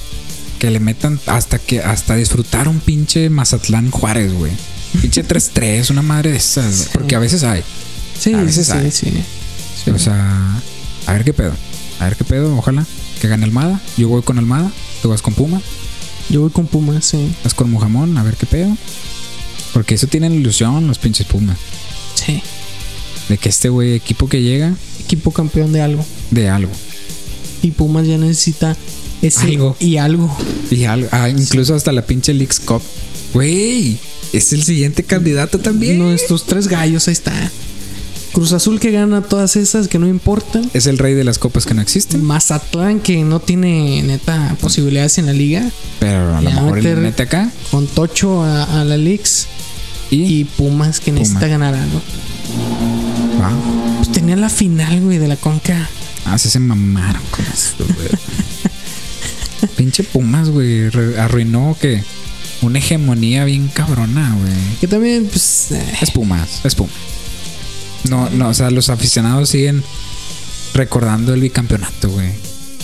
[SPEAKER 1] que le metan hasta que hasta disfrutar un pinche Mazatlán Juárez, güey. Pinche 3-3, una madre de esas, güey. Porque a veces hay.
[SPEAKER 2] Sí,
[SPEAKER 1] A
[SPEAKER 2] sí,
[SPEAKER 1] veces
[SPEAKER 2] sí,
[SPEAKER 1] hay.
[SPEAKER 2] sí.
[SPEAKER 1] O sea, a ver qué pedo. A ver qué pedo, ojalá. Que gane Almada. Yo voy con Almada. Tú vas con Puma.
[SPEAKER 2] Yo voy con Pumas, sí.
[SPEAKER 1] Vas con Mujamón. A ver qué pedo. Porque eso tienen ilusión los pinches Pumas.
[SPEAKER 2] Sí.
[SPEAKER 1] De que este güey, equipo que llega,
[SPEAKER 2] Equipo campeón de algo.
[SPEAKER 1] de algo.
[SPEAKER 2] Y Pumas ya necesita ese
[SPEAKER 1] Algo.
[SPEAKER 2] y algo.
[SPEAKER 1] Y algo, ah, incluso hasta la pinche Leagues Cup. Güey, es el siguiente candidato también.
[SPEAKER 2] Nuestros tres gallos, ahí está. Cruz Azul que gana todas esas que no importan.
[SPEAKER 1] Es el rey de las copas que no existen.
[SPEAKER 2] Mazatlán que no tiene neta posibilidades en la liga.
[SPEAKER 1] Pero a lo
[SPEAKER 2] Ya,
[SPEAKER 1] mejor le
[SPEAKER 2] ter-
[SPEAKER 1] mete acá.
[SPEAKER 2] Con Tocho a, a la Leaks.
[SPEAKER 1] Y,
[SPEAKER 2] Y Pumas que necesita
[SPEAKER 1] Pumas.
[SPEAKER 2] ganar algo.
[SPEAKER 1] Ah,
[SPEAKER 2] Pues tenía la final, güey, de la Conca.
[SPEAKER 1] ah, sí se mamaron con esto, güey. pinche Pumas, güey. re- Arruinó que una hegemonía bien cabrona, güey.
[SPEAKER 2] Que también, pues. eh,
[SPEAKER 1] Es Pumas, es Pumas. No, no, o sea, los aficionados siguen recordando el bicampeonato, güey.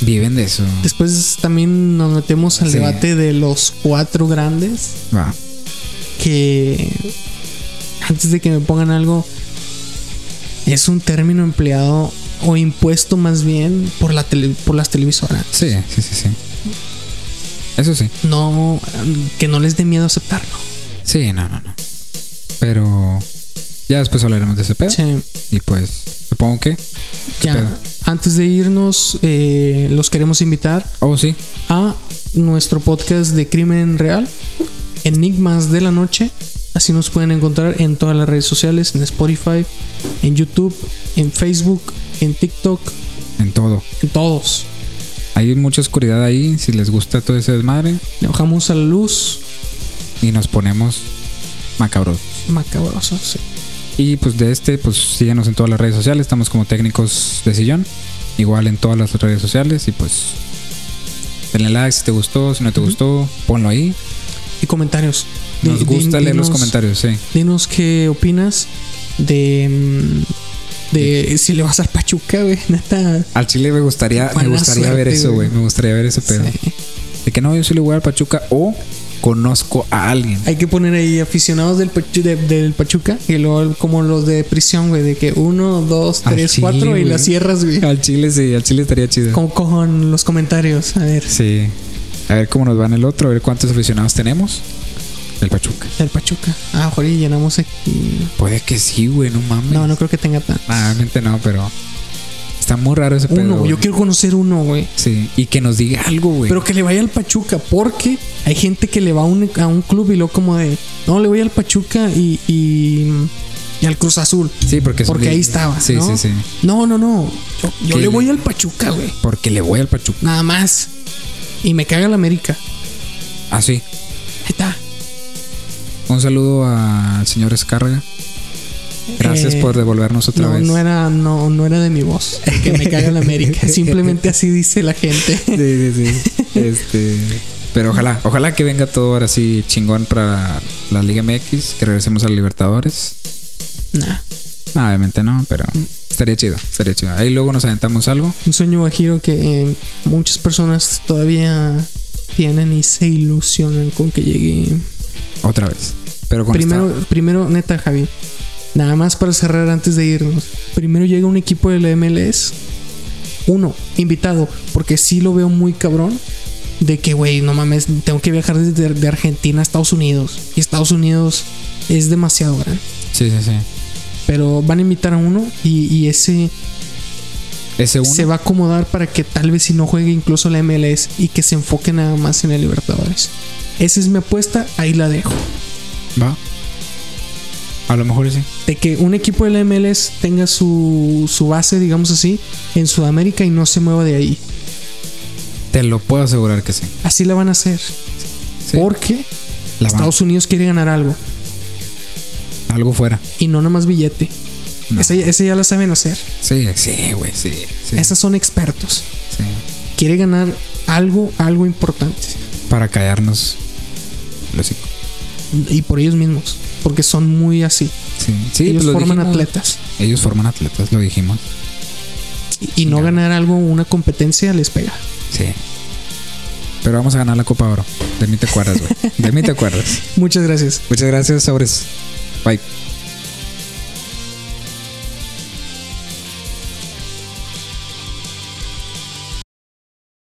[SPEAKER 1] Viven de eso.
[SPEAKER 2] Después también nos metemos al
[SPEAKER 1] Sí.
[SPEAKER 2] debate de los cuatro grandes.
[SPEAKER 1] Va.
[SPEAKER 2] que antes de que me pongan algo es un término empleado o impuesto más bien por la tele- por las televisoras.
[SPEAKER 1] Sí, sí, sí, sí. Eso sí.
[SPEAKER 2] No em, que no les dé miedo aceptarlo.
[SPEAKER 1] Sí, no, no, no. Pero ya después hablaremos de ese pedo.
[SPEAKER 2] Sí,
[SPEAKER 1] Y pues, supongo que.
[SPEAKER 2] ya.
[SPEAKER 1] ¿Eh? pedo?
[SPEAKER 2] Antes de irnos, eh, los queremos invitar
[SPEAKER 1] Oh, sí.
[SPEAKER 2] a nuestro podcast de Crimen Real, Enigmas de la Noche. Así nos pueden encontrar en todas las redes sociales, en Spotify, en YouTube, en Facebook, en TikTok,
[SPEAKER 1] En todo.
[SPEAKER 2] en todos.
[SPEAKER 1] Hay mucha oscuridad ahí. Si les gusta todo ese desmadre.
[SPEAKER 2] Le bajamos a la luz.
[SPEAKER 1] Y nos ponemos macabros.
[SPEAKER 2] Macabroso, sí.
[SPEAKER 1] Y pues de este, pues síguenos en todas las redes sociales. Estamos como técnicos de sillón. Igual en todas las redes sociales. Y pues. Denle like si te gustó. Si no te gustó, ponlo ahí.
[SPEAKER 2] Y comentarios. Di-
[SPEAKER 1] Nos
[SPEAKER 2] di-
[SPEAKER 1] gusta leer los
[SPEAKER 2] dinos-
[SPEAKER 1] comentarios, sí.
[SPEAKER 2] Dinos qué opinas de. mm, De si le vas al Pachuca, güey. Neta.
[SPEAKER 1] Al Chile me gustaría, me
[SPEAKER 2] Buena
[SPEAKER 1] gustaría ver
[SPEAKER 2] suerte,
[SPEAKER 1] eso,
[SPEAKER 2] güey.
[SPEAKER 1] güey. Me gustaría ver ese pedo.
[SPEAKER 2] Sí.
[SPEAKER 1] De que no, yo sí le voy a Pachuca o conozco a alguien.
[SPEAKER 2] Hay que poner ahí aficionados del, Pachu- de- del Pachuca. Y luego como los de prisión, güey. De que uno, dos,
[SPEAKER 1] Al
[SPEAKER 2] tres,
[SPEAKER 1] Chile,
[SPEAKER 2] cuatro y
[SPEAKER 1] Ah, güey. Ah.
[SPEAKER 2] las cierras, güey.
[SPEAKER 1] Al Chile sí, al Chile estaría chido.
[SPEAKER 2] Con, con los comentarios. A ver.
[SPEAKER 1] Sí. A ver cómo nos va en el otro, a ver cuántos aficionados tenemos. El Pachuca.
[SPEAKER 2] Del Pachuca. Ah, mejor y llenamos aquí.
[SPEAKER 1] Puede que sí, güey, no mames.
[SPEAKER 2] No, no creo que tenga tan.
[SPEAKER 1] Nah, Obviamente no, pero está muy raro ese Ah, pedo.
[SPEAKER 2] uno.
[SPEAKER 1] güey.
[SPEAKER 2] Yo quiero conocer uno, güey.
[SPEAKER 1] Sí, y que nos diga algo, güey.
[SPEAKER 2] Pero que le vaya al Pachuca, porque hay gente que le va a un, a un club y luego como de, no, le voy al Pachuca y, y, y al Cruz Azul.
[SPEAKER 1] Sí, porque son
[SPEAKER 2] Porque
[SPEAKER 1] de-
[SPEAKER 2] ahí estaba.
[SPEAKER 1] Sí,
[SPEAKER 2] ¿no?
[SPEAKER 1] sí, sí.
[SPEAKER 2] No, no, no. Yo, yo
[SPEAKER 1] Que
[SPEAKER 2] le
[SPEAKER 1] le-
[SPEAKER 2] voy al Pachuca, güey.
[SPEAKER 1] Porque le voy al Pachuca.
[SPEAKER 2] Nada más. Y me caga la América.
[SPEAKER 1] Ah, sí.
[SPEAKER 2] Ahí está.
[SPEAKER 1] Un saludo al señor Escarga. Gracias
[SPEAKER 2] Eh,
[SPEAKER 1] por devolvernos otra
[SPEAKER 2] No,
[SPEAKER 1] vez.
[SPEAKER 2] no era, no, no era de mi voz. Que me caga la América. Simplemente así dice la gente.
[SPEAKER 1] Sí, sí, sí. Este, pero ojalá, ojalá que venga todo ahora sí chingón para la Liga MX, que regresemos a Libertadores.
[SPEAKER 2] Nah.
[SPEAKER 1] No, Ah, obviamente no, pero estaría chido, estaría chido. Ahí luego nos aventamos algo.
[SPEAKER 2] Un sueño bajiro que eh, muchas personas todavía tienen y se ilusionan con que llegue
[SPEAKER 1] Otra vez. Pero con
[SPEAKER 2] Primero,
[SPEAKER 1] esta-
[SPEAKER 2] primero, neta, Javi. Nada más para cerrar antes de irnos. Primero llega un equipo de la MLS. Uno, invitado. Porque sí lo veo muy cabrón. De que, güey, no mames, tengo que viajar desde de Argentina a Estados Unidos. Y Estados Unidos es demasiado grande.
[SPEAKER 1] Sí, sí, sí.
[SPEAKER 2] Pero van a invitar a uno y, y ese
[SPEAKER 1] Ese uno.
[SPEAKER 2] se va a acomodar para que tal vez si no juegue incluso la MLS y que se enfoque nada más en el Libertadores. Esa es mi apuesta, ahí la dejo.
[SPEAKER 1] Va. A lo mejor sí.
[SPEAKER 2] de que un equipo de la MLS tenga su, su base, digamos así, en Sudamérica y no se mueva de ahí.
[SPEAKER 1] Te lo puedo asegurar que sí.
[SPEAKER 2] Así la van a hacer.
[SPEAKER 1] Sí,
[SPEAKER 2] Porque
[SPEAKER 1] la van-
[SPEAKER 2] Estados Unidos quiere ganar algo
[SPEAKER 1] Algo fuera.
[SPEAKER 2] y no nada más billete.
[SPEAKER 1] No.
[SPEAKER 2] Ese, ese ya la saben hacer.
[SPEAKER 1] Sí, sí, güey, sí. sí,
[SPEAKER 2] Esas son expertos.
[SPEAKER 1] sí.
[SPEAKER 2] Quiere ganar algo, algo importante.
[SPEAKER 1] Para callarnos. Lo sí.
[SPEAKER 2] Y por ellos mismos. Porque son muy así.
[SPEAKER 1] Sí, sí, pues
[SPEAKER 2] ellos
[SPEAKER 1] lo
[SPEAKER 2] forman
[SPEAKER 1] dijimos.
[SPEAKER 2] atletas.
[SPEAKER 1] Ellos forman atletas, lo dijimos.
[SPEAKER 2] Y, y no ganar algo, una competencia, les pega.
[SPEAKER 1] Sí. Pero vamos a ganar la Copa Oro. De mí te acuerdas, güey. De mí te acuerdas.
[SPEAKER 2] Muchas gracias.
[SPEAKER 1] Muchas gracias, Sobres. Bye.